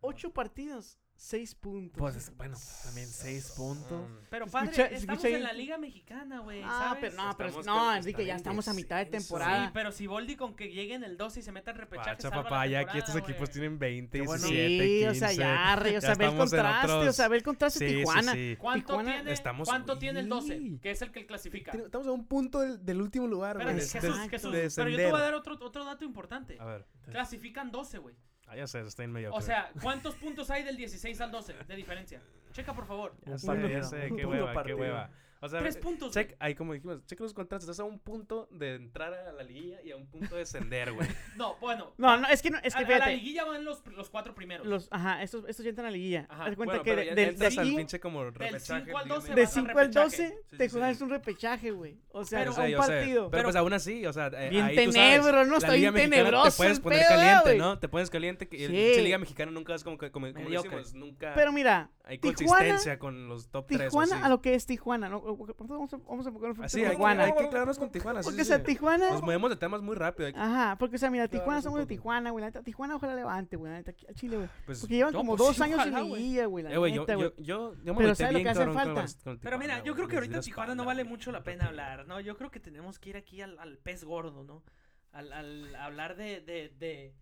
[SPEAKER 4] ocho partidos, seis puntos.
[SPEAKER 3] Pues es- bueno, también seis puntos.
[SPEAKER 2] Mm,
[SPEAKER 1] pero padre,
[SPEAKER 4] Escucha-
[SPEAKER 1] estamos
[SPEAKER 4] escucha ahí.
[SPEAKER 1] en la Liga Mexicana, güey,
[SPEAKER 4] ah,
[SPEAKER 1] ¿sabes?
[SPEAKER 4] pero no, pero
[SPEAKER 2] Estamos
[SPEAKER 4] no,
[SPEAKER 2] con-
[SPEAKER 4] Enrique, ya
[SPEAKER 2] están en
[SPEAKER 4] estamos a mitad de
[SPEAKER 2] descenso.
[SPEAKER 1] Sí,
[SPEAKER 4] temporada.
[SPEAKER 1] pero si Boldi con que llegue en el 12 y se meta al repechaje,
[SPEAKER 2] Pacha,
[SPEAKER 1] salva la
[SPEAKER 2] papá, ya que estos
[SPEAKER 1] temporada,
[SPEAKER 2] equipos
[SPEAKER 1] güey.
[SPEAKER 2] tienen 20,
[SPEAKER 3] Qué bueno.
[SPEAKER 2] 17,
[SPEAKER 4] sí,
[SPEAKER 2] 15.
[SPEAKER 4] o sea, ya, rey, o
[SPEAKER 2] Ya
[SPEAKER 4] sea, ve el
[SPEAKER 2] estamos en
[SPEAKER 4] contraste, o
[SPEAKER 2] otros.
[SPEAKER 4] sea, ve el contraste
[SPEAKER 2] Sí,
[SPEAKER 4] de
[SPEAKER 2] sí,
[SPEAKER 4] Tijuana.
[SPEAKER 2] sí.
[SPEAKER 1] ¿Cuánto,
[SPEAKER 4] Tijuana-
[SPEAKER 1] tiene,
[SPEAKER 2] Estamos-
[SPEAKER 1] ¿cuánto tiene el 12?
[SPEAKER 2] Sí.
[SPEAKER 1] Que es el que el clasifica.
[SPEAKER 2] Ten- Estamos a un punto del, del último lugar, güey.
[SPEAKER 1] Espérate,
[SPEAKER 4] Des-
[SPEAKER 1] Jesús,
[SPEAKER 4] des-
[SPEAKER 1] Jesús,
[SPEAKER 2] de
[SPEAKER 1] Pero yo te voy
[SPEAKER 2] descender.
[SPEAKER 1] a dar otro, otro dato importante.
[SPEAKER 2] A ver, pues.
[SPEAKER 1] Clasifican 12, güey.
[SPEAKER 2] ah, ya sé, está en medio.
[SPEAKER 1] O sea, ¿cuántos puntos hay del 16 al 12 de diferencia? Checa, por favor.
[SPEAKER 2] ya sé,
[SPEAKER 3] punto.
[SPEAKER 2] ya sé,
[SPEAKER 3] Un
[SPEAKER 2] qué
[SPEAKER 3] punto
[SPEAKER 2] hueva,
[SPEAKER 3] partido.
[SPEAKER 2] qué hueva. O sea,
[SPEAKER 1] Tres
[SPEAKER 2] eh,
[SPEAKER 1] puntos.
[SPEAKER 2] check, ahí como dijimos, checa los contrastes, estás a un punto de entrar a la liguilla y a un punto de descender, güey.
[SPEAKER 1] güey. No, bueno.
[SPEAKER 4] No, no, es que no, es
[SPEAKER 1] a,
[SPEAKER 4] que
[SPEAKER 1] a la
[SPEAKER 4] fíjate.
[SPEAKER 1] liguilla van los, los cuatro primeros.
[SPEAKER 4] Los, ajá, estos, estos ya entran a la liguilla.
[SPEAKER 1] Ajá,
[SPEAKER 4] Haz cuenta
[SPEAKER 2] Bueno,
[SPEAKER 4] que
[SPEAKER 2] pero
[SPEAKER 4] de-
[SPEAKER 2] ya- ya
[SPEAKER 4] del,
[SPEAKER 2] entras
[SPEAKER 4] del
[SPEAKER 2] al
[SPEAKER 4] 5
[SPEAKER 2] pinche como repechaje.
[SPEAKER 1] 5 al
[SPEAKER 2] Liga
[SPEAKER 1] 12
[SPEAKER 2] MX.
[SPEAKER 1] vas
[SPEAKER 4] de
[SPEAKER 1] al
[SPEAKER 4] cinco al
[SPEAKER 1] repechaje.
[SPEAKER 4] 12
[SPEAKER 2] Sí,
[SPEAKER 4] te
[SPEAKER 2] sí,
[SPEAKER 4] juegas
[SPEAKER 2] sí.
[SPEAKER 4] un repechaje, güey. O sea,
[SPEAKER 2] Pero,
[SPEAKER 4] un partido.
[SPEAKER 2] Pero, pues aún así, o sea, eh,
[SPEAKER 4] Bien
[SPEAKER 2] ahí tú
[SPEAKER 4] tenebro,
[SPEAKER 2] sabes,
[SPEAKER 4] ¿no?
[SPEAKER 2] la
[SPEAKER 4] Está
[SPEAKER 2] Liga
[SPEAKER 4] bien
[SPEAKER 2] Mexicana
[SPEAKER 4] tenebroso
[SPEAKER 2] Te puedes
[SPEAKER 4] el
[SPEAKER 2] poner
[SPEAKER 4] pedo,
[SPEAKER 2] caliente,
[SPEAKER 4] güey.
[SPEAKER 2] ¿no? Te pones caliente. Que
[SPEAKER 4] Sí.
[SPEAKER 2] el pinche Liga Mexicana nunca es como, que- como, como
[SPEAKER 1] Mediocre.
[SPEAKER 2] decimos, nunca
[SPEAKER 4] Pero mira,
[SPEAKER 2] hay
[SPEAKER 4] Tijuana-
[SPEAKER 2] consistencia con los top 3.
[SPEAKER 4] Tijuana a lo que es Tijuana, ¿no? Por favor, Vamos a, vamos a enfocarnos un
[SPEAKER 2] Así,
[SPEAKER 4] poquito
[SPEAKER 2] hay,
[SPEAKER 4] en
[SPEAKER 2] que-
[SPEAKER 4] Tijuana.
[SPEAKER 2] hay que aclararnos con Tijuana. sí,
[SPEAKER 4] Porque, o
[SPEAKER 2] sí,
[SPEAKER 4] sea,
[SPEAKER 2] sí.
[SPEAKER 4] Tijuana.
[SPEAKER 2] Nos movemos de temas muy rápido. hay que-
[SPEAKER 4] Ajá, porque, o sea, mira,
[SPEAKER 2] Claro,
[SPEAKER 4] Tijuana,
[SPEAKER 2] es un
[SPEAKER 4] somos de
[SPEAKER 2] poco.
[SPEAKER 4] Tijuana, güey. La neta, Tijuana, ojalá levante, güey. La neta, aquí al Chile, güey.
[SPEAKER 2] Pues,
[SPEAKER 4] Porque llevan
[SPEAKER 1] no,
[SPEAKER 4] como
[SPEAKER 1] pues
[SPEAKER 4] dos
[SPEAKER 1] sí,
[SPEAKER 4] años
[SPEAKER 1] ojalá,
[SPEAKER 4] sin
[SPEAKER 1] güey.
[SPEAKER 4] liguilla, güey. La
[SPEAKER 2] eh, güey, yo,
[SPEAKER 4] neta, güey.
[SPEAKER 2] yo, yo, yo me
[SPEAKER 4] Pero
[SPEAKER 2] metí
[SPEAKER 4] ¿sabes lo
[SPEAKER 2] bien
[SPEAKER 4] que hace
[SPEAKER 2] cabrón con
[SPEAKER 4] falta?
[SPEAKER 2] las- con
[SPEAKER 1] Pero mira,
[SPEAKER 2] Tijuana,
[SPEAKER 1] yo creo
[SPEAKER 2] güey,
[SPEAKER 1] que
[SPEAKER 2] les di
[SPEAKER 1] ahorita
[SPEAKER 2] la
[SPEAKER 1] Tijuana no
[SPEAKER 2] espalda,
[SPEAKER 1] vale
[SPEAKER 2] güey.
[SPEAKER 1] mucho la pena hablar, ¿no? Yo creo que tenemos que ir aquí al, al pez gordo, ¿no? Al, al hablar de, de, de-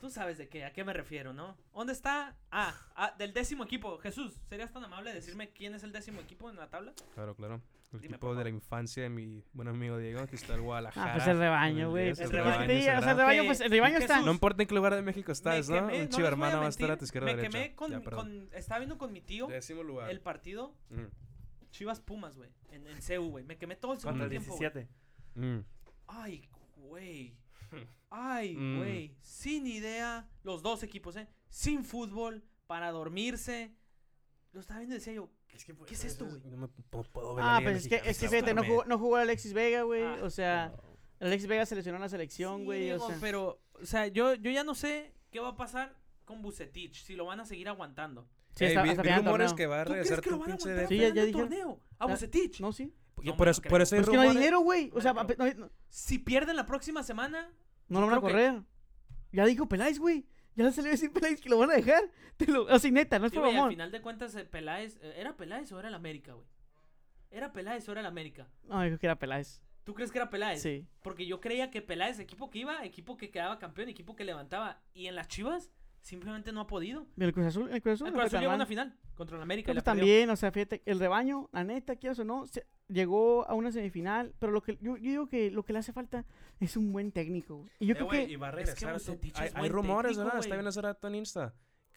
[SPEAKER 1] Tú sabes de qué, a qué me refiero, ¿no? ¿Dónde está? Ah, ah, del décimo equipo. Jesús, ¿serías tan amable de decirme quién es el décimo equipo en la tabla?
[SPEAKER 2] Claro, claro. El
[SPEAKER 1] Dime,
[SPEAKER 2] equipo
[SPEAKER 1] por
[SPEAKER 2] de
[SPEAKER 1] favor.
[SPEAKER 2] la infancia de mi buen amigo Diego, que está en Guadalajara.
[SPEAKER 4] Ah, pues el rebaño,
[SPEAKER 2] El
[SPEAKER 4] güey.
[SPEAKER 2] rebaño,
[SPEAKER 4] pues,
[SPEAKER 1] el
[SPEAKER 4] ¿qué
[SPEAKER 1] rebaño
[SPEAKER 4] te diga? O sea, el
[SPEAKER 2] sagrado.
[SPEAKER 4] rebaño, pues, el rebaño está.
[SPEAKER 2] No importa en qué lugar de México estás,
[SPEAKER 1] Me
[SPEAKER 2] ¿no?
[SPEAKER 1] quemé,
[SPEAKER 2] Un
[SPEAKER 1] no les voy a
[SPEAKER 2] chivermano va a estar a tu
[SPEAKER 1] mentir,
[SPEAKER 2] izquierda o
[SPEAKER 1] Me
[SPEAKER 2] derecha.
[SPEAKER 1] quemé con,
[SPEAKER 2] Ya,
[SPEAKER 1] mi-
[SPEAKER 2] perdón.
[SPEAKER 1] con- Estaba viendo con mi tío
[SPEAKER 2] Décimo lugar.
[SPEAKER 1] el partido
[SPEAKER 2] Mm,
[SPEAKER 1] Chivas Pumas, güey. En, en CU, güey. Me quemé todo el
[SPEAKER 3] Contra
[SPEAKER 1] segundo
[SPEAKER 3] el
[SPEAKER 1] tiempo. güey.
[SPEAKER 3] 17.
[SPEAKER 2] mm.
[SPEAKER 1] Ay, güey. Ay,
[SPEAKER 2] Mm.
[SPEAKER 1] güey. Sin idea. Los dos equipos, ¿eh? Sin fútbol. Para dormirse. Lo estaba viendo y decía yo. ¿Qué, qué es esto, güey?
[SPEAKER 2] No me p- puedo ver la
[SPEAKER 4] Ah,
[SPEAKER 2] Liga
[SPEAKER 4] pues es que,
[SPEAKER 2] Mexicana,
[SPEAKER 4] es que
[SPEAKER 2] está
[SPEAKER 4] fíjate, no jugó,
[SPEAKER 2] enorme.
[SPEAKER 4] no jugó Alexis Vega, güey.
[SPEAKER 1] Ah,
[SPEAKER 4] o sea, Alexis Vega se lesionó en la selección,
[SPEAKER 1] Sí,
[SPEAKER 4] güey. o
[SPEAKER 1] Diego,
[SPEAKER 4] sea,
[SPEAKER 1] Pero, o sea, yo, yo ya no sé qué va a pasar con Bucetich. Si lo van a seguir aguantando.
[SPEAKER 4] sí,
[SPEAKER 2] Eh,
[SPEAKER 4] hasta-
[SPEAKER 2] vi-
[SPEAKER 4] hasta
[SPEAKER 2] vi
[SPEAKER 4] final del
[SPEAKER 2] rumores
[SPEAKER 4] torneo.
[SPEAKER 2] que va a
[SPEAKER 1] ¿Tú
[SPEAKER 2] regresar
[SPEAKER 1] crees que lo
[SPEAKER 2] tu
[SPEAKER 1] van a
[SPEAKER 2] pinche
[SPEAKER 1] aguantar
[SPEAKER 2] DT.
[SPEAKER 4] Sí, ya-
[SPEAKER 1] pegando
[SPEAKER 4] ya
[SPEAKER 1] el
[SPEAKER 4] dijeron.
[SPEAKER 1] torneo? A
[SPEAKER 4] Ah,
[SPEAKER 1] Bucetich.
[SPEAKER 4] No, sí.
[SPEAKER 2] Y
[SPEAKER 1] No me
[SPEAKER 2] por
[SPEAKER 1] lo
[SPEAKER 2] eso,
[SPEAKER 1] creo.
[SPEAKER 2] por eso hay
[SPEAKER 4] Pues que no hay
[SPEAKER 2] rumores.
[SPEAKER 4] dinero, güey. O
[SPEAKER 1] No
[SPEAKER 4] sea,
[SPEAKER 1] me lo
[SPEAKER 4] pa- no, no-
[SPEAKER 1] Si pierden la próxima semana,
[SPEAKER 4] no lo van a
[SPEAKER 1] creo que-
[SPEAKER 4] correr. Ya dijo Peláez, güey. Ya salió a decir Peláez que lo van a dejar. Te lo... O sea, neta, no es
[SPEAKER 1] Sí,
[SPEAKER 4] por
[SPEAKER 1] güey, al
[SPEAKER 4] mamón.
[SPEAKER 1] final de cuentas, eh, Peláez. eh, ¿Era Peláez o era el América, güey? ¿Era Peláez o era el América?
[SPEAKER 4] No, dijo que era Peláez.
[SPEAKER 1] ¿Tú crees que era Peláez?
[SPEAKER 4] Sí.
[SPEAKER 1] Porque yo creía que Peláez, equipo que iba, equipo que quedaba campeón, equipo que levantaba. Y en las Chivas, simplemente no ha podido.
[SPEAKER 4] Mira, El Cruz Azul, el Cruz Azul,
[SPEAKER 1] El
[SPEAKER 4] no
[SPEAKER 1] Cruz
[SPEAKER 4] fue
[SPEAKER 1] Azul
[SPEAKER 4] tan
[SPEAKER 1] llegó a
[SPEAKER 4] mal.
[SPEAKER 1] una final contra el América. y
[SPEAKER 4] Pero
[SPEAKER 1] la
[SPEAKER 4] pues
[SPEAKER 1] perdió.
[SPEAKER 4] también, o sea, fíjate, el rebaño, la neta, quieras o no, se- llegó a una semifinal, pero lo que yo, yo digo que lo que le hace falta es un buen técnico. güey.
[SPEAKER 1] Eh,
[SPEAKER 4] Y yo creo que,
[SPEAKER 2] Eh, va a
[SPEAKER 1] regresar su-
[SPEAKER 2] Hay,
[SPEAKER 1] hay- hay
[SPEAKER 2] hay rumores,
[SPEAKER 1] técnico,
[SPEAKER 2] ¿verdad?
[SPEAKER 1] güey.
[SPEAKER 2] Está viendo hace rato en Insta.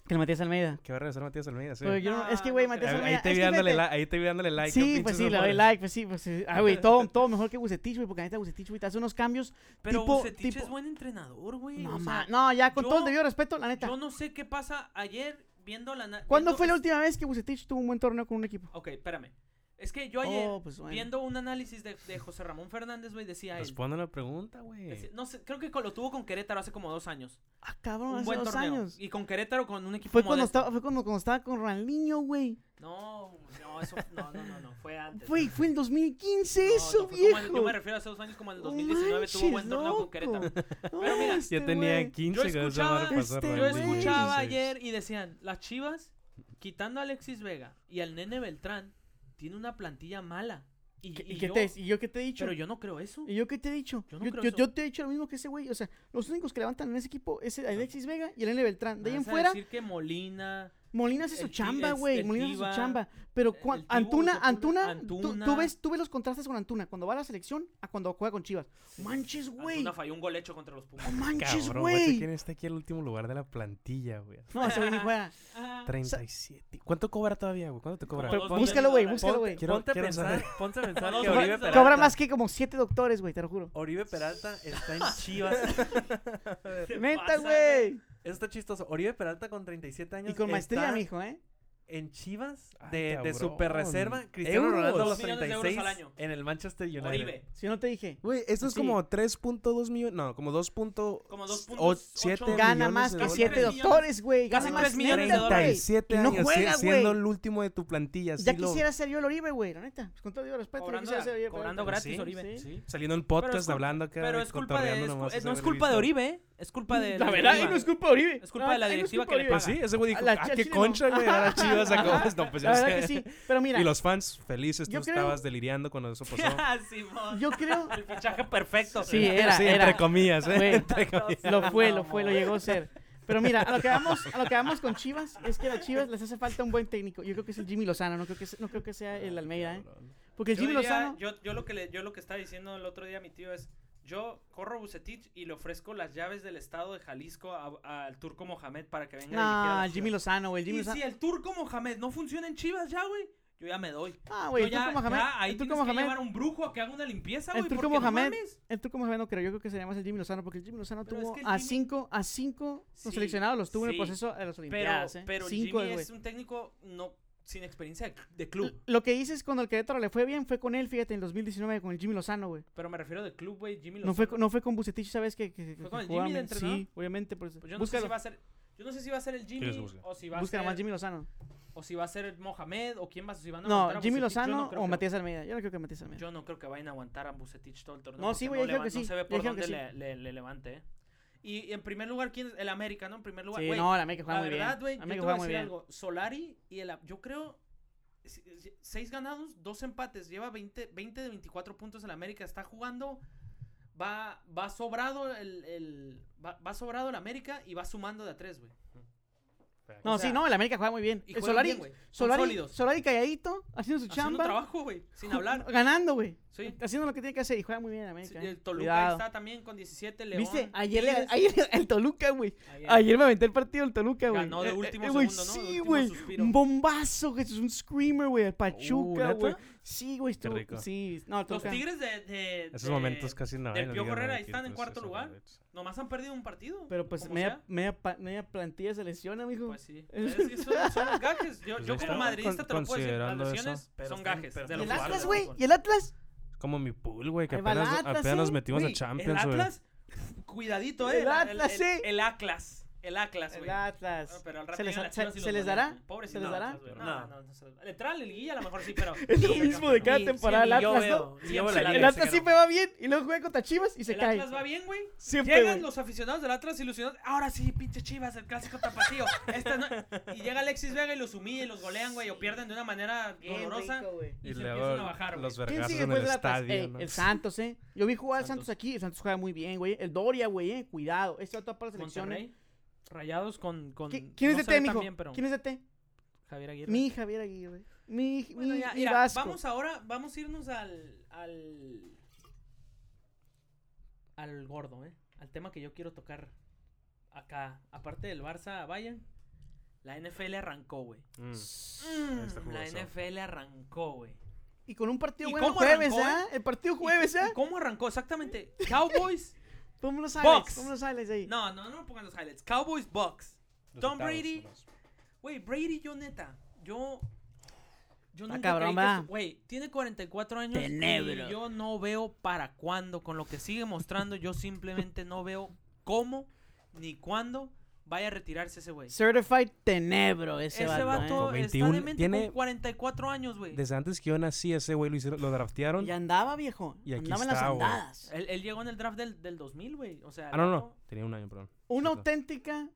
[SPEAKER 4] que el Matías Almeida.
[SPEAKER 2] Que va a regresar Matías Almeida, sí.
[SPEAKER 4] Pero yo no- es que, güey,
[SPEAKER 1] No, eh, no
[SPEAKER 4] Matías
[SPEAKER 1] creo.
[SPEAKER 2] Ahí-
[SPEAKER 4] Almeida.
[SPEAKER 2] Ahí te
[SPEAKER 4] es
[SPEAKER 2] vi
[SPEAKER 4] que
[SPEAKER 2] dándole
[SPEAKER 4] fíjate,
[SPEAKER 2] like. Ahí te vi dándole like. a
[SPEAKER 4] Pues, Sí,
[SPEAKER 2] pinches
[SPEAKER 4] pues sí, le doy
[SPEAKER 2] rumores.
[SPEAKER 4] like, pues sí, pues sí. Ah, güey, todo, todo mejor que Bucetich, güey, porque la neta Bucetich, güey, te hace unos cambios.
[SPEAKER 1] Pero
[SPEAKER 4] tipo-
[SPEAKER 1] Bucetich
[SPEAKER 4] tipo-
[SPEAKER 1] es buen entrenador, güey.
[SPEAKER 4] No,
[SPEAKER 1] o sea,
[SPEAKER 4] ma- no, ya, con
[SPEAKER 1] yo-
[SPEAKER 4] todo el debido respeto, la neta.
[SPEAKER 1] Yo no sé qué pasa ayer viendo la. na-
[SPEAKER 4] ¿Cuándo
[SPEAKER 1] viendo-
[SPEAKER 4] fue la última vez que Bucetich tuvo un buen torneo con un equipo?
[SPEAKER 1] Ok, espérame. Es que yo ayer,
[SPEAKER 4] Oh, pues bueno.
[SPEAKER 1] viendo un análisis de, de José Ramón Fernández, güey, decía él.
[SPEAKER 2] Responde la pregunta, güey.
[SPEAKER 1] decía- No sé, creo que con- lo tuvo con Querétaro hace como dos años.
[SPEAKER 4] Ah, cabrón,
[SPEAKER 1] un
[SPEAKER 4] hace
[SPEAKER 1] buen
[SPEAKER 4] dos
[SPEAKER 1] torneo.
[SPEAKER 4] años.
[SPEAKER 1] Y con Querétaro con un equipo
[SPEAKER 4] Fue cuando,
[SPEAKER 1] modesto.
[SPEAKER 4] estaba, fue cuando, cuando estaba con Ronaldinho, güey.
[SPEAKER 1] No, no, eso no, no, no, no, fue antes.
[SPEAKER 4] Fue, fue en 2015
[SPEAKER 1] No, no,
[SPEAKER 4] eso,
[SPEAKER 1] fue como en-
[SPEAKER 4] viejo.
[SPEAKER 1] yo me refiero a esos años como en el
[SPEAKER 4] No
[SPEAKER 1] 2019 tuvo
[SPEAKER 4] manches,
[SPEAKER 1] buen torneo
[SPEAKER 4] loco.
[SPEAKER 1] con Querétaro.
[SPEAKER 4] No,
[SPEAKER 1] Pero mira,
[SPEAKER 4] este
[SPEAKER 2] Ya tenía
[SPEAKER 4] güey.
[SPEAKER 2] 15
[SPEAKER 1] Yo
[SPEAKER 2] que esa
[SPEAKER 1] escuchaba-
[SPEAKER 2] madre pasó
[SPEAKER 4] este,
[SPEAKER 2] a
[SPEAKER 1] Yo
[SPEAKER 2] Randy, güey.
[SPEAKER 1] escuchaba
[SPEAKER 2] 16.
[SPEAKER 1] ayer y decían, las Chivas, quitando a Alexis Vega y al nene Beltrán, tiene una plantilla mala. Y,
[SPEAKER 4] ¿Qué-
[SPEAKER 1] y
[SPEAKER 4] ¿Y, qué
[SPEAKER 1] yo,
[SPEAKER 4] te- y yo qué te he dicho?
[SPEAKER 1] pero yo no creo eso.
[SPEAKER 4] ¿Y yo qué te he dicho?
[SPEAKER 1] Yo no
[SPEAKER 4] Yo,
[SPEAKER 1] creo
[SPEAKER 4] yo-
[SPEAKER 1] eso.
[SPEAKER 4] yo te he dicho lo mismo que ese güey. O sea, los únicos que levantan en ese equipo es el Alexis Vega y el N. Beltrán. De ahí
[SPEAKER 1] Me
[SPEAKER 4] en
[SPEAKER 1] Ah. vas a
[SPEAKER 4] fuera,
[SPEAKER 1] decir que Molina.
[SPEAKER 4] Molina hace
[SPEAKER 1] el
[SPEAKER 4] su
[SPEAKER 1] Ti-
[SPEAKER 4] chamba,
[SPEAKER 1] es-
[SPEAKER 4] güey.
[SPEAKER 1] el
[SPEAKER 4] Molina hace
[SPEAKER 1] Tiva,
[SPEAKER 4] su chamba. Pero
[SPEAKER 1] el
[SPEAKER 4] cuan-
[SPEAKER 1] Tibu,
[SPEAKER 4] Antuna,
[SPEAKER 1] Antuna,
[SPEAKER 4] Antuna, tú- Tú,
[SPEAKER 1] Antuna.
[SPEAKER 4] ves, tú ves los contrastes con Antuna. Cuando va a la selección a cuando juega con Chivas. Manches, güey.
[SPEAKER 1] Antuna falló un gol hecho contra los Pumas.
[SPEAKER 4] No manches,
[SPEAKER 2] Cabrón, guacha,
[SPEAKER 4] güey.
[SPEAKER 2] ¿quién está este aquí en el último lugar de la plantilla, güey?
[SPEAKER 4] No, ese güey ni juega.
[SPEAKER 2] 37. ¿cuánto cobra todavía, güey? ¿Cuánto te
[SPEAKER 1] Ah.
[SPEAKER 2] cobra?
[SPEAKER 1] Como
[SPEAKER 4] Pero
[SPEAKER 1] dos millones de
[SPEAKER 4] búscalo, güey,
[SPEAKER 1] dólares.
[SPEAKER 4] búscalo, güey.
[SPEAKER 2] Quiero-
[SPEAKER 3] ponte, a
[SPEAKER 2] quiero
[SPEAKER 3] pensar,
[SPEAKER 2] saber.
[SPEAKER 3] ponte a pensar
[SPEAKER 1] No,
[SPEAKER 3] que
[SPEAKER 1] no,
[SPEAKER 3] Oribe
[SPEAKER 1] no,
[SPEAKER 3] Peralta,
[SPEAKER 4] Cobra más que como siete doctores, güey, te lo juro.
[SPEAKER 3] Oribe Peralta está en Chivas.
[SPEAKER 4] Neta,
[SPEAKER 1] pasa,
[SPEAKER 4] güey.
[SPEAKER 3] Eso está chistoso. Oribe Peralta con 37 años
[SPEAKER 4] Y con maestría,
[SPEAKER 3] está
[SPEAKER 4] mijo, ¿eh?
[SPEAKER 3] en Chivas
[SPEAKER 2] Ay,
[SPEAKER 3] de, de
[SPEAKER 2] cabrón.
[SPEAKER 3] super reserva. Cristiano Ronaldo a los
[SPEAKER 1] Dos millones de euros
[SPEAKER 3] 36
[SPEAKER 1] al año.
[SPEAKER 3] en el Manchester United.
[SPEAKER 1] Oribe.
[SPEAKER 4] Si no te dije.
[SPEAKER 2] Güey, esto es
[SPEAKER 4] Sí.
[SPEAKER 2] como 3.2 millones. No, como 2.
[SPEAKER 1] Como
[SPEAKER 2] Como
[SPEAKER 1] 2.8
[SPEAKER 4] Gana más que
[SPEAKER 1] dólares.
[SPEAKER 4] siete
[SPEAKER 1] Tres millones.
[SPEAKER 4] doctores, güey. Gana
[SPEAKER 1] Casi
[SPEAKER 4] más
[SPEAKER 1] tres millones de
[SPEAKER 4] neta, güey.
[SPEAKER 1] dólares.
[SPEAKER 2] 37
[SPEAKER 4] Y no
[SPEAKER 2] años
[SPEAKER 4] juega,
[SPEAKER 2] si- siendo
[SPEAKER 4] güey.
[SPEAKER 2] el último de tu plantilla.
[SPEAKER 4] Ya
[SPEAKER 2] sí lo-
[SPEAKER 4] quisiera ser yo el Oribe, güey, la neta. Pues Con todo el respeto, yo
[SPEAKER 1] Cobrando,
[SPEAKER 4] quisiera ser yo. el
[SPEAKER 1] cobrando
[SPEAKER 4] Oribe.
[SPEAKER 1] gratis
[SPEAKER 2] Sí,
[SPEAKER 1] Oribe.
[SPEAKER 4] sí.
[SPEAKER 2] Saliendo en podcast,
[SPEAKER 1] culpa-
[SPEAKER 2] hablando acá.
[SPEAKER 1] Pero es culpa de.
[SPEAKER 2] cotorreando
[SPEAKER 1] es cu-
[SPEAKER 2] nomás,
[SPEAKER 1] es-
[SPEAKER 2] ese
[SPEAKER 1] no es
[SPEAKER 2] güey
[SPEAKER 1] culpa de
[SPEAKER 2] visto.
[SPEAKER 1] Oribe, ¿eh? es culpa de.
[SPEAKER 4] La verdad,
[SPEAKER 1] directiva.
[SPEAKER 4] ahí no es culpa de Oribe.
[SPEAKER 1] Es culpa de la
[SPEAKER 4] ahí no es
[SPEAKER 1] directiva
[SPEAKER 4] culpa
[SPEAKER 1] que le
[SPEAKER 4] de Oribe.
[SPEAKER 2] Pues sí, ese güey dijo,
[SPEAKER 4] A la
[SPEAKER 2] ah, qué
[SPEAKER 4] Chelsea no".
[SPEAKER 2] concha, güey, ahora chivas acabó esto. Pues
[SPEAKER 4] La
[SPEAKER 2] ya
[SPEAKER 4] verdad que
[SPEAKER 2] sé.
[SPEAKER 4] sí. Pero mira,
[SPEAKER 2] Y los fans felices,
[SPEAKER 4] Yo
[SPEAKER 2] tú
[SPEAKER 4] creo-
[SPEAKER 2] estabas deliriando cuando eso pasó.
[SPEAKER 1] Ah, Simón.
[SPEAKER 4] yo creo.
[SPEAKER 1] El fichaje perfecto.
[SPEAKER 4] Sí, eh, era,
[SPEAKER 2] sí,
[SPEAKER 4] era.
[SPEAKER 2] entre comillas, ¿eh?
[SPEAKER 4] Güey,
[SPEAKER 2] Entre comillas.
[SPEAKER 4] Lo fue, lo fue, lo llegó a ser. Pero mira, a lo que vamos, a lo que vamos con Chivas es que a las Chivas les hace falta un buen técnico. Yo creo que es el Jimmy Lozano, no creo que sea, no creo que sea el Almeida, ¿eh? Porque el
[SPEAKER 1] Yo,
[SPEAKER 4] Jimmy
[SPEAKER 1] diría-
[SPEAKER 4] Lozano
[SPEAKER 1] yo, yo lo que le- yo lo que estaba diciendo el otro día a mi tío es, yo corro a Bucetich y le ofrezco las llaves del estado de Jalisco a- al turco Mohamed para que venga a dirigir a
[SPEAKER 4] No,
[SPEAKER 1] la
[SPEAKER 4] el Ah, Jimmy
[SPEAKER 1] Chivas.
[SPEAKER 4] Lozano, güey. el Jimmy
[SPEAKER 1] Y
[SPEAKER 4] Lozano.
[SPEAKER 1] si el turco Mohamed no funciona en Chivas ya, güey, yo ya me doy.
[SPEAKER 4] Ah, güey,
[SPEAKER 1] Yo
[SPEAKER 4] el Turco
[SPEAKER 1] ya,
[SPEAKER 4] Mohamed.
[SPEAKER 1] ya ahí
[SPEAKER 4] el
[SPEAKER 1] tienes que
[SPEAKER 4] Turco Mohamed.
[SPEAKER 1] llevar un brujo a que haga una limpieza,
[SPEAKER 4] El
[SPEAKER 1] güey,
[SPEAKER 4] Turco
[SPEAKER 1] porque no
[SPEAKER 4] Mohamed-
[SPEAKER 1] mames.
[SPEAKER 4] El Turco Mohamed no creo, yo creo que sería más el Jimmy Lozano, porque el Jimmy Lozano
[SPEAKER 1] Pero
[SPEAKER 4] tuvo
[SPEAKER 1] es que el
[SPEAKER 4] a
[SPEAKER 1] Jimmy-
[SPEAKER 4] cinco, a cinco los
[SPEAKER 1] Sí,
[SPEAKER 4] seleccionados, los tuvo en el
[SPEAKER 1] sí.
[SPEAKER 4] proceso de las
[SPEAKER 1] Pero,
[SPEAKER 4] Olimpiadas, ¿eh?
[SPEAKER 1] pero el
[SPEAKER 4] cinco,
[SPEAKER 1] Jimmy
[SPEAKER 4] güey.
[SPEAKER 1] es un técnico no sin experiencia de- de club.
[SPEAKER 4] Lo que dices cuando el Querétaro le fue bien fue con él, fíjate, en 2019 con el Jimmy Lozano, güey.
[SPEAKER 1] Pero me refiero de club, güey, Jimmy
[SPEAKER 4] No
[SPEAKER 1] Lozano.
[SPEAKER 4] fue, con- no fue con Bucetich, ¿sabes? Que, que,
[SPEAKER 1] ¿Fue
[SPEAKER 4] que
[SPEAKER 1] con el
[SPEAKER 4] jugaban
[SPEAKER 1] Jimmy de
[SPEAKER 4] en- Sí,
[SPEAKER 1] entrenador?
[SPEAKER 4] obviamente. Por eso.
[SPEAKER 1] Pues yo no sé
[SPEAKER 4] búscalo,
[SPEAKER 1] si va a ser yo no sé si va a ser el
[SPEAKER 2] les
[SPEAKER 1] Jimmy
[SPEAKER 2] busca?
[SPEAKER 1] o si va a
[SPEAKER 4] búscalo
[SPEAKER 1] ser
[SPEAKER 4] más Jimmy Lozano.
[SPEAKER 1] o si va a ser Mohamed o quién va a si van a
[SPEAKER 4] No,
[SPEAKER 1] aguantar a
[SPEAKER 4] Jimmy
[SPEAKER 1] Bucetich, yo no
[SPEAKER 4] Lozano
[SPEAKER 1] creo
[SPEAKER 4] o
[SPEAKER 1] que-
[SPEAKER 4] Matías Almeida. Yo no creo que Matías Almeida.
[SPEAKER 1] Yo no creo que vayan a aguantar a Bucetich todo el torneo.
[SPEAKER 4] No, sí,
[SPEAKER 1] porque
[SPEAKER 4] güey, yo creo
[SPEAKER 1] leva-
[SPEAKER 4] que sí,
[SPEAKER 1] se ve
[SPEAKER 4] yo
[SPEAKER 1] por
[SPEAKER 4] creo que
[SPEAKER 1] dónde
[SPEAKER 4] sí.
[SPEAKER 1] le, le- le levante, ¿eh? Y, y en primer lugar, ¿quién es? El América, ¿no? En primer lugar,
[SPEAKER 4] sí,
[SPEAKER 1] güey,
[SPEAKER 4] no, la América
[SPEAKER 1] la
[SPEAKER 4] juega muy bien.
[SPEAKER 1] verdad, güey,
[SPEAKER 4] La
[SPEAKER 1] yo te
[SPEAKER 4] América
[SPEAKER 1] voy a
[SPEAKER 4] juega muy
[SPEAKER 1] decir
[SPEAKER 4] bien.
[SPEAKER 1] algo. Solari y el... Yo creo... si- si- Seis ganados, dos empates. Lleva 20, 20 de 24 puntos el América. Está jugando... Va, va sobrado el... el- va, va sobrado el América y va sumando de a tres, güey.
[SPEAKER 4] No,
[SPEAKER 1] o sea,
[SPEAKER 4] sí, no, la América juega muy bien.
[SPEAKER 1] Y
[SPEAKER 4] El
[SPEAKER 1] juegan
[SPEAKER 4] Eh, Solari,
[SPEAKER 1] bien, güey. Son
[SPEAKER 4] Solari,
[SPEAKER 1] sólidos.
[SPEAKER 4] Solari calladito, haciendo su
[SPEAKER 1] Haciendo
[SPEAKER 4] chamba.
[SPEAKER 1] trabajo, güey. Sin hablar.
[SPEAKER 4] Ganando, güey.
[SPEAKER 1] Sí.
[SPEAKER 4] Haciendo lo que tiene que hacer y juega muy bien la América.
[SPEAKER 1] Sí,
[SPEAKER 4] eh.
[SPEAKER 1] el Toluca
[SPEAKER 4] Cuidado.
[SPEAKER 1] está también con 17, León.
[SPEAKER 4] ¿Viste? Ayer, le-
[SPEAKER 1] Tigres.
[SPEAKER 4] ayer el Toluca, güey.
[SPEAKER 1] Ayer.
[SPEAKER 4] Ayer me aventé el partido del Toluca, güey.
[SPEAKER 1] Ganó de
[SPEAKER 4] Eh, eh,
[SPEAKER 1] último
[SPEAKER 4] eh, güey,
[SPEAKER 1] segundo, ¿no? De
[SPEAKER 4] Sí,
[SPEAKER 1] último
[SPEAKER 4] güey.
[SPEAKER 1] suspiro.
[SPEAKER 4] Un bombazo, que es un screamer, güey. Al
[SPEAKER 1] Uh,
[SPEAKER 4] Pachuca,
[SPEAKER 2] ¿neta?
[SPEAKER 4] güey. Sí, güey. estuvo-
[SPEAKER 2] rico.
[SPEAKER 4] Sí, no, el
[SPEAKER 1] Los
[SPEAKER 4] Toluca.
[SPEAKER 1] Tigres de... de-
[SPEAKER 2] Esos
[SPEAKER 1] de-
[SPEAKER 2] momentos casi no.
[SPEAKER 1] del
[SPEAKER 2] en la
[SPEAKER 1] Piojo
[SPEAKER 2] Liga
[SPEAKER 1] Herrera
[SPEAKER 2] Mexicana,
[SPEAKER 1] están en
[SPEAKER 2] entonces,
[SPEAKER 1] cuarto
[SPEAKER 2] eso,
[SPEAKER 1] lugar.
[SPEAKER 2] de hecho.
[SPEAKER 1] Nomás han perdido un partido.
[SPEAKER 4] Pero pues
[SPEAKER 1] como
[SPEAKER 4] media,
[SPEAKER 1] sea.
[SPEAKER 4] media, pa- media plantilla se lesiona, mijo.
[SPEAKER 1] Pues sí. Es que son, son los gajes. Yo,
[SPEAKER 2] Pues
[SPEAKER 1] yo
[SPEAKER 2] ahí
[SPEAKER 1] como
[SPEAKER 2] está.
[SPEAKER 1] madridista te lo puedo decir. Las
[SPEAKER 2] Considerando eso.
[SPEAKER 1] lesiones
[SPEAKER 3] Pero
[SPEAKER 1] son
[SPEAKER 3] están-
[SPEAKER 1] gajes.
[SPEAKER 3] pero
[SPEAKER 1] de
[SPEAKER 4] ¿Y
[SPEAKER 1] los
[SPEAKER 4] el
[SPEAKER 3] Pero
[SPEAKER 4] Atlas,
[SPEAKER 1] jugadores.
[SPEAKER 4] güey? ¿Y el Atlas?
[SPEAKER 2] Como mi pool, güey, que
[SPEAKER 4] Ahí va el
[SPEAKER 2] apenas,
[SPEAKER 4] Atlas,
[SPEAKER 2] apenas nos
[SPEAKER 4] ¿eh?
[SPEAKER 2] metimos
[SPEAKER 4] Güey,
[SPEAKER 2] a
[SPEAKER 4] el
[SPEAKER 1] El
[SPEAKER 2] Champions, güey.
[SPEAKER 1] Atlas, cuidadito, eh.
[SPEAKER 4] El Atlas,
[SPEAKER 1] el,
[SPEAKER 4] eh.
[SPEAKER 1] El Atlas. El Atlas, güey.
[SPEAKER 4] El Atlas.
[SPEAKER 1] Ah, Pero al rato
[SPEAKER 4] ¿Se les,
[SPEAKER 1] llegan las
[SPEAKER 4] se-
[SPEAKER 1] Chivas y
[SPEAKER 4] se
[SPEAKER 1] los
[SPEAKER 4] les
[SPEAKER 1] golean,
[SPEAKER 4] dará?
[SPEAKER 1] güey. Pobrecito
[SPEAKER 4] ¿Se les
[SPEAKER 1] Atlas,
[SPEAKER 4] dará?
[SPEAKER 1] güey.
[SPEAKER 3] No.
[SPEAKER 1] No, no, no, se les dará. Le trae la liguilla a lo mejor sí, pero.
[SPEAKER 4] Es lo
[SPEAKER 1] Sí,
[SPEAKER 4] mismo de cada
[SPEAKER 1] sí,
[SPEAKER 4] temporada.
[SPEAKER 1] sí,
[SPEAKER 4] El
[SPEAKER 1] yo
[SPEAKER 4] Atlas,
[SPEAKER 1] veo,
[SPEAKER 4] ¿no?
[SPEAKER 1] sí,
[SPEAKER 3] Llevo la
[SPEAKER 1] el
[SPEAKER 3] liga.
[SPEAKER 4] El
[SPEAKER 1] Atlas-
[SPEAKER 4] Atlas siempre va bien y luego juega contra Chivas y se
[SPEAKER 1] El
[SPEAKER 4] cae.
[SPEAKER 1] Atlas va bien, güey.
[SPEAKER 4] Siempre,
[SPEAKER 1] Llegan
[SPEAKER 4] güey.
[SPEAKER 1] los aficionados del Atlas ilusionados. Ahora sí, pinche Chivas, el clásico tapatío. Esta no- Y llega Alexis Vega y los humilla y los golean, güey. O pierden de una manera
[SPEAKER 4] Bien
[SPEAKER 1] dolorosa.
[SPEAKER 4] rico, güey.
[SPEAKER 1] Y, se empiezan a bajar, güey.
[SPEAKER 2] los
[SPEAKER 4] ¿Quién
[SPEAKER 2] vergazos
[SPEAKER 4] sigue
[SPEAKER 2] en
[SPEAKER 4] después
[SPEAKER 2] el
[SPEAKER 4] del Atlas?
[SPEAKER 2] estadio,
[SPEAKER 4] Ey,
[SPEAKER 2] ¿no?
[SPEAKER 4] El Santos, ¿eh? Yo vi jugar al Santos
[SPEAKER 1] Santos.
[SPEAKER 4] aquí. El Santos juega muy bien, güey. El Doria, güey, ¿eh? Cuidado. Este va todo para la selección. ¿eh?
[SPEAKER 1] Monterrey. Rayados con. con
[SPEAKER 4] ¿Qui- ¿Quién es
[SPEAKER 1] no
[SPEAKER 4] de
[SPEAKER 1] se
[SPEAKER 4] té,
[SPEAKER 1] ve tan
[SPEAKER 4] mijo?
[SPEAKER 1] bien, pero
[SPEAKER 4] ¿Quién es de té?
[SPEAKER 1] Javier Aguirre.
[SPEAKER 4] Mi Javier Aguirre. Mi,
[SPEAKER 1] Bueno,
[SPEAKER 4] mi,
[SPEAKER 1] ya,
[SPEAKER 4] mi
[SPEAKER 1] mira,
[SPEAKER 4] Vasco.
[SPEAKER 1] vamos ahora, vamos a irnos al. al. al gordo, ¿eh? Al tema que yo quiero tocar acá. Aparte del Barça, vayan. La NFL arrancó, güey.
[SPEAKER 2] Mm.
[SPEAKER 1] Mm,
[SPEAKER 2] está
[SPEAKER 1] la
[SPEAKER 2] jugoso.
[SPEAKER 1] NFL arrancó, güey.
[SPEAKER 4] Y con un partido
[SPEAKER 1] ¿Y
[SPEAKER 4] bueno el
[SPEAKER 1] cómo
[SPEAKER 4] jueves,
[SPEAKER 1] arrancó, eh?
[SPEAKER 4] ¿ah? El partido jueves,
[SPEAKER 1] ¿Y-
[SPEAKER 4] ¿ah?
[SPEAKER 1] y ¿Cómo arrancó? Exactamente. Cowboys.
[SPEAKER 4] Ponme los
[SPEAKER 1] Box.
[SPEAKER 4] highlights. Ponme los highlights ahí.
[SPEAKER 1] No, no, no me pongan los highlights. Cowboys, Bucks.
[SPEAKER 2] Los
[SPEAKER 1] Tom
[SPEAKER 2] octavos,
[SPEAKER 1] Brady.
[SPEAKER 2] nomás.
[SPEAKER 1] Güey, Brady, yo neta. Yo. Yo
[SPEAKER 4] Está
[SPEAKER 1] nunca
[SPEAKER 4] Ah, cabrón,
[SPEAKER 1] creí que
[SPEAKER 4] ¿verdad?
[SPEAKER 1] esto- Güey, tiene 44 años.
[SPEAKER 4] Tenebro.
[SPEAKER 1] Y yo no veo para cuándo. Con lo que sigue mostrando, yo simplemente no veo cómo ni cuándo vaya a retirarse ese güey.
[SPEAKER 4] Certified Tenebro ese,
[SPEAKER 1] Ese
[SPEAKER 4] vato. eh.
[SPEAKER 1] vato
[SPEAKER 2] Con
[SPEAKER 1] está
[SPEAKER 2] 21
[SPEAKER 1] demente
[SPEAKER 2] tiene-
[SPEAKER 1] con 44 años, güey.
[SPEAKER 2] Desde antes que yo nací, ese güey lo, hicieron, lo
[SPEAKER 4] ¿eh?
[SPEAKER 2] draftearon.
[SPEAKER 4] Y andaba, viejo.
[SPEAKER 2] Y aquí
[SPEAKER 4] andaba en las
[SPEAKER 2] está, güey.
[SPEAKER 4] andadas.
[SPEAKER 1] Él, él llegó en el draft del, del 2000, güey. O sea,
[SPEAKER 2] Ah, no,
[SPEAKER 1] el
[SPEAKER 2] no.
[SPEAKER 1] vato-
[SPEAKER 2] Tenía un año, perdón.
[SPEAKER 4] Una
[SPEAKER 2] Cierto.
[SPEAKER 4] auténtica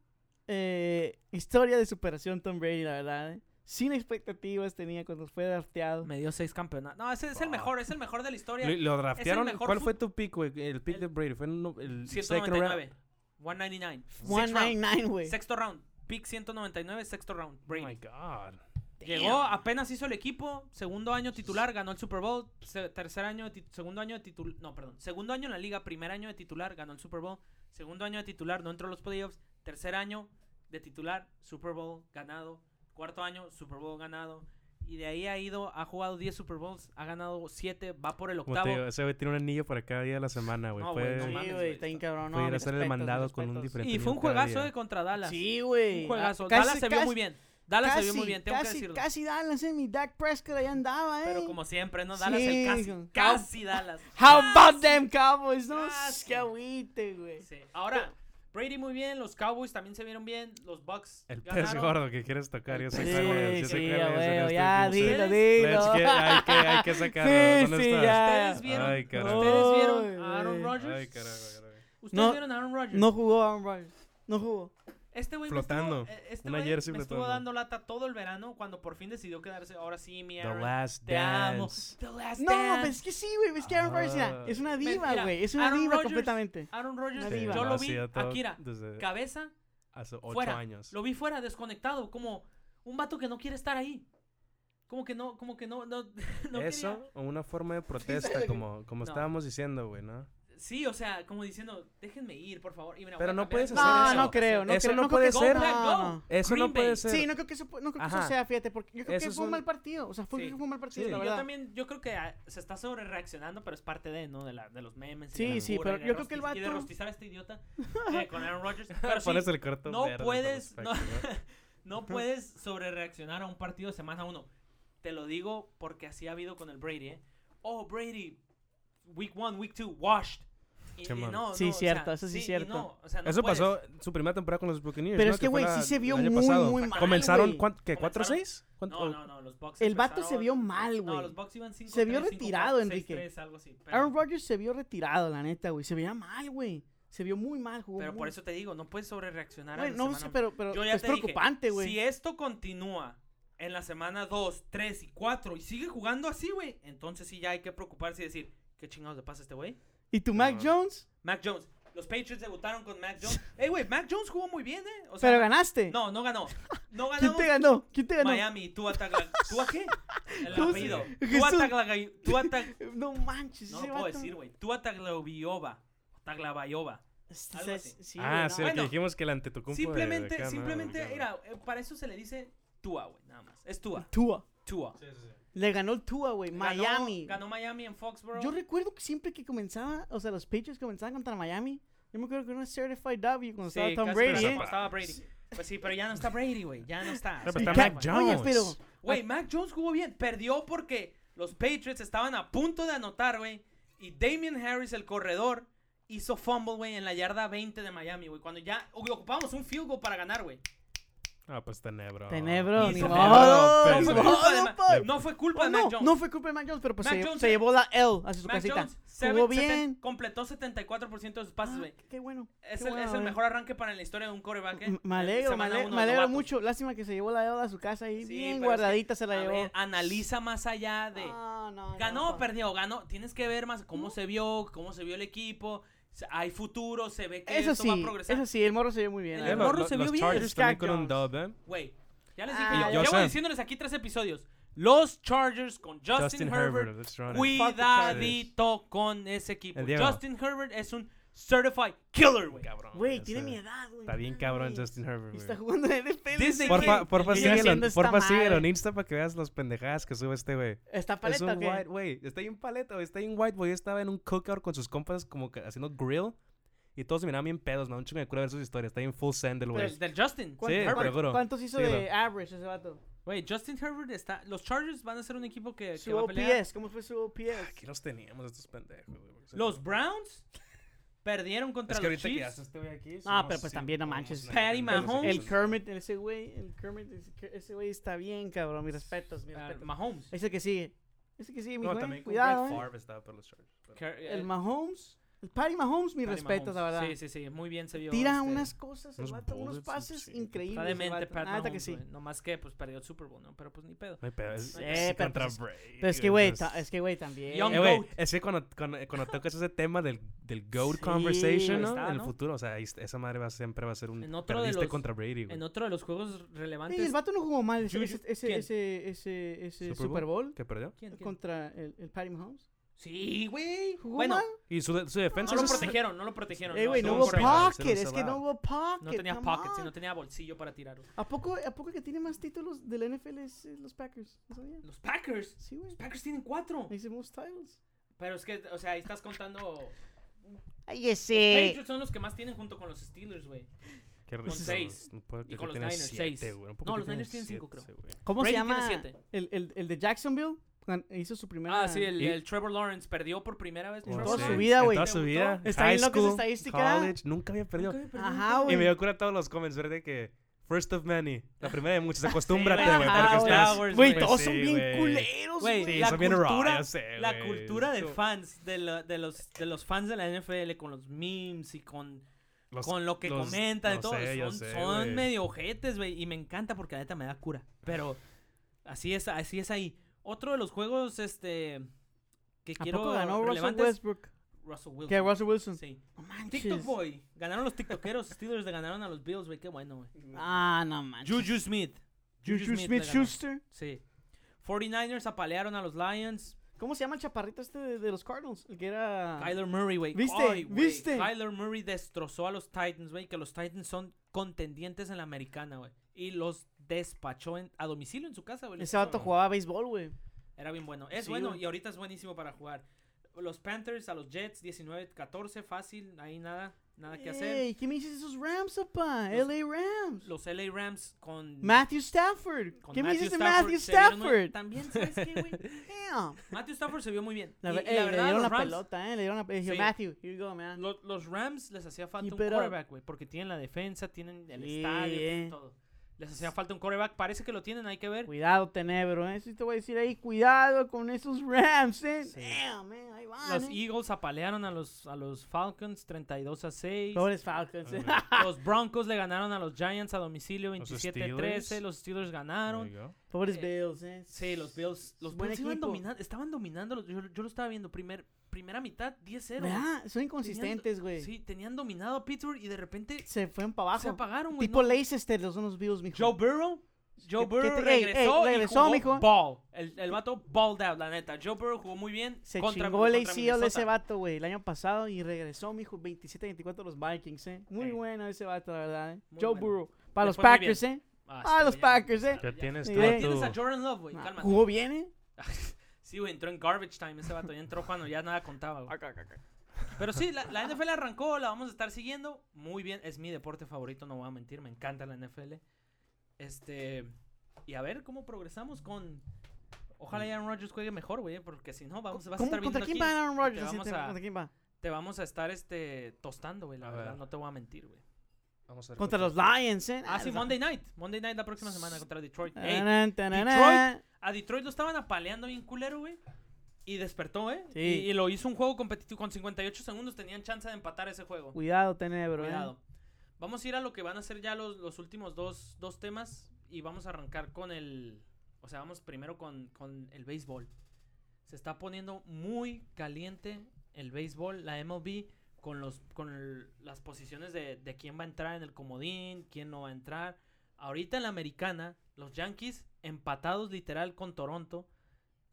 [SPEAKER 4] eh, historia de superación Tom Brady, la verdad. ¿eh? sin expectativas tenía cuando fue drafteado.
[SPEAKER 1] Me dio seis campeonatos. No, ese es el
[SPEAKER 2] Fuck.
[SPEAKER 1] mejor, es el mejor de la historia.
[SPEAKER 2] Ah. Lo, lo draftearon.
[SPEAKER 1] mejor
[SPEAKER 2] ¿Cuál
[SPEAKER 1] fut-
[SPEAKER 2] fue tu pick, güey? El pick
[SPEAKER 1] El-
[SPEAKER 2] de Brady. Fue en no- el second round.
[SPEAKER 1] 199. 199. Sixth round.
[SPEAKER 4] 199, güey.
[SPEAKER 1] Sexto round. Pick 199, sexto round.
[SPEAKER 2] Oh
[SPEAKER 1] Brady.
[SPEAKER 2] my God.
[SPEAKER 1] Llegó, apenas hizo el equipo, segundo año titular, ganó el Super Bowl, se- tercer año, de tit- segundo año de titular, no, perdón, segundo año en la liga, primer año de titular, ganó el Super Bowl, segundo año de titular, no entró a los playoffs, tercer año de titular, Super Bowl ganado, cuarto año, Super Bowl ganado, y de ahí ha ido, ha jugado 10 Super Bowls, ha ganado 7, va por el
[SPEAKER 2] Como te
[SPEAKER 1] octavo.
[SPEAKER 2] digo, ese güey tiene un anillo para cada día de la semana, güey.
[SPEAKER 1] No,
[SPEAKER 2] fue
[SPEAKER 1] güey, no
[SPEAKER 4] Sí,
[SPEAKER 1] mames,
[SPEAKER 4] güey,
[SPEAKER 1] güey,
[SPEAKER 4] está bien
[SPEAKER 1] está-
[SPEAKER 4] cabrón. No,
[SPEAKER 2] Eh. fue ir a
[SPEAKER 4] mis
[SPEAKER 2] hacer el
[SPEAKER 4] respetos,
[SPEAKER 2] mandado
[SPEAKER 4] mis
[SPEAKER 2] con un
[SPEAKER 4] respetos.
[SPEAKER 2] diferente.
[SPEAKER 1] y fue un
[SPEAKER 2] anillo cada
[SPEAKER 1] juegazo
[SPEAKER 2] día.
[SPEAKER 1] eh, contra Dallas.
[SPEAKER 4] Sí, güey.
[SPEAKER 1] un juegazo.
[SPEAKER 4] Ah, casi-
[SPEAKER 1] Dallas se vio
[SPEAKER 4] casi-
[SPEAKER 1] muy bien. Dallas se vio muy
[SPEAKER 4] casi-
[SPEAKER 1] bien, tengo que
[SPEAKER 4] casi-
[SPEAKER 1] decirlo.
[SPEAKER 4] Casi Dallas, eh, mi Dak Prescott ahí andaba, eh.
[SPEAKER 1] Pero como siempre, ¿no? Dallas
[SPEAKER 4] Sí,
[SPEAKER 1] el
[SPEAKER 4] hijo.
[SPEAKER 1] casi, casi Dallas.
[SPEAKER 4] How
[SPEAKER 1] Casi.
[SPEAKER 4] about them Cowboys, no?
[SPEAKER 1] Casi.
[SPEAKER 4] Qué agüite, güey.
[SPEAKER 1] Sí. Ahora, Brady muy bien, los Cowboys también se vieron bien, los Bucks
[SPEAKER 2] El pez
[SPEAKER 1] ganaron.
[SPEAKER 2] gordo que quieres tocar. Yo sé
[SPEAKER 4] Sí,
[SPEAKER 2] cuál es. Yo sé
[SPEAKER 4] sí,
[SPEAKER 2] cuál
[SPEAKER 4] a
[SPEAKER 2] es, en
[SPEAKER 4] huevo,
[SPEAKER 2] este
[SPEAKER 4] ya,
[SPEAKER 2] punto, sí.
[SPEAKER 4] dilo,
[SPEAKER 2] Let's
[SPEAKER 4] dilo.
[SPEAKER 2] get- hay, que, hay que sacarlo. ¿Dónde
[SPEAKER 4] sí,
[SPEAKER 2] está?
[SPEAKER 4] ya.
[SPEAKER 1] Ustedes vieron,
[SPEAKER 2] Ay, carajo.
[SPEAKER 1] ustedes
[SPEAKER 4] Ay,
[SPEAKER 1] vieron a Aaron
[SPEAKER 4] güey.
[SPEAKER 1] Rodgers.
[SPEAKER 2] Ay, carajo, carajo.
[SPEAKER 1] Ustedes
[SPEAKER 4] No,
[SPEAKER 1] vieron a Aaron Rodgers.
[SPEAKER 4] No jugó Aaron Rodgers. No jugó.
[SPEAKER 1] Este güey
[SPEAKER 2] Flotando.
[SPEAKER 1] Me estuvo, eh, este
[SPEAKER 2] Una
[SPEAKER 1] güey
[SPEAKER 2] jersey
[SPEAKER 1] me estuvo
[SPEAKER 2] flotando.
[SPEAKER 1] dando lata todo el verano cuando por fin decidió quedarse. Ahora sí, mi
[SPEAKER 2] The
[SPEAKER 1] Aaron.
[SPEAKER 2] Last
[SPEAKER 1] te
[SPEAKER 2] Dance.
[SPEAKER 1] amo. The Last
[SPEAKER 4] No, pues,
[SPEAKER 1] Dance.
[SPEAKER 4] pero es que sí, güey. Es que Aaron Rodgers
[SPEAKER 2] Ah.
[SPEAKER 4] era- es una diva,
[SPEAKER 1] Mira,
[SPEAKER 4] güey. Es una
[SPEAKER 1] Aaron
[SPEAKER 4] diva
[SPEAKER 1] Rodgers-
[SPEAKER 4] completamente.
[SPEAKER 1] Aaron Rodgers,
[SPEAKER 4] Una diva.
[SPEAKER 1] yo
[SPEAKER 2] no,
[SPEAKER 1] lo
[SPEAKER 2] ha
[SPEAKER 1] vi,
[SPEAKER 2] sido todo
[SPEAKER 1] Akira,
[SPEAKER 2] Desde
[SPEAKER 1] cabeza,
[SPEAKER 2] hace ocho
[SPEAKER 1] fuera.
[SPEAKER 2] años.
[SPEAKER 1] Lo vi fuera, desconectado, como un vato que no quiere estar ahí. Como que no, como que no, no, no
[SPEAKER 2] Eso,
[SPEAKER 1] quería-
[SPEAKER 2] o una forma de protesta, como, como
[SPEAKER 1] No.
[SPEAKER 2] estábamos diciendo, güey, ¿no?
[SPEAKER 1] Sí, o sea, como diciendo, déjenme ir, por favor. Y mira,
[SPEAKER 2] Pero
[SPEAKER 1] voy a
[SPEAKER 2] no
[SPEAKER 1] cambiar
[SPEAKER 2] puedes
[SPEAKER 1] de
[SPEAKER 2] hacer
[SPEAKER 4] No,
[SPEAKER 1] conversación.
[SPEAKER 2] eso.
[SPEAKER 4] Ah, no creo. No
[SPEAKER 2] Eso
[SPEAKER 4] creo,
[SPEAKER 2] no
[SPEAKER 4] creo
[SPEAKER 2] puede
[SPEAKER 4] que
[SPEAKER 2] ser.
[SPEAKER 4] sea-
[SPEAKER 1] Black
[SPEAKER 4] no,
[SPEAKER 1] Gold.
[SPEAKER 4] no.
[SPEAKER 2] Eso
[SPEAKER 1] Green
[SPEAKER 2] no puede
[SPEAKER 1] Bay.
[SPEAKER 2] ser.
[SPEAKER 4] Sí, no creo que eso, pu- no creo que eso
[SPEAKER 2] Ajá.
[SPEAKER 4] sea, fíjate, porque yo creo
[SPEAKER 2] Eso
[SPEAKER 4] que
[SPEAKER 2] es
[SPEAKER 4] fue un
[SPEAKER 2] un-
[SPEAKER 4] mal partido. O sea, fue,
[SPEAKER 1] Sí.
[SPEAKER 4] fue un mal partido,
[SPEAKER 2] Sí.
[SPEAKER 4] la
[SPEAKER 1] Y
[SPEAKER 4] verdad.
[SPEAKER 1] yo también, yo creo que ah, se está sobre reaccionando, pero es parte de, ¿no? De, la, de los memes. y
[SPEAKER 4] Sí,
[SPEAKER 1] la
[SPEAKER 4] sí,
[SPEAKER 1] locura,
[SPEAKER 4] pero
[SPEAKER 1] y de
[SPEAKER 4] yo creo que el
[SPEAKER 1] rostiz- Y de
[SPEAKER 4] vato-
[SPEAKER 1] rostizar a este idiota eh, con Aaron Rodgers. Pero sí,
[SPEAKER 2] Pones el corto
[SPEAKER 1] no
[SPEAKER 2] verde para
[SPEAKER 1] puedes-
[SPEAKER 2] los Packers, ¿no?
[SPEAKER 1] no puedes sobre reaccionar a un partido de semana uno. Te lo digo porque así ha habido con el Brady, ¿eh? Oh, Brady, week one, week two, washed. Y,
[SPEAKER 2] Simón.
[SPEAKER 1] y no,
[SPEAKER 4] Sí,
[SPEAKER 1] no, o sea,
[SPEAKER 4] cierto, eso sí
[SPEAKER 1] y
[SPEAKER 4] cierto.
[SPEAKER 1] no, o sea, no
[SPEAKER 2] Eso
[SPEAKER 1] puedes.
[SPEAKER 2] pasó su primera temporada con los Buccaneers.
[SPEAKER 4] Pero
[SPEAKER 2] ¿no?
[SPEAKER 4] es que,
[SPEAKER 2] fue
[SPEAKER 4] güey,
[SPEAKER 2] la-
[SPEAKER 4] sí se vio
[SPEAKER 2] el año
[SPEAKER 4] muy,
[SPEAKER 2] pasado.
[SPEAKER 4] muy mal,
[SPEAKER 2] Comenzaron,
[SPEAKER 4] güey.
[SPEAKER 2] ¿cuánto- qué, ¿Cuatro
[SPEAKER 1] Comenzaron-
[SPEAKER 2] seis? ¿Cuánto-
[SPEAKER 1] No, no, no, los Bucks
[SPEAKER 4] El vato se
[SPEAKER 1] empezaron-
[SPEAKER 4] vio mal, güey.
[SPEAKER 1] No, los Bucks iban 5
[SPEAKER 4] Se vio retirado, Enrique.
[SPEAKER 1] algo así, pero-
[SPEAKER 4] Aaron Rodgers se vio retirado, la neta, güey. Se veía mal, güey. Se vio muy mal, jugó
[SPEAKER 1] Pero
[SPEAKER 4] muy-
[SPEAKER 1] por eso te digo, no puedes sobre reaccionar
[SPEAKER 4] Güey,
[SPEAKER 1] a la
[SPEAKER 4] no
[SPEAKER 1] semana
[SPEAKER 4] sé,
[SPEAKER 1] uno.
[SPEAKER 4] pero, pero
[SPEAKER 1] Yo ya
[SPEAKER 4] es
[SPEAKER 1] te dije,
[SPEAKER 4] preocupante, güey.
[SPEAKER 1] Si esto continúa en la semana 2, 3 y 4 y sigue jugando así, güey, entonces sí ya hay que preocuparse y decir, ¿qué chingados le pasa a este güey?
[SPEAKER 4] ¿Y tu Mac
[SPEAKER 2] No.
[SPEAKER 4] Jones?
[SPEAKER 1] Mac Jones. Los Patriots debutaron con Mac Jones. Ey, güey, Mac Jones jugó muy bien, ¿eh? O sea,
[SPEAKER 4] ¿Pero ganaste?
[SPEAKER 1] No, no ganó. No
[SPEAKER 4] ¿Quién
[SPEAKER 1] ganamos.
[SPEAKER 4] te ganó? ¿Quién te ganó?
[SPEAKER 1] Miami, tú Atagla... ¿Tú a qué? El
[SPEAKER 4] Tú-
[SPEAKER 1] apellido. Tú
[SPEAKER 4] Jesús.
[SPEAKER 1] Atagla... Tú Atag...
[SPEAKER 4] No manches,
[SPEAKER 1] No
[SPEAKER 4] ese
[SPEAKER 1] lo puedo
[SPEAKER 4] vato.
[SPEAKER 1] decir, güey. Tú Ataglaoviova. Taglavayoba.
[SPEAKER 4] Sí,
[SPEAKER 1] algo
[SPEAKER 4] sí,
[SPEAKER 1] así.
[SPEAKER 4] sí,
[SPEAKER 2] ah, sí, el
[SPEAKER 4] güey, no.
[SPEAKER 2] que
[SPEAKER 1] Bueno,
[SPEAKER 2] dijimos que el antetucumpo de- de
[SPEAKER 1] Simplemente,
[SPEAKER 2] acá, ¿no?
[SPEAKER 1] simplemente,
[SPEAKER 2] Acá,
[SPEAKER 1] mira, eh, para eso se le dice Tua, güey, nada más. Es Tua,
[SPEAKER 4] Tua.
[SPEAKER 1] Tua.
[SPEAKER 4] Le ganó el Tua, güey.
[SPEAKER 1] Ganó-
[SPEAKER 4] Miami.
[SPEAKER 1] Ganó, Miami en Foxborough.
[SPEAKER 4] Yo recuerdo que siempre que comenzaba, o sea, los Patriots comenzaban contra Miami. Yo me acuerdo que era una Certified W cuando
[SPEAKER 1] Sí,
[SPEAKER 4] estaba Tom
[SPEAKER 1] casi
[SPEAKER 4] Brady,
[SPEAKER 1] cuando
[SPEAKER 4] ¿eh?
[SPEAKER 1] estaba Brady. Pues sí, pero ya no está Brady, güey. Ya no está.
[SPEAKER 2] Pero pues
[SPEAKER 1] O sea,
[SPEAKER 2] está
[SPEAKER 1] ya no-
[SPEAKER 2] Mac Jones.
[SPEAKER 4] Oye, pero
[SPEAKER 1] Güey, Mac Jones jugó bien. Perdió porque los Patriots estaban a punto de anotar, güey. Y Damian Harris, el corredor, hizo fumble, güey, en la yarda 20 de Miami, güey. Cuando ya güey, ocupábamos un field goal para ganar, güey.
[SPEAKER 2] Ah, pues Tenebro.
[SPEAKER 4] Tenebro,
[SPEAKER 1] Y
[SPEAKER 4] ni
[SPEAKER 1] hizo-
[SPEAKER 4] modo.
[SPEAKER 2] Pero-
[SPEAKER 1] No
[SPEAKER 4] ni
[SPEAKER 1] fue
[SPEAKER 2] pero-
[SPEAKER 1] culpa de
[SPEAKER 4] modo,
[SPEAKER 1] Ma-
[SPEAKER 4] pues.
[SPEAKER 1] No fue culpa
[SPEAKER 4] Oh,
[SPEAKER 1] de Mac
[SPEAKER 4] No,
[SPEAKER 1] Jones.
[SPEAKER 4] no fue culpa de Mac Jones, pero pues
[SPEAKER 1] Mac
[SPEAKER 4] se,
[SPEAKER 1] Jones
[SPEAKER 4] se
[SPEAKER 1] se-
[SPEAKER 4] llevó la L hacia su
[SPEAKER 1] Mac
[SPEAKER 4] casita.
[SPEAKER 1] Jones seven-
[SPEAKER 4] Jugó
[SPEAKER 1] seten-
[SPEAKER 4] bien.
[SPEAKER 1] completó 74% de sus pases,
[SPEAKER 4] Ah,
[SPEAKER 1] güey.
[SPEAKER 4] qué bueno.
[SPEAKER 1] Es
[SPEAKER 4] qué
[SPEAKER 1] el,
[SPEAKER 4] bueno,
[SPEAKER 1] es el
[SPEAKER 4] güey.
[SPEAKER 1] mejor arranque para la historia de un coreback.
[SPEAKER 4] M- Me alegro, me alegro, me alegro mucho. Lástima que se llevó la L a su casa ahí. bien guardadita se la llevó.
[SPEAKER 1] analiza más allá de.
[SPEAKER 4] Ah, no, no,
[SPEAKER 1] ganó o
[SPEAKER 4] no. Mm.
[SPEAKER 1] perdió, ganó. Tienes que ver más cómo se vio, cómo se vio el equipo. se- Hay futuro, se ve que
[SPEAKER 4] Eso
[SPEAKER 1] esto va a
[SPEAKER 4] sí,
[SPEAKER 1] progresar.
[SPEAKER 4] eso sí, el morro se vio muy bien.
[SPEAKER 1] El
[SPEAKER 4] la
[SPEAKER 2] Eh,
[SPEAKER 4] verdad.
[SPEAKER 2] lo-
[SPEAKER 1] morro
[SPEAKER 2] lo-
[SPEAKER 1] se vio
[SPEAKER 2] los
[SPEAKER 1] bien.
[SPEAKER 2] Chargers
[SPEAKER 4] Es
[SPEAKER 2] también
[SPEAKER 4] Jack
[SPEAKER 2] con un
[SPEAKER 4] Jones.
[SPEAKER 2] dub, ¿eh?
[SPEAKER 1] Güey, ya les
[SPEAKER 4] Ah,
[SPEAKER 1] dije.
[SPEAKER 4] Y yo
[SPEAKER 1] llevo
[SPEAKER 2] sé.
[SPEAKER 1] diciéndoles aquí tres episodios. Los Chargers con Justin, Herbert.
[SPEAKER 2] let's run it.
[SPEAKER 1] Cuidadito con ese equipo.
[SPEAKER 2] El Diego.
[SPEAKER 1] Justin Herbert es un certified killer, güey.
[SPEAKER 2] Cabrón,
[SPEAKER 4] Güey,
[SPEAKER 2] o
[SPEAKER 4] tiene
[SPEAKER 2] sea,
[SPEAKER 4] mi edad, güey.
[SPEAKER 2] Está bien
[SPEAKER 4] no
[SPEAKER 2] cabrón
[SPEAKER 4] mames.
[SPEAKER 2] Justin Herbert,
[SPEAKER 4] Y
[SPEAKER 2] güey.
[SPEAKER 4] Está jugando en el NFL.
[SPEAKER 1] Disney
[SPEAKER 4] güey.
[SPEAKER 2] Porfa, porfa,
[SPEAKER 4] Sigue
[SPEAKER 2] síguelo,
[SPEAKER 4] haciendo esta
[SPEAKER 2] porfa, síguelo en
[SPEAKER 4] madre.
[SPEAKER 2] Insta para que veas las pendejadas que sube este güey.
[SPEAKER 4] ¿Está
[SPEAKER 2] Es
[SPEAKER 4] paleta
[SPEAKER 2] un
[SPEAKER 4] o qué?
[SPEAKER 2] white, güey. Está ahí en paleta, güey. Está ahí en white, güey. Estaba en un cookout con sus compas como que haciendo grill. Y todos se miraban bien pedos, ¿no? Un chingo de cura ver sus historias. Está ahí en full sandal,
[SPEAKER 1] Pero
[SPEAKER 2] güey.
[SPEAKER 1] Del Justin.
[SPEAKER 4] ¿Cuánto-
[SPEAKER 2] Sí,
[SPEAKER 4] cuánto-
[SPEAKER 2] pero juro.
[SPEAKER 4] ¿Cuántos hizo
[SPEAKER 2] Sí,
[SPEAKER 4] de average ese vato?
[SPEAKER 1] Güey, Justin Herbert está. Los Chargers van a ser un equipo que, que
[SPEAKER 4] Su
[SPEAKER 1] va a pelear.
[SPEAKER 4] OPS, ¿cómo fue su OPS?
[SPEAKER 2] Aquí los teníamos estos pendejos, güey.
[SPEAKER 1] Los Browns perdieron contra
[SPEAKER 2] Es que
[SPEAKER 1] los
[SPEAKER 2] ahorita que
[SPEAKER 1] Chiefs.
[SPEAKER 2] haces este güey aquí.
[SPEAKER 4] Ah,
[SPEAKER 2] somos
[SPEAKER 4] pero pues
[SPEAKER 2] cinco,
[SPEAKER 4] también no
[SPEAKER 2] somos
[SPEAKER 4] manches.
[SPEAKER 2] nueve
[SPEAKER 1] Patty
[SPEAKER 2] pendejos aquí,
[SPEAKER 1] Mahomes.
[SPEAKER 4] El
[SPEAKER 2] güey.
[SPEAKER 4] Kermit, ese güey, el Kermit, ese- ese güey está bien, cabrón. Mis respetos, mis
[SPEAKER 1] Ah,
[SPEAKER 4] respetos.
[SPEAKER 1] Mahomes.
[SPEAKER 4] Ese que sigue. Ese que sigue, mi
[SPEAKER 2] No,
[SPEAKER 4] güey.
[SPEAKER 2] también con Brett
[SPEAKER 4] Cuidado, eh.
[SPEAKER 2] Favre estaba por los Chargers. pero-
[SPEAKER 1] Ker- eh,
[SPEAKER 4] El Mahomes El Patty Mahomes, mi
[SPEAKER 1] Patty
[SPEAKER 4] respeto, la
[SPEAKER 1] Mahomes.
[SPEAKER 4] verdad.
[SPEAKER 1] Sí, sí, sí, muy bien se vio.
[SPEAKER 4] Tira
[SPEAKER 1] este,
[SPEAKER 4] unas cosas, el
[SPEAKER 2] unos
[SPEAKER 4] vato, unos
[SPEAKER 2] bullets,
[SPEAKER 4] pases
[SPEAKER 2] sí.
[SPEAKER 4] increíbles.
[SPEAKER 1] Está
[SPEAKER 4] el
[SPEAKER 1] demente
[SPEAKER 4] vato.
[SPEAKER 1] Pat
[SPEAKER 4] Ah, neta que
[SPEAKER 1] Mahomes,
[SPEAKER 4] sí.
[SPEAKER 1] güey. No más que, pues, perdió el Super Bowl, ¿no? Pero, pues, ni pedo.
[SPEAKER 2] No hay pedo, es-
[SPEAKER 4] Sí,
[SPEAKER 2] es
[SPEAKER 4] pero
[SPEAKER 2] contra
[SPEAKER 4] pues es-
[SPEAKER 2] Brady,
[SPEAKER 4] Pero es que, güey,
[SPEAKER 2] es-
[SPEAKER 4] ta- es que, güey, también.
[SPEAKER 1] Young
[SPEAKER 2] Eh, güey,
[SPEAKER 1] Goat.
[SPEAKER 2] es que cuando, cuando, cuando tocas ese tema del, del GOAT
[SPEAKER 4] Sí,
[SPEAKER 2] conversation,
[SPEAKER 1] ahí
[SPEAKER 2] ¿no?
[SPEAKER 1] está,
[SPEAKER 2] En el
[SPEAKER 1] ¿no?
[SPEAKER 2] futuro, o sea, ahí está- esa madre va, siempre va a ser un
[SPEAKER 1] En otro de
[SPEAKER 2] perdiste
[SPEAKER 1] los-
[SPEAKER 2] contra Brady, güey.
[SPEAKER 1] En otro de los juegos
[SPEAKER 4] Sí,
[SPEAKER 1] relevantes.
[SPEAKER 4] el vato no jugó mal ese,
[SPEAKER 1] Juju-
[SPEAKER 4] ese, ese,
[SPEAKER 1] ¿quién?
[SPEAKER 4] ese, ese, ese
[SPEAKER 2] ¿Super
[SPEAKER 4] Super Bowl
[SPEAKER 2] ¿Que perdió?
[SPEAKER 1] ¿Quién, quién?
[SPEAKER 4] contra el, el Patty Mahomes.
[SPEAKER 1] Sí, güey.
[SPEAKER 4] ¿Jugó
[SPEAKER 1] Bueno,
[SPEAKER 4] mal?
[SPEAKER 2] Y su, su defensa
[SPEAKER 1] no lo
[SPEAKER 2] es-
[SPEAKER 1] protegieron, no lo protegieron.
[SPEAKER 4] Eh, güey,
[SPEAKER 2] se
[SPEAKER 4] no
[SPEAKER 2] lo
[SPEAKER 4] hubo
[SPEAKER 2] sabe,
[SPEAKER 1] corrieron.
[SPEAKER 2] pa-
[SPEAKER 4] pocket,
[SPEAKER 2] se lo
[SPEAKER 4] es que
[SPEAKER 2] sabe.
[SPEAKER 4] no hubo pocket.
[SPEAKER 1] No tenía
[SPEAKER 4] come
[SPEAKER 1] pocket, sí,
[SPEAKER 4] on.
[SPEAKER 1] no tenía bolsillo para tirar.
[SPEAKER 4] ¿A poco, ¿A poco que tiene más títulos del NFL es eh, los Packers? ¿No sabía?
[SPEAKER 1] Los Packers.
[SPEAKER 4] Sí, güey.
[SPEAKER 1] Los Packers tienen cuatro.
[SPEAKER 4] Dice most titles.
[SPEAKER 1] Pero es que, o sea, ahí estás contando.
[SPEAKER 4] Ay, ese.
[SPEAKER 1] Patriots son los que más tienen junto con los Steelers, güey.
[SPEAKER 2] Qué
[SPEAKER 1] Con
[SPEAKER 2] risa,
[SPEAKER 1] seis.
[SPEAKER 2] No puedo creer
[SPEAKER 1] Y con
[SPEAKER 2] que
[SPEAKER 1] los
[SPEAKER 2] tiene
[SPEAKER 1] Niners,
[SPEAKER 2] siete,
[SPEAKER 1] seis.
[SPEAKER 2] güey. No puedo
[SPEAKER 1] No,
[SPEAKER 2] creer
[SPEAKER 1] los
[SPEAKER 2] que
[SPEAKER 1] Niners
[SPEAKER 2] tiene
[SPEAKER 1] tienen cinco,
[SPEAKER 2] siete, güey.
[SPEAKER 4] ¿Cómo se
[SPEAKER 1] Brady
[SPEAKER 4] llama?
[SPEAKER 1] tiene siete.
[SPEAKER 4] El, el, el de Jacksonville cuando hizo su primera.
[SPEAKER 1] Ah, sí, el,
[SPEAKER 2] Y-
[SPEAKER 1] el Trevor Lawrence perdió por primera vez.
[SPEAKER 2] No
[SPEAKER 1] Trevor
[SPEAKER 4] toda su
[SPEAKER 2] sé,
[SPEAKER 1] Lawrence.
[SPEAKER 4] vida, güey.
[SPEAKER 2] En toda su vida.
[SPEAKER 4] Está
[SPEAKER 2] high
[SPEAKER 4] bien loca esa
[SPEAKER 2] school,
[SPEAKER 4] estadística.
[SPEAKER 2] college, nunca había perdido.
[SPEAKER 4] Ajá,
[SPEAKER 2] Y me
[SPEAKER 4] güey.
[SPEAKER 2] dio cura todos los comments, ¿verdad? Que first of many. La primera de muchas. Acostúmbrate,
[SPEAKER 1] güey,
[SPEAKER 2] güey.
[SPEAKER 4] ajá,
[SPEAKER 2] porque
[SPEAKER 4] güey.
[SPEAKER 2] estás...
[SPEAKER 1] Hours,
[SPEAKER 4] Güey,
[SPEAKER 1] güey.
[SPEAKER 4] todos
[SPEAKER 2] Pues
[SPEAKER 4] son
[SPEAKER 2] sí,
[SPEAKER 4] bien
[SPEAKER 2] güey.
[SPEAKER 4] culeros,
[SPEAKER 1] Güey,
[SPEAKER 4] güey.
[SPEAKER 2] Sí,
[SPEAKER 1] la
[SPEAKER 2] son bien raw,
[SPEAKER 1] cultura-
[SPEAKER 2] yo sé,
[SPEAKER 1] La
[SPEAKER 2] Eh, güey.
[SPEAKER 1] cultura de
[SPEAKER 2] Tú-
[SPEAKER 1] fans, de, la- de, los, de los fans de la NFL con los memes y con,
[SPEAKER 2] los-
[SPEAKER 1] con lo que
[SPEAKER 2] los-
[SPEAKER 1] comentan y
[SPEAKER 2] no
[SPEAKER 1] todo.
[SPEAKER 2] sé, yo
[SPEAKER 1] son
[SPEAKER 2] sé,
[SPEAKER 1] son
[SPEAKER 2] güey.
[SPEAKER 1] medio ojetes, güey. Y me encanta porque la neta me da cura. Pero así es, así es ahí. Otro de los juegos, este. Que
[SPEAKER 4] ¿A
[SPEAKER 1] quiero
[SPEAKER 4] poco ganó Russell
[SPEAKER 1] relevantes,
[SPEAKER 4] Westbrook?
[SPEAKER 1] Russell Wilson.
[SPEAKER 4] Que Russell Wilson.
[SPEAKER 1] Sí.
[SPEAKER 4] No manches.
[SPEAKER 1] TikTok Boy. Ganaron los TikTokeros. Steelers le ganaron a los Bills, güey. Qué bueno, güey.
[SPEAKER 4] Ah, no manches.
[SPEAKER 1] Juju Smith.
[SPEAKER 4] Juju
[SPEAKER 1] le
[SPEAKER 4] Smith
[SPEAKER 1] ganó.
[SPEAKER 4] Schuster.
[SPEAKER 1] Sí. 49ers apalearon a los Lions.
[SPEAKER 4] ¿Cómo se llama el chaparrito este de, de los Cardinals? El que era.
[SPEAKER 1] Kyler Murray, güey.
[SPEAKER 4] ¿Viste?
[SPEAKER 1] Ay, güey.
[SPEAKER 4] ¿Viste?
[SPEAKER 1] Kyler Murray destrozó a los Titans, güey. Que los Titans son contendientes en la americana, güey. Y los despachó en- a domicilio en su casa, güey.
[SPEAKER 4] Ese vato jugaba béisbol, güey.
[SPEAKER 1] Era bien bueno. Es
[SPEAKER 4] Sí,
[SPEAKER 1] bueno
[SPEAKER 4] güey.
[SPEAKER 1] y ahorita es buenísimo para jugar. Los Panthers a los Jets, 19-14, fácil. Ahí nada, nada que Ah, hacer.
[SPEAKER 4] Ey, ¿qué me dices de esos Rams, papá?
[SPEAKER 1] Los-
[SPEAKER 4] LA Rams.
[SPEAKER 1] Los LA Rams con...
[SPEAKER 4] Matthew Stafford.
[SPEAKER 1] con
[SPEAKER 4] ¿Qué me dices de Matthew
[SPEAKER 1] se vieron muy-
[SPEAKER 4] Stafford?
[SPEAKER 1] También, ¿sabes qué, güey?
[SPEAKER 4] Damn.
[SPEAKER 1] Matthew Stafford se vio muy bien.
[SPEAKER 4] La,
[SPEAKER 1] Y-
[SPEAKER 4] ve-
[SPEAKER 1] y
[SPEAKER 4] ey, le dieron
[SPEAKER 1] los
[SPEAKER 4] la
[SPEAKER 1] Rams-
[SPEAKER 4] pelota, ¿eh? Le dieron la pelota.
[SPEAKER 1] Sí.
[SPEAKER 4] Matthew, here you go, man.
[SPEAKER 1] Lo- los Rams les hacía falta
[SPEAKER 4] Keep
[SPEAKER 1] un
[SPEAKER 4] it up.
[SPEAKER 1] quarterback, güey, porque tienen la defensa, tienen el
[SPEAKER 4] Sí,
[SPEAKER 1] estadio,
[SPEAKER 4] eh.
[SPEAKER 1] tienen todo. Les hacía falta un quarterback, parece que lo tienen, hay que ver.
[SPEAKER 4] Cuidado, Tenebro, ¿eh? Sí te voy a decir ahí, cuidado con esos Rams, ¿eh?
[SPEAKER 1] Sí.
[SPEAKER 4] Damn, man, ahí
[SPEAKER 2] Ah,
[SPEAKER 4] van,
[SPEAKER 1] Los
[SPEAKER 4] eh.
[SPEAKER 1] Eagles apalearon a los, a los Falcons 32 a 6.
[SPEAKER 4] Pobres Falcons, ¿eh?
[SPEAKER 1] Los Broncos le ganaron a los Giants a domicilio
[SPEAKER 2] Los
[SPEAKER 1] 27 a 13.
[SPEAKER 2] Steelers. Oh
[SPEAKER 1] Los Steelers
[SPEAKER 2] There
[SPEAKER 1] ganaron.
[SPEAKER 2] you go.
[SPEAKER 4] Pobres
[SPEAKER 1] Eh,
[SPEAKER 4] Bills, ¿eh?
[SPEAKER 1] Sí, los Bills. Los
[SPEAKER 4] Buen
[SPEAKER 1] Bills iban
[SPEAKER 4] equipo.
[SPEAKER 1] dominando, estaban dominando. los- Yo, yo lo estaba viendo. Primer, primera mitad, 10-0. güey.
[SPEAKER 4] ¿Verdad? Son inconsistentes, güey.
[SPEAKER 1] Sí, tenían dominado a Pittsburgh y de repente
[SPEAKER 4] Se fueron para
[SPEAKER 1] se
[SPEAKER 4] abajo.
[SPEAKER 1] apagaron, güey.
[SPEAKER 4] Tipo
[SPEAKER 1] no-
[SPEAKER 4] Leicester, los son los Bills, mijo.
[SPEAKER 1] Joe Burrow. Joe
[SPEAKER 4] Que- que
[SPEAKER 1] Burrow
[SPEAKER 4] te- ey, ey,
[SPEAKER 1] regresó,
[SPEAKER 4] regresó,
[SPEAKER 1] y
[SPEAKER 4] mijo.
[SPEAKER 1] jugó ball. El, el vato balled out, la neta. Joe Burrow jugó muy bien.
[SPEAKER 4] Se
[SPEAKER 1] contra,
[SPEAKER 4] chingó el
[SPEAKER 1] contra
[SPEAKER 4] ACL de ese
[SPEAKER 1] Minnesota.
[SPEAKER 4] vato, güey, el año pasado y regresó, mijo, 27-24 los Vikings, ¿eh? Muy
[SPEAKER 1] Ey.
[SPEAKER 4] bueno ese vato, la verdad, ¿eh?
[SPEAKER 1] Muy
[SPEAKER 4] Joe
[SPEAKER 1] bueno.
[SPEAKER 4] Burrow. Para
[SPEAKER 1] Le
[SPEAKER 4] los
[SPEAKER 1] fue muy
[SPEAKER 4] Packers, ¿eh?
[SPEAKER 1] Ah,
[SPEAKER 4] Para
[SPEAKER 1] este
[SPEAKER 4] los
[SPEAKER 1] güey,
[SPEAKER 4] Packers, ¿eh?
[SPEAKER 2] Ya tienes
[SPEAKER 4] Ya
[SPEAKER 2] tú a
[SPEAKER 1] Tienes
[SPEAKER 2] tu-
[SPEAKER 1] a Jordan Love, güey.
[SPEAKER 4] Ah,
[SPEAKER 1] Cálmate.
[SPEAKER 4] ¿Jugó bien, eh?
[SPEAKER 1] Sí, güey, entró en garbage time ese vato. Ya entró cuando ya nada contaba, güey. Pero sí, la, la NFL arrancó, la vamos a estar siguiendo. Muy bien, es mi deporte favorito, no voy a mentir, me encanta la NFL. Este. Y a ver cómo progresamos con. Ojalá Aaron Rodgers juegue mejor, güey, porque si no, vamos, vas a
[SPEAKER 4] ¿Cómo-
[SPEAKER 1] estar
[SPEAKER 4] ¿Contra
[SPEAKER 1] viendo
[SPEAKER 4] quién
[SPEAKER 1] aquí-
[SPEAKER 4] va Aaron
[SPEAKER 1] te
[SPEAKER 4] Rodgers?
[SPEAKER 1] vamos
[SPEAKER 4] Ese-
[SPEAKER 1] a-
[SPEAKER 4] ¿Contra quién va?
[SPEAKER 1] Te vamos a estar este tostando, güey, la
[SPEAKER 2] A
[SPEAKER 1] verdad,
[SPEAKER 2] ver.
[SPEAKER 1] no te voy a mentir, güey.
[SPEAKER 2] Vamos a ver
[SPEAKER 4] Contra
[SPEAKER 2] cuánto-
[SPEAKER 4] los Lions, ¿eh?
[SPEAKER 1] Ah, sí,
[SPEAKER 4] los-
[SPEAKER 1] Monday Night. Monday Night la próxima semana contra Detroit.
[SPEAKER 4] Ah,
[SPEAKER 1] Ey,
[SPEAKER 4] Tararán, tararán.
[SPEAKER 1] Detroit. a Detroit lo estaban apaleando bien culero, güey. Y despertó, ¿eh?
[SPEAKER 4] Sí.
[SPEAKER 1] Y, y lo hizo un juego competitivo. Con 58 segundos tenían chance de empatar ese juego.
[SPEAKER 4] Cuidado, Tenebro, ¿eh?
[SPEAKER 1] Cuidado. Vamos a ir a lo que van a ser ya los, los últimos dos, dos temas. Y vamos a arrancar con el. O sea, vamos primero con, con el béisbol. Se está poniendo muy caliente el béisbol, la MLB, con, los, con el- las posiciones de, de quién va a entrar en el comodín, quién no va a entrar. Ahorita en la americana, los Yankees empatados literal con Toronto,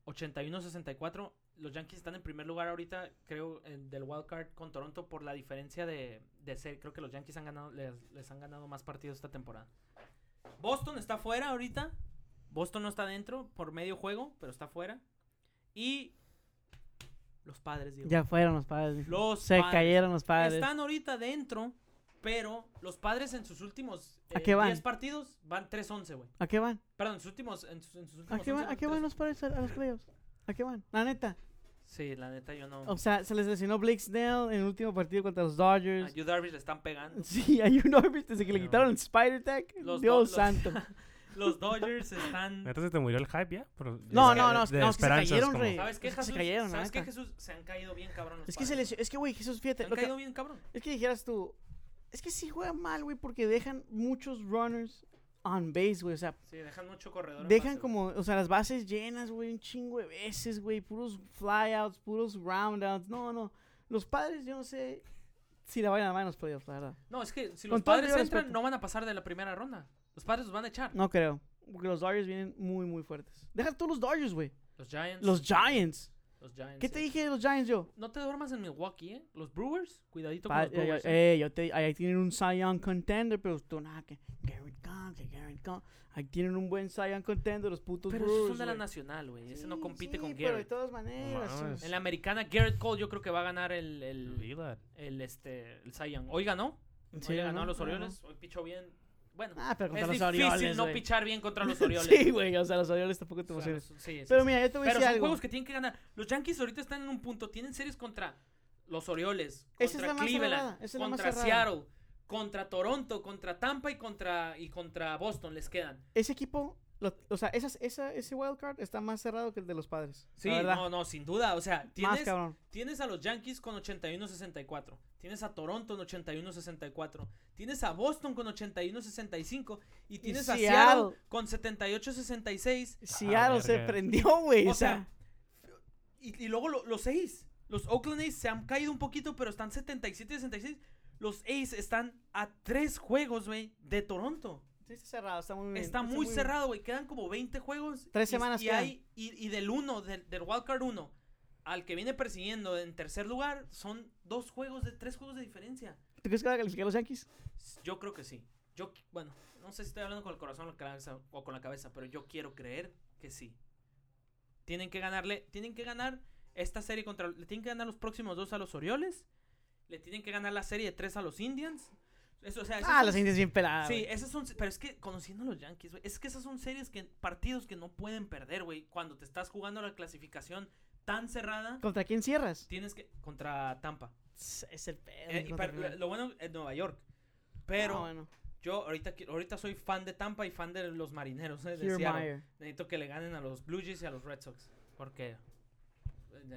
[SPEAKER 1] 81-64. Los Yankees están en primer lugar ahorita, creo, en- del wild card con Toronto por la diferencia de, de ser. Creo que los Yankees han ganado, les, les han ganado más partidos esta temporada. Boston está fuera ahorita. Boston no está dentro por medio juego, pero está fuera. Y los padres, digo.
[SPEAKER 4] Ya fueron los padres. mijo.
[SPEAKER 1] Los
[SPEAKER 4] Se
[SPEAKER 1] Padres.
[SPEAKER 4] cayeron los padres.
[SPEAKER 1] Están ahorita dentro, pero los padres en sus últimos
[SPEAKER 4] ¿A
[SPEAKER 1] eh,
[SPEAKER 4] qué van?
[SPEAKER 1] 10 partidos van 3-11, güey.
[SPEAKER 4] ¿A qué van?
[SPEAKER 1] Perdón, en sus últimos. En sus, en sus
[SPEAKER 4] ¿A
[SPEAKER 1] últimos
[SPEAKER 4] qué van,
[SPEAKER 1] 11
[SPEAKER 4] ¿A qué van
[SPEAKER 1] tres-
[SPEAKER 4] los padres a, a los playoffs? ¿A qué van? La neta.
[SPEAKER 1] Sí, la neta, yo no.
[SPEAKER 4] O sea, se les lesionó Blake Snell en el último partido contra los Dodgers.
[SPEAKER 1] A Yu Darvish le están pegando.
[SPEAKER 4] Sí, hay un árbitro desde que le
[SPEAKER 2] No.
[SPEAKER 4] quitaron el Spider Tech.
[SPEAKER 1] Los
[SPEAKER 4] Dios
[SPEAKER 1] do- los-
[SPEAKER 4] santo.
[SPEAKER 1] Los Dodgers están.
[SPEAKER 2] Neta se te murió el hype ya. Pero
[SPEAKER 4] No,
[SPEAKER 2] de-
[SPEAKER 4] no, no,
[SPEAKER 2] de
[SPEAKER 4] no, es que se
[SPEAKER 2] esperanzas,
[SPEAKER 4] cayeron,
[SPEAKER 2] como-
[SPEAKER 4] rey.
[SPEAKER 1] ¿Sabes qué,
[SPEAKER 4] Es que
[SPEAKER 1] Jesús?
[SPEAKER 4] se cayeron, la
[SPEAKER 1] ¿Sabes qué,
[SPEAKER 4] neta.
[SPEAKER 1] Jesús? Se han caído bien, cabrón. los
[SPEAKER 4] Es que, se
[SPEAKER 1] padres.
[SPEAKER 4] les, es que, güey, Jesús,
[SPEAKER 1] Se
[SPEAKER 4] fíjate.
[SPEAKER 1] han
[SPEAKER 4] lo que-
[SPEAKER 1] caído bien, cabrón.
[SPEAKER 4] es que dijeras tú, es que sí juegan mal, güey, porque dejan muchos runners on base, güey. O sea,
[SPEAKER 1] Sí, dejan mucho corredor. en
[SPEAKER 4] dejan
[SPEAKER 1] base, güey.
[SPEAKER 4] como, o sea, las bases llenas, güey, un chingo de veces, güey. Puros flyouts, puros roundouts. No, no. Los padres, yo no sé si la vayan a dar en los playoffs, la verdad.
[SPEAKER 1] No, es que si
[SPEAKER 4] Con
[SPEAKER 1] los
[SPEAKER 4] todo el
[SPEAKER 1] padres
[SPEAKER 4] debido
[SPEAKER 1] entran,
[SPEAKER 4] respeto.
[SPEAKER 1] no van a pasar de la primera ronda. Los padres los van a echar.
[SPEAKER 4] No creo. Porque los Dodgers vienen muy, muy fuertes. Deja todos los Dodgers, güey.
[SPEAKER 1] Los Giants.
[SPEAKER 4] Los Giants.
[SPEAKER 1] Los Giants.
[SPEAKER 4] ¿Qué te
[SPEAKER 1] sí.
[SPEAKER 4] dije de los Giants yo?
[SPEAKER 1] No te duermas en Milwaukee, ¿eh? Los Brewers. Cuidadito con
[SPEAKER 4] Pa-
[SPEAKER 1] los
[SPEAKER 4] eh,
[SPEAKER 1] Brewers. ¿eh?
[SPEAKER 4] eh, yo te- ahí tienen un Cy Young contender, pero tú nada, que Garrett Cole, que Garrett Cole. Ahí tienen un buen Cy Young contender, los putos
[SPEAKER 1] Pero esos
[SPEAKER 4] Brewers,
[SPEAKER 1] son de la
[SPEAKER 4] güey.
[SPEAKER 1] nacional, güey. Ese no
[SPEAKER 4] Sí,
[SPEAKER 1] compite
[SPEAKER 4] sí,
[SPEAKER 1] con
[SPEAKER 4] pero de
[SPEAKER 1] Garrett.
[SPEAKER 4] todas maneras.
[SPEAKER 2] No
[SPEAKER 4] son-
[SPEAKER 2] mames.
[SPEAKER 1] En la americana, Garrett Cole yo creo que va a ganar el, el,
[SPEAKER 2] Lillard.
[SPEAKER 1] el, este, el Cy Young. Hoy ganó. Hoy
[SPEAKER 4] Sí,
[SPEAKER 1] le ganó
[SPEAKER 4] ¿no?
[SPEAKER 1] a los
[SPEAKER 4] Ah,
[SPEAKER 1] Orioles. Hoy pichó bien. Bueno,
[SPEAKER 4] Ah, pero
[SPEAKER 1] es
[SPEAKER 4] contra los
[SPEAKER 1] difícil
[SPEAKER 4] Orioles,
[SPEAKER 1] no
[SPEAKER 4] güey.
[SPEAKER 1] pichar bien contra los Orioles.
[SPEAKER 4] Sí, güey, o sea, los Orioles tampoco te
[SPEAKER 1] O sea,
[SPEAKER 4] emociones.
[SPEAKER 1] los- sí, sí,
[SPEAKER 4] Pero
[SPEAKER 1] sí.
[SPEAKER 4] mira, yo te voy a
[SPEAKER 1] Pero
[SPEAKER 4] decir
[SPEAKER 1] son
[SPEAKER 4] algo.
[SPEAKER 1] juegos que tienen que ganar. Los Yankees ahorita están en un punto. Tienen series contra los Orioles,
[SPEAKER 4] Esa es
[SPEAKER 1] contra
[SPEAKER 4] la más cerrada,
[SPEAKER 1] Cleveland,
[SPEAKER 4] esa es la más
[SPEAKER 1] contra
[SPEAKER 4] cerrada.
[SPEAKER 1] Seattle, contra Toronto, contra Tampa y contra, y contra Boston. Les quedan.
[SPEAKER 4] Ese equipo, lo- o sea, esas, esa, ese wildcard está más cerrado que el de los padres.
[SPEAKER 1] Sí,
[SPEAKER 4] la verdad.
[SPEAKER 1] no, no, sin duda. O sea,
[SPEAKER 4] más
[SPEAKER 1] tienes, Ah,
[SPEAKER 4] cabrón.
[SPEAKER 1] tienes a los Yankees con 81-64. Tienes a Toronto en 81-64. Tienes a Boston con 81-65. Y tienes a
[SPEAKER 4] Seattle.
[SPEAKER 1] Seattle con 78-66.
[SPEAKER 4] Seattle se
[SPEAKER 2] verga.
[SPEAKER 4] prendió, güey.
[SPEAKER 1] O
[SPEAKER 4] O sea,
[SPEAKER 1] sea, Y, y luego lo- los A's. Los Oakland A's se han caído un poquito, pero están 77-66. Los A's están a tres juegos, güey, de Toronto.
[SPEAKER 4] sí está cerrado, está muy bien,
[SPEAKER 1] Está muy
[SPEAKER 4] bien.
[SPEAKER 1] cerrado, güey. Quedan como 20 juegos.
[SPEAKER 4] Tres
[SPEAKER 1] y-
[SPEAKER 4] semanas
[SPEAKER 1] y,
[SPEAKER 4] quedan.
[SPEAKER 1] hay- y, y del 1, del, del Wildcard 1, al que viene persiguiendo en tercer lugar, son dos juegos, de tres juegos de diferencia.
[SPEAKER 4] ¿Tú crees que van a calificar los Yankees?
[SPEAKER 1] S- Yo creo que sí. Yo, qui- bueno, no sé si estoy hablando con el corazón o la cabeza- o con la cabeza, pero yo quiero creer que sí. Tienen que ganarle, tienen que ganar esta serie contra, le tienen que ganar los próximos dos a los Orioles, le tienen que ganar la serie de tres a los Indians. Eso, o sea, esas
[SPEAKER 4] Ah,
[SPEAKER 1] son-
[SPEAKER 4] los Indians bien pelados.
[SPEAKER 1] Sí, eh. esas son, pero es que conociendo a los Yankees, güey, es que esas son series que, partidos que no pueden perder, güey, cuando te estás jugando la clasificación tan cerrada,
[SPEAKER 4] ¿Contra quién cierras?
[SPEAKER 1] tienes que, contra Tampa.
[SPEAKER 4] Es el pedo.
[SPEAKER 1] Eh, y
[SPEAKER 4] contra
[SPEAKER 1] par-
[SPEAKER 4] Filadelfia.
[SPEAKER 1] lo bueno es Nueva York,
[SPEAKER 4] Ah,
[SPEAKER 1] pero...
[SPEAKER 4] bueno.
[SPEAKER 1] Yo ahorita, qui- ahorita soy fan de Tampa y fan de los marineros. eh, de Seattle.
[SPEAKER 4] Kiermaier.
[SPEAKER 1] Necesito que le ganen a los Blue Jays y a los Red Sox. Porque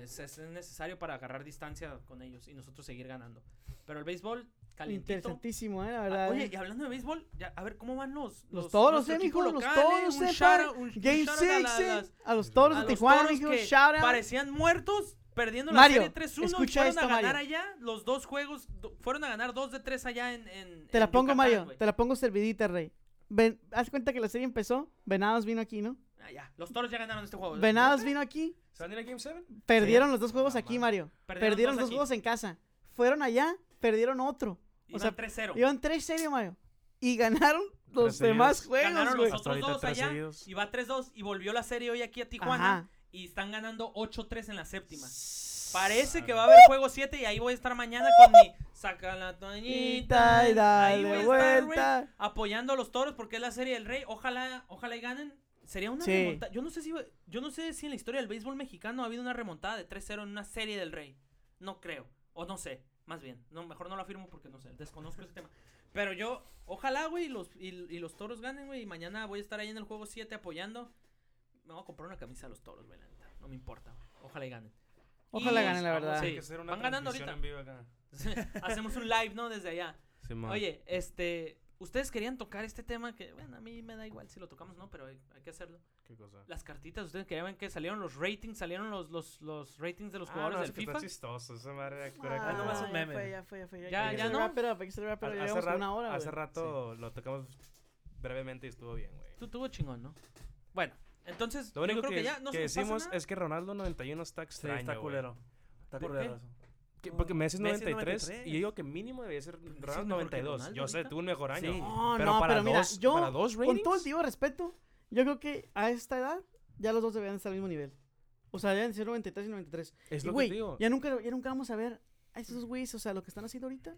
[SPEAKER 1] es, es necesario para agarrar distancia con ellos y nosotros seguir ganando. Pero el béisbol, calientito.
[SPEAKER 4] Interesantísimo, eh, la
[SPEAKER 1] Ah,
[SPEAKER 4] verdad.
[SPEAKER 1] oye,
[SPEAKER 4] eh.
[SPEAKER 1] y hablando de béisbol, ya, a ver, ¿cómo van los...
[SPEAKER 4] Los toros,
[SPEAKER 1] nuestro
[SPEAKER 4] eh,
[SPEAKER 1] equipo
[SPEAKER 4] mijo, los
[SPEAKER 1] local,
[SPEAKER 4] toros,
[SPEAKER 1] eh? Un
[SPEAKER 4] eh,
[SPEAKER 1] shout-out- un- un
[SPEAKER 4] Game
[SPEAKER 1] shout-out
[SPEAKER 4] 6,
[SPEAKER 1] a la- a las-
[SPEAKER 4] A los toros
[SPEAKER 1] a
[SPEAKER 4] de
[SPEAKER 1] los
[SPEAKER 4] Tijuana,
[SPEAKER 1] toros
[SPEAKER 4] mijo,
[SPEAKER 1] que
[SPEAKER 4] shout out.
[SPEAKER 1] Parecían muertos, perdiendo
[SPEAKER 4] Mario,
[SPEAKER 1] la serie 3-1 y
[SPEAKER 4] escucha
[SPEAKER 1] fueron a
[SPEAKER 4] esto,
[SPEAKER 1] ganar
[SPEAKER 4] Mario.
[SPEAKER 1] allá los dos juegos, do- fueron a ganar dos de tres allá en... en-
[SPEAKER 4] Te la
[SPEAKER 1] en
[SPEAKER 4] pongo,
[SPEAKER 1] Yucatán,
[SPEAKER 4] Mario.
[SPEAKER 1] güey.
[SPEAKER 4] Te la pongo servidita, Rey. Ven, haz cuenta que la serie empezó. Venados vino aquí, ¿no?
[SPEAKER 1] Ah, ya. Los toros ya ganaron este juego.
[SPEAKER 4] Venados vino aquí.
[SPEAKER 2] ¿Se van a ir a Game 7?
[SPEAKER 4] Perdieron los dos juegos
[SPEAKER 2] No,
[SPEAKER 4] aquí,
[SPEAKER 2] mames.
[SPEAKER 4] Mario. Perdieron, los dos
[SPEAKER 1] aquí.
[SPEAKER 4] juegos en casa. Fueron allá, perdieron otro.
[SPEAKER 1] Iban
[SPEAKER 4] o sea,
[SPEAKER 1] 3-0.
[SPEAKER 4] Iban 3-0, Mario. Y ganaron los
[SPEAKER 2] Tres
[SPEAKER 4] demás
[SPEAKER 2] seguidos.
[SPEAKER 4] juegos,
[SPEAKER 1] Ganaron
[SPEAKER 4] güey.
[SPEAKER 1] los
[SPEAKER 2] Hasta
[SPEAKER 1] otros
[SPEAKER 2] ahorita
[SPEAKER 1] dos
[SPEAKER 2] tres
[SPEAKER 1] allá.
[SPEAKER 2] seguidos.
[SPEAKER 1] Y va 3-2 y volvió la serie hoy aquí a Tijuana.
[SPEAKER 4] Ajá.
[SPEAKER 1] Y están ganando 8-3 en la séptima.
[SPEAKER 4] S-
[SPEAKER 1] Parece que va a haber juego 7 y ahí voy a estar mañana con mi saca la toallita
[SPEAKER 4] Y
[SPEAKER 1] ahí
[SPEAKER 4] dale
[SPEAKER 1] voy a estar,
[SPEAKER 4] vuelta.
[SPEAKER 1] güey, apoyando a los toros porque es la serie del rey. Ojalá, ojalá y ganen. Sería una
[SPEAKER 4] Sí.
[SPEAKER 1] remontada. Yo no sé si va- yo no sé si en la historia del béisbol mexicano ha habido una remontada de 3-0 en una serie del rey. No creo. O no sé. Más bien. No, mejor no lo afirmo porque no sé. Desconozco ese tema. Pero yo, ojalá, güey, y los, y, y los toros ganen, güey. Y mañana voy a estar ahí en el juego 7 apoyando. Me voy a comprar una camisa a los toros, güey, la neta. No me importa, güey. Ojalá y ganen.
[SPEAKER 4] Ojalá
[SPEAKER 1] Y-
[SPEAKER 4] ganen, la verdad.
[SPEAKER 1] Ah, pues Sí, van ganando ahorita. Hacemos un live, ¿no? Desde allá.
[SPEAKER 2] Simón.
[SPEAKER 1] Oye, este, ustedes querían tocar este tema que, bueno, a mí me da igual si lo tocamos, ¿no? Pero hay, hay que hacerlo.
[SPEAKER 2] ¿Qué cosa?
[SPEAKER 1] Las cartitas, ustedes querían ver que salieron los ratings, salieron los, los, los ratings de los
[SPEAKER 2] Ah,
[SPEAKER 1] jugadores
[SPEAKER 2] no, es
[SPEAKER 1] del
[SPEAKER 2] que está
[SPEAKER 1] FIFA.
[SPEAKER 2] chistoso, esa madre era
[SPEAKER 4] Ah,
[SPEAKER 2] pura cosa.
[SPEAKER 1] nomás un
[SPEAKER 4] ya
[SPEAKER 1] meme.
[SPEAKER 4] fue, ya fue, ya fue,
[SPEAKER 1] Ya,
[SPEAKER 4] hay que
[SPEAKER 1] ya
[SPEAKER 4] ser
[SPEAKER 1] no.
[SPEAKER 4] rapero, hay que ser rapero,
[SPEAKER 2] Hace
[SPEAKER 4] llevamos como
[SPEAKER 2] rato-
[SPEAKER 4] una hora,
[SPEAKER 2] hace
[SPEAKER 4] güey.
[SPEAKER 2] rato lo tocamos brevemente y estuvo bien, güey.
[SPEAKER 1] Tú tuvo chingón, ¿no? Bueno, entonces,
[SPEAKER 2] Lo único
[SPEAKER 1] yo creo
[SPEAKER 2] que,
[SPEAKER 1] que, ya no
[SPEAKER 2] que
[SPEAKER 1] se nos pasa
[SPEAKER 2] decimos
[SPEAKER 1] nada.
[SPEAKER 2] es que Ronaldo 91 está
[SPEAKER 3] Sí,
[SPEAKER 2] extraño,
[SPEAKER 3] está
[SPEAKER 2] güey.
[SPEAKER 3] culero. Está
[SPEAKER 1] ¿Por
[SPEAKER 3] culero
[SPEAKER 1] qué?
[SPEAKER 3] eso.
[SPEAKER 2] Que- porque Messi es
[SPEAKER 3] Messi es
[SPEAKER 2] 93,
[SPEAKER 3] 93.
[SPEAKER 2] y yo digo que mínimo debería ser
[SPEAKER 1] mejor que
[SPEAKER 2] Ronaldo 92.
[SPEAKER 1] Ronaldo
[SPEAKER 2] Yo sé,
[SPEAKER 1] ahorita.
[SPEAKER 2] tuvo un mejor año.
[SPEAKER 3] Sí.
[SPEAKER 4] No,
[SPEAKER 2] Pero
[SPEAKER 4] no,
[SPEAKER 2] para
[SPEAKER 4] pero mira,
[SPEAKER 2] dos,
[SPEAKER 4] yo,
[SPEAKER 2] para dos
[SPEAKER 4] con todo el
[SPEAKER 2] ratings.
[SPEAKER 4] debido respeto, yo creo que a esta edad ya los dos deberían estar al mismo nivel. O sea, deben ser 93 y 93.
[SPEAKER 2] Es
[SPEAKER 4] Y,
[SPEAKER 2] lo que
[SPEAKER 4] güey,
[SPEAKER 2] te digo.
[SPEAKER 4] ya nunca, ya nunca vamos a ver a esos güeyes, o sea, lo que están haciendo ahorita.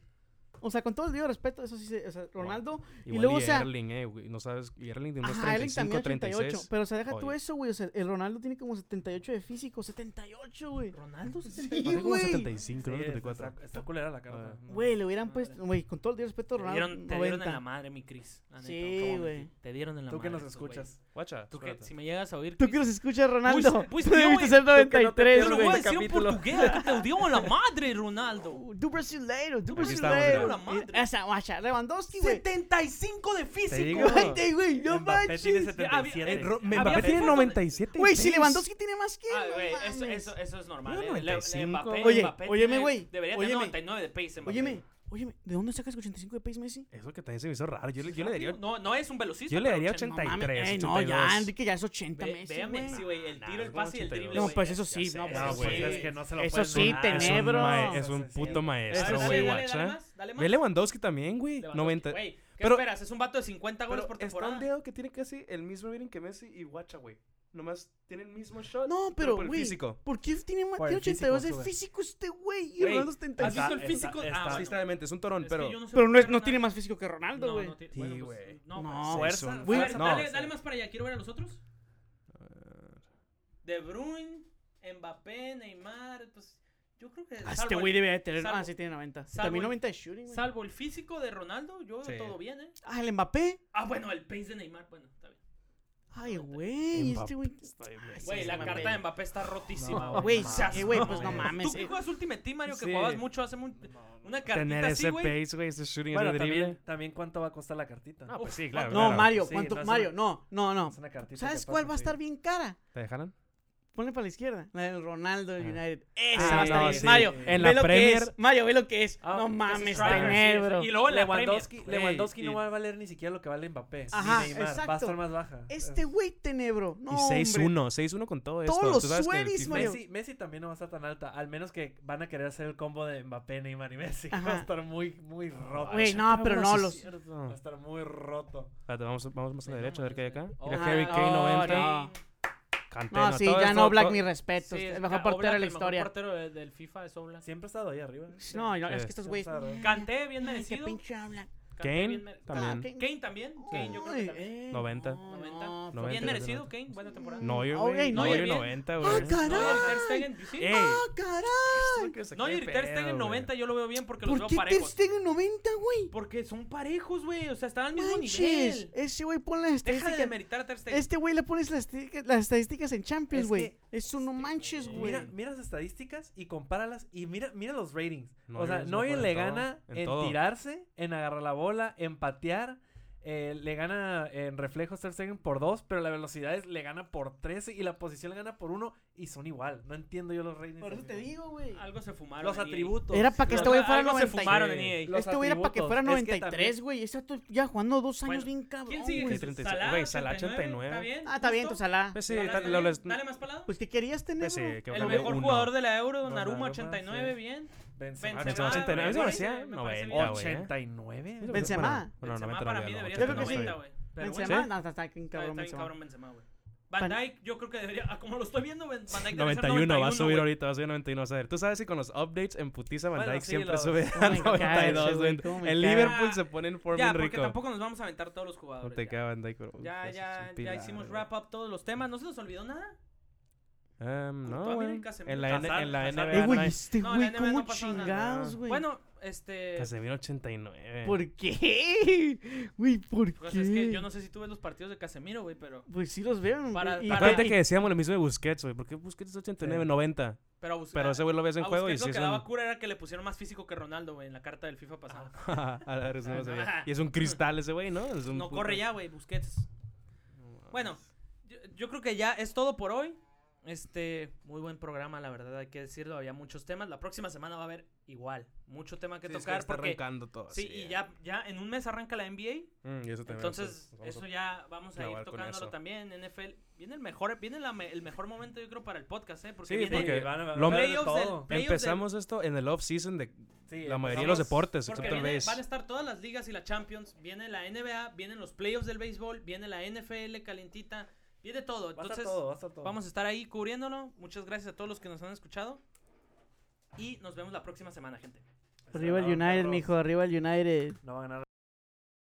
[SPEAKER 4] O sea, con todo el debido respeto, eso sí, se- o sea, Ronaldo,
[SPEAKER 2] Igual
[SPEAKER 4] luego, o sea-
[SPEAKER 2] Erling, eh, güey, no sabes, y Erling de unos
[SPEAKER 4] Ajá, Erling
[SPEAKER 2] 35,
[SPEAKER 4] también 88.
[SPEAKER 2] 36.
[SPEAKER 4] Pero, o sea, deja tú
[SPEAKER 2] Oye.
[SPEAKER 4] eso, güey. O sea, el Ronaldo tiene como 78 de físico. 78, güey.
[SPEAKER 1] Ronaldo 78.
[SPEAKER 4] Sí,
[SPEAKER 2] Tiene como
[SPEAKER 4] güey.
[SPEAKER 2] 75, no
[SPEAKER 3] Sí,
[SPEAKER 2] 74.
[SPEAKER 3] Está, está culera la carta.
[SPEAKER 2] Ah.
[SPEAKER 3] no.
[SPEAKER 4] Güey, le hubieran
[SPEAKER 1] Madre.
[SPEAKER 4] puesto... Güey, con todo el debido respeto,
[SPEAKER 1] Te dieron,
[SPEAKER 4] Ronaldo,
[SPEAKER 1] te dieron en la
[SPEAKER 4] 90.
[SPEAKER 1] madre, mi Cris. la neta,
[SPEAKER 4] Sí,
[SPEAKER 1] no te voy a
[SPEAKER 4] güey.
[SPEAKER 1] mentir. Te dieron en la
[SPEAKER 3] Tú
[SPEAKER 1] madre.
[SPEAKER 3] que nos
[SPEAKER 1] esos güeyes.
[SPEAKER 3] escuchas.
[SPEAKER 2] Guacha,
[SPEAKER 1] Tú que,
[SPEAKER 2] espérate.
[SPEAKER 1] si me llegas a oír,
[SPEAKER 4] Tú
[SPEAKER 1] Cris,
[SPEAKER 4] que nos escuchas, Ronaldo.
[SPEAKER 1] pues,
[SPEAKER 4] Tú
[SPEAKER 1] tío,
[SPEAKER 4] debiste
[SPEAKER 1] güey,
[SPEAKER 4] ser
[SPEAKER 1] Te
[SPEAKER 4] 93,
[SPEAKER 1] lo
[SPEAKER 3] pierdas
[SPEAKER 1] voy a
[SPEAKER 4] güey.
[SPEAKER 3] este
[SPEAKER 1] decir en
[SPEAKER 3] capítulo.
[SPEAKER 1] portugués. Tú te dio en la madre, Ronaldo.
[SPEAKER 4] Du brasileiro, du
[SPEAKER 2] Aquí estamos, mira.
[SPEAKER 4] brasileiro.
[SPEAKER 1] La madre.
[SPEAKER 4] Eh, Esa, guacha, Lewandowski, güey.
[SPEAKER 1] 75 de
[SPEAKER 3] Te
[SPEAKER 1] físico.
[SPEAKER 3] digo.
[SPEAKER 4] Ay, güey, no
[SPEAKER 3] Mbappé tiene
[SPEAKER 4] manches.
[SPEAKER 3] 77.
[SPEAKER 1] había- eh, Ro-
[SPEAKER 2] Me
[SPEAKER 1] Había
[SPEAKER 2] Mbappé
[SPEAKER 1] fotos
[SPEAKER 2] tiene
[SPEAKER 1] de-
[SPEAKER 2] 97.
[SPEAKER 4] Güey, si
[SPEAKER 2] tres.
[SPEAKER 4] Levandowski tiene más que él,
[SPEAKER 1] Ah,
[SPEAKER 4] no
[SPEAKER 1] güey, eso,
[SPEAKER 4] mames.
[SPEAKER 1] eso, eso es normal.
[SPEAKER 2] Era
[SPEAKER 1] eh. Le-
[SPEAKER 2] 95.
[SPEAKER 1] Mbappé-
[SPEAKER 4] Oye,
[SPEAKER 1] Mbappé
[SPEAKER 4] óyeme,
[SPEAKER 1] tiene-
[SPEAKER 4] güey,
[SPEAKER 1] Debería
[SPEAKER 4] óyeme.
[SPEAKER 1] tener 99 de pace, Mbappé.
[SPEAKER 4] Óyeme, óyeme, ¿de dónde sacas 85 de pace, Messi?
[SPEAKER 2] Eso que también se me hizo raro. Yo, le- yo le daría,
[SPEAKER 1] No, no es un velocista.
[SPEAKER 2] yo le
[SPEAKER 1] pero
[SPEAKER 2] daría
[SPEAKER 1] ochenta-
[SPEAKER 4] No
[SPEAKER 2] 83,
[SPEAKER 4] mames, ey, no,
[SPEAKER 2] 82.
[SPEAKER 4] ya, Enrique, ya es 80
[SPEAKER 1] Ve,
[SPEAKER 4] Messi,
[SPEAKER 1] ve a
[SPEAKER 4] güey.
[SPEAKER 1] Messi, güey. El
[SPEAKER 2] Nah,
[SPEAKER 1] tiro, el
[SPEAKER 2] es como
[SPEAKER 1] pase y el
[SPEAKER 2] 82.
[SPEAKER 1] drible.
[SPEAKER 4] No,
[SPEAKER 1] güey.
[SPEAKER 4] pues eso sí,
[SPEAKER 2] sé,
[SPEAKER 4] no,
[SPEAKER 2] ya
[SPEAKER 3] No,
[SPEAKER 4] pues
[SPEAKER 2] sé.
[SPEAKER 3] pues
[SPEAKER 4] sí.
[SPEAKER 3] Ah, es que no se lo
[SPEAKER 4] Eso
[SPEAKER 3] pueden
[SPEAKER 4] sí,
[SPEAKER 3] negar.
[SPEAKER 2] Es un,
[SPEAKER 4] Tenebro.
[SPEAKER 2] mae- es un
[SPEAKER 3] Sí, sí,
[SPEAKER 2] puto
[SPEAKER 3] sí.
[SPEAKER 1] A
[SPEAKER 2] maestro,
[SPEAKER 1] ver,
[SPEAKER 2] güey,
[SPEAKER 1] dale, dale, dale
[SPEAKER 2] guacha.
[SPEAKER 1] más, dale más.
[SPEAKER 2] Ve Lewandowski también, güey.
[SPEAKER 1] Lewandowski,
[SPEAKER 2] 90.
[SPEAKER 1] güey, ¿Qué
[SPEAKER 2] pero-
[SPEAKER 1] esperas? Es un vato de 50 goles por
[SPEAKER 2] está un
[SPEAKER 1] temporada.
[SPEAKER 2] dedo que tiene casi el mismo rating que Messi y Guacha, güey. Nomás tiene el mismo shot.
[SPEAKER 4] No, pero,
[SPEAKER 2] por el
[SPEAKER 4] güey,
[SPEAKER 2] físico.
[SPEAKER 4] ¿por qué tiene, más-
[SPEAKER 3] Por
[SPEAKER 4] tiene
[SPEAKER 3] el físico
[SPEAKER 4] 82 de
[SPEAKER 3] sube.
[SPEAKER 4] físico este güey? Y
[SPEAKER 1] Güey,
[SPEAKER 4] Ronaldo
[SPEAKER 1] ¿Has
[SPEAKER 4] 75.
[SPEAKER 1] visto el
[SPEAKER 3] Está-
[SPEAKER 1] físico?
[SPEAKER 3] está-
[SPEAKER 1] Ah,
[SPEAKER 3] está-
[SPEAKER 1] bueno.
[SPEAKER 2] Sí, está de mente, es un torón,
[SPEAKER 1] Es que
[SPEAKER 2] pero.
[SPEAKER 1] yo no sé
[SPEAKER 4] Pero
[SPEAKER 1] por
[SPEAKER 4] no, es-
[SPEAKER 1] qué
[SPEAKER 4] no tiene
[SPEAKER 1] Ronaldo-
[SPEAKER 4] más físico que Ronaldo,
[SPEAKER 1] No,
[SPEAKER 4] güey.
[SPEAKER 1] no tiene-
[SPEAKER 2] Sí,
[SPEAKER 1] bueno, pues,
[SPEAKER 2] güey.
[SPEAKER 1] no,
[SPEAKER 4] No,
[SPEAKER 1] pues,
[SPEAKER 4] güey.
[SPEAKER 2] es
[SPEAKER 3] Fuerza,
[SPEAKER 2] un-
[SPEAKER 4] güey,
[SPEAKER 1] A ver,
[SPEAKER 2] no,
[SPEAKER 1] dale,
[SPEAKER 2] sí.
[SPEAKER 1] dale más para allá, quiero ver a los otros. De Bruyne, Mbappé, Neymar, pues yo creo que
[SPEAKER 4] Ah, este
[SPEAKER 1] salvo,
[SPEAKER 4] güey
[SPEAKER 1] el,
[SPEAKER 4] debe de tener.
[SPEAKER 1] salvo-
[SPEAKER 4] ah, sí, tiene 90.
[SPEAKER 1] salvo
[SPEAKER 4] También
[SPEAKER 1] el-
[SPEAKER 4] 90 de shooting, güey.
[SPEAKER 1] salvo el físico de Ronaldo, yo
[SPEAKER 2] Sí.
[SPEAKER 1] veo todo bien, ¿eh?
[SPEAKER 4] Ah, el Mbappé.
[SPEAKER 1] Ah, bueno, el pace de Neymar, bueno, está bien.
[SPEAKER 4] Ay, güey. Este güey.
[SPEAKER 2] Sí,
[SPEAKER 1] Güey,
[SPEAKER 4] sí,
[SPEAKER 1] la
[SPEAKER 4] sí,
[SPEAKER 1] carta
[SPEAKER 4] Mbappé.
[SPEAKER 1] de Mbappé está rotísima,
[SPEAKER 3] No,
[SPEAKER 1] güey.
[SPEAKER 4] Güey,
[SPEAKER 1] Seas
[SPEAKER 4] sí, güey, pues
[SPEAKER 1] mamón.
[SPEAKER 4] no mames.
[SPEAKER 1] Tú
[SPEAKER 4] eh.
[SPEAKER 1] que juegas Ultimate Team, Mario, que
[SPEAKER 2] Sí.
[SPEAKER 1] jugabas mucho hace mucho. Una cartita
[SPEAKER 2] Tener
[SPEAKER 1] así,
[SPEAKER 2] ese
[SPEAKER 1] güey.
[SPEAKER 2] pace, güey, ese shooting
[SPEAKER 3] Bueno,
[SPEAKER 2] de drible.
[SPEAKER 3] también, también cuánto va a costar la cartita.
[SPEAKER 2] No,
[SPEAKER 1] Uf,
[SPEAKER 2] pues sí, claro.
[SPEAKER 4] No,
[SPEAKER 2] claro.
[SPEAKER 4] Mario,
[SPEAKER 3] Sí,
[SPEAKER 4] ¿cuánto?
[SPEAKER 3] no es una-
[SPEAKER 4] Mario, no, no, no.
[SPEAKER 3] Es una cartita
[SPEAKER 4] ¿Sabes
[SPEAKER 3] que puedes
[SPEAKER 4] cuál va a estar
[SPEAKER 3] conseguir.
[SPEAKER 4] bien cara?
[SPEAKER 2] ¿Te dejaron?
[SPEAKER 4] Ponle para la izquierda. La del Ronaldo del
[SPEAKER 2] Ah.
[SPEAKER 4] United.
[SPEAKER 2] Ah,
[SPEAKER 4] Esa va a estar
[SPEAKER 2] no,
[SPEAKER 4] bien.
[SPEAKER 2] sí.
[SPEAKER 4] Mario,
[SPEAKER 2] En
[SPEAKER 4] ve
[SPEAKER 2] la
[SPEAKER 4] lo
[SPEAKER 2] Premier-
[SPEAKER 4] que es. Mario, ve lo que es.
[SPEAKER 3] Ah,
[SPEAKER 4] no
[SPEAKER 3] que es
[SPEAKER 4] mames,
[SPEAKER 1] Striker, sí,
[SPEAKER 4] tenebro.
[SPEAKER 1] sí. Y luego en la
[SPEAKER 3] Lewandowski,
[SPEAKER 1] Premier.
[SPEAKER 3] Lewandowski no
[SPEAKER 2] y-
[SPEAKER 3] va a valer ni siquiera lo que vale Mbappé.
[SPEAKER 4] Ajá,
[SPEAKER 3] ni Neymar. Va a
[SPEAKER 4] exacto.
[SPEAKER 3] estar más baja.
[SPEAKER 4] Este güey tenebro. No,
[SPEAKER 2] y
[SPEAKER 4] hombre.
[SPEAKER 2] 6-1, 6-1 con todo esto.
[SPEAKER 4] Todos los
[SPEAKER 2] Tú sabes que el
[SPEAKER 4] sueris,
[SPEAKER 2] FIFA-
[SPEAKER 4] Mario.
[SPEAKER 3] Messi, Messi también no va a estar tan alta, al menos que van a querer hacer el combo de Mbappé, Neymar y Messi. Va
[SPEAKER 4] Ajá.
[SPEAKER 3] a estar muy, muy roto.
[SPEAKER 4] Güey, no, pero
[SPEAKER 2] Bueno,
[SPEAKER 4] no,
[SPEAKER 2] sí
[SPEAKER 4] los.
[SPEAKER 2] es Ah, cierto.
[SPEAKER 3] Va a estar muy roto.
[SPEAKER 2] Espérate, vamos, vamos más a la
[SPEAKER 1] No
[SPEAKER 2] derecha a ver qué hay acá.
[SPEAKER 1] mames,
[SPEAKER 2] Mira,
[SPEAKER 4] Oh,
[SPEAKER 2] Harry Kane
[SPEAKER 4] no,
[SPEAKER 2] 90.
[SPEAKER 4] no.
[SPEAKER 2] Cantena,
[SPEAKER 4] No, sí,
[SPEAKER 2] todo
[SPEAKER 4] ya
[SPEAKER 2] esto-
[SPEAKER 4] no, Black,
[SPEAKER 2] todo-
[SPEAKER 4] mi respeto.
[SPEAKER 1] Sí,
[SPEAKER 4] el
[SPEAKER 1] es
[SPEAKER 4] mejor
[SPEAKER 1] Ka-
[SPEAKER 4] portero de
[SPEAKER 1] Oblak,
[SPEAKER 4] la
[SPEAKER 1] el mejor
[SPEAKER 4] historia.
[SPEAKER 1] portero de- del FIFA es Oblak.
[SPEAKER 3] Siempre ha estado ahí arriba. ¿eh?
[SPEAKER 4] No, no, es
[SPEAKER 2] Sí.
[SPEAKER 4] que estos güeyes.
[SPEAKER 3] Siempre ha estado-
[SPEAKER 1] Canté, bien
[SPEAKER 4] Ay, qué
[SPEAKER 1] merecido.
[SPEAKER 4] pinche hablan.
[SPEAKER 1] Kanté, bien
[SPEAKER 2] Kane
[SPEAKER 1] mere-
[SPEAKER 2] también.
[SPEAKER 1] Kane también. Kane, yo creo que también.
[SPEAKER 2] 90.
[SPEAKER 1] 90.
[SPEAKER 4] eh, No, no,
[SPEAKER 2] No, 90,
[SPEAKER 1] Bien
[SPEAKER 2] 90.
[SPEAKER 1] merecido, Kane. Buena temporada.
[SPEAKER 2] Neuer,
[SPEAKER 4] Ah,
[SPEAKER 2] güey.
[SPEAKER 4] ok,
[SPEAKER 2] Neuer
[SPEAKER 1] Neuer, bien.
[SPEAKER 2] 90,
[SPEAKER 4] ¡Ah,
[SPEAKER 2] güey.
[SPEAKER 1] No,
[SPEAKER 4] caray!
[SPEAKER 1] Ter Stegen, sí.
[SPEAKER 2] ¡Ey!
[SPEAKER 4] ¡Ah, caray!
[SPEAKER 1] No, y Ter Stegen 90 yo lo veo bien porque los
[SPEAKER 4] ¿Por
[SPEAKER 1] veo
[SPEAKER 4] qué Ter
[SPEAKER 1] parejos.
[SPEAKER 4] Stegen 90, güey?
[SPEAKER 1] Porque son parejos, güey. O sea, están al mismo
[SPEAKER 4] ¡Manches!
[SPEAKER 1] nivel.
[SPEAKER 4] Ese güey pone
[SPEAKER 1] Deja
[SPEAKER 4] las
[SPEAKER 1] de
[SPEAKER 4] estadísticas.
[SPEAKER 1] demeritar a Ter Stegen.
[SPEAKER 4] Este güey le pones las estadísticas- las estadísticas en Champions,
[SPEAKER 3] Es
[SPEAKER 4] güey.
[SPEAKER 3] que-
[SPEAKER 4] Eso no manches, güey.
[SPEAKER 3] Mira, mira las estadísticas y compáralas y mira, mira los ratings.
[SPEAKER 2] Neuer
[SPEAKER 3] o sea,
[SPEAKER 2] es
[SPEAKER 3] Neuer
[SPEAKER 2] mejor
[SPEAKER 3] le
[SPEAKER 2] en todo,
[SPEAKER 3] gana
[SPEAKER 2] en
[SPEAKER 3] en,
[SPEAKER 2] todo.
[SPEAKER 3] tirarse, en agarrar la bola, en patear. eh, le gana en reflejos Ter Stegen por dos, pero la velocidad es- le gana por 13 y la posición le gana por uno y son igual. No entiendo yo los ratings.
[SPEAKER 4] Por eso
[SPEAKER 3] así.
[SPEAKER 4] te digo, güey.
[SPEAKER 1] Algo se fumaron.
[SPEAKER 3] Los
[SPEAKER 1] en EA.
[SPEAKER 3] atributos.
[SPEAKER 4] Era para que
[SPEAKER 1] Los-
[SPEAKER 4] este güey fuera
[SPEAKER 1] algo se
[SPEAKER 4] 93.
[SPEAKER 1] fumaron en E
[SPEAKER 3] Sí.
[SPEAKER 1] EA.
[SPEAKER 3] Los
[SPEAKER 4] Este güey era para que
[SPEAKER 3] atributos.
[SPEAKER 4] fuera
[SPEAKER 3] Es que
[SPEAKER 4] 93,
[SPEAKER 3] también-
[SPEAKER 4] güey. Ese vato ya jugando dos años
[SPEAKER 1] Bueno,
[SPEAKER 4] bien cabrón,
[SPEAKER 1] ¿Quién sigue?
[SPEAKER 4] güey.
[SPEAKER 2] Sí, 36.
[SPEAKER 1] Salah,
[SPEAKER 2] Güey, Salah,
[SPEAKER 1] 89,
[SPEAKER 2] 89.
[SPEAKER 1] ¿Está bien?
[SPEAKER 4] Ah, está bien,
[SPEAKER 1] ¿Justo?
[SPEAKER 4] entonces Salah.
[SPEAKER 2] Pues sí,
[SPEAKER 1] Dale,
[SPEAKER 2] tal-
[SPEAKER 1] dale,
[SPEAKER 2] lo les-
[SPEAKER 1] dale más para lado.
[SPEAKER 4] Pues, ¿qué querías tener,
[SPEAKER 2] Pues sí, que
[SPEAKER 1] El
[SPEAKER 2] lo
[SPEAKER 1] mejor
[SPEAKER 2] uno.
[SPEAKER 1] jugador de la Euro, Donnarumma,
[SPEAKER 3] Donnarumma,
[SPEAKER 1] 89,
[SPEAKER 3] sí.
[SPEAKER 1] bien.
[SPEAKER 3] Benzema,
[SPEAKER 2] Ah,
[SPEAKER 1] Benzema,
[SPEAKER 2] 89, eso me
[SPEAKER 1] parece-
[SPEAKER 2] hacía
[SPEAKER 1] me parece
[SPEAKER 2] 90, güey. eh.
[SPEAKER 3] 89.
[SPEAKER 2] Bueno,
[SPEAKER 4] Benzema.
[SPEAKER 2] Bueno,
[SPEAKER 1] Benzema
[SPEAKER 2] 90
[SPEAKER 1] para
[SPEAKER 2] no,
[SPEAKER 1] mí
[SPEAKER 2] ya no,
[SPEAKER 1] debería
[SPEAKER 4] Yo
[SPEAKER 1] ser
[SPEAKER 4] creo que sí.
[SPEAKER 1] 90, güey. Pero bueno,
[SPEAKER 4] Benzema, no, está, está bien
[SPEAKER 1] está-
[SPEAKER 4] cabrón
[SPEAKER 1] está bien
[SPEAKER 4] Benzema.
[SPEAKER 1] cabrón Benzema, güey. Van
[SPEAKER 4] Pan-
[SPEAKER 1] Dijk, yo creo que debería, ah, como lo estoy viendo, Ben- Van Dijk debe ser
[SPEAKER 2] 91 va a subir
[SPEAKER 1] güey.
[SPEAKER 2] ahorita, va a subir 91, vas a ver. Tú sabes si con los updates en putiza Van
[SPEAKER 3] Bueno,
[SPEAKER 2] Dijk
[SPEAKER 3] sí,
[SPEAKER 2] siempre
[SPEAKER 3] los-
[SPEAKER 2] sube
[SPEAKER 1] oh
[SPEAKER 4] ¿Cómo
[SPEAKER 2] a
[SPEAKER 4] me cae ese
[SPEAKER 2] 92,
[SPEAKER 4] güey?
[SPEAKER 2] güey.
[SPEAKER 4] ¿Cómo me
[SPEAKER 2] El
[SPEAKER 4] cae?
[SPEAKER 2] Liverpool se pone en forma
[SPEAKER 1] Ya,
[SPEAKER 2] en
[SPEAKER 1] porque
[SPEAKER 2] rico.
[SPEAKER 1] tampoco nos vamos a aventar todos los
[SPEAKER 2] No
[SPEAKER 1] jugadores.
[SPEAKER 2] te
[SPEAKER 1] ya,
[SPEAKER 2] queda Van Dijk, pero...
[SPEAKER 1] ya,
[SPEAKER 2] ese es un
[SPEAKER 1] ya, ya
[SPEAKER 2] pilar,
[SPEAKER 1] hicimos
[SPEAKER 2] güey.
[SPEAKER 1] wrap up todos los temas. ¿No se nos olvidó nada?
[SPEAKER 2] Em, no,
[SPEAKER 1] Courtois,
[SPEAKER 2] güey.
[SPEAKER 1] mira el Casemiro.
[SPEAKER 2] En la, N-
[SPEAKER 3] Hazard,
[SPEAKER 2] en la
[SPEAKER 3] Hazard.
[SPEAKER 2] NBA.
[SPEAKER 4] Eh,
[SPEAKER 2] no
[SPEAKER 4] güey,
[SPEAKER 2] hay-
[SPEAKER 4] este
[SPEAKER 1] No, la
[SPEAKER 4] güey,
[SPEAKER 1] NBA
[SPEAKER 4] ¿cómo
[SPEAKER 1] no pasó nada.
[SPEAKER 4] chingados, güey?
[SPEAKER 1] Bueno, este...
[SPEAKER 2] Casemiro 89.
[SPEAKER 4] ¿Por qué? Güey, ¿por
[SPEAKER 1] pues
[SPEAKER 4] qué?
[SPEAKER 1] es que yo no sé si tú ves los partidos de Casemiro, güey, pero...
[SPEAKER 4] Pues sí los veo.
[SPEAKER 1] Para-
[SPEAKER 4] güey, y-
[SPEAKER 1] para-
[SPEAKER 2] Acuérdate que decíamos lo mismo de Busquets, güey. ¿Por qué Busquets es 89,
[SPEAKER 3] Sí.
[SPEAKER 2] 90?
[SPEAKER 1] Pero, a Bus-
[SPEAKER 2] Pero
[SPEAKER 1] a-
[SPEAKER 2] ese güey lo ves en
[SPEAKER 1] a
[SPEAKER 2] juego y
[SPEAKER 1] Ah, Busquets
[SPEAKER 2] sí
[SPEAKER 1] lo
[SPEAKER 2] es
[SPEAKER 1] que daba
[SPEAKER 2] un...
[SPEAKER 1] cura era que le pusieron más físico que Ronaldo, güey, en la carta del FIFA pasada.
[SPEAKER 2] Ah, A ver, eso no sabía. Y es un cristal ese güey, ¿no? Es un
[SPEAKER 1] No
[SPEAKER 2] puto-
[SPEAKER 1] corre ya, güey, Busquets. Bueno, yo, yo creo que ya es todo por hoy. Este, muy buen programa, la verdad, hay que decirlo. Había muchos temas. La próxima semana va a haber igual, mucho tema que
[SPEAKER 2] Sí, es
[SPEAKER 1] tocar.
[SPEAKER 2] está
[SPEAKER 1] porque,
[SPEAKER 2] arrancando todo.
[SPEAKER 1] sí, y ya, ya en un mes arranca la NBA.
[SPEAKER 2] Mm, y eso también,
[SPEAKER 1] Entonces,
[SPEAKER 2] pues, vamos
[SPEAKER 1] eso
[SPEAKER 2] a-
[SPEAKER 1] ya vamos a ir
[SPEAKER 2] clavar con eso.
[SPEAKER 1] tocándolo también. NFL, viene el mejor, viene la me- el mejor momento, yo creo, para el podcast, ¿eh? Porque
[SPEAKER 2] Sí,
[SPEAKER 1] viene
[SPEAKER 2] porque
[SPEAKER 3] van
[SPEAKER 2] lo-
[SPEAKER 3] a- van a ver de
[SPEAKER 1] playoffs
[SPEAKER 3] todo.
[SPEAKER 1] del- playoffs
[SPEAKER 2] Empezamos esto en el off-season de
[SPEAKER 3] Sí,
[SPEAKER 2] la mayoría de los
[SPEAKER 3] empezamos-
[SPEAKER 2] deportes,
[SPEAKER 1] Porque
[SPEAKER 2] excepto el
[SPEAKER 1] viene-
[SPEAKER 2] base.
[SPEAKER 1] van a estar todas las ligas y la Champions, viene la NBA, vienen los playoffs del béisbol, viene la NFL calientita, viene todo.
[SPEAKER 3] Va a estar
[SPEAKER 1] Entonces,
[SPEAKER 3] todo, va a estar todo.
[SPEAKER 1] vamos a estar ahí cubriéndolo. Muchas gracias a todos los que nos han escuchado. Y nos vemos la próxima semana, gente.
[SPEAKER 3] Arriba el United, mijo, arriba el United.
[SPEAKER 4] No va a ganar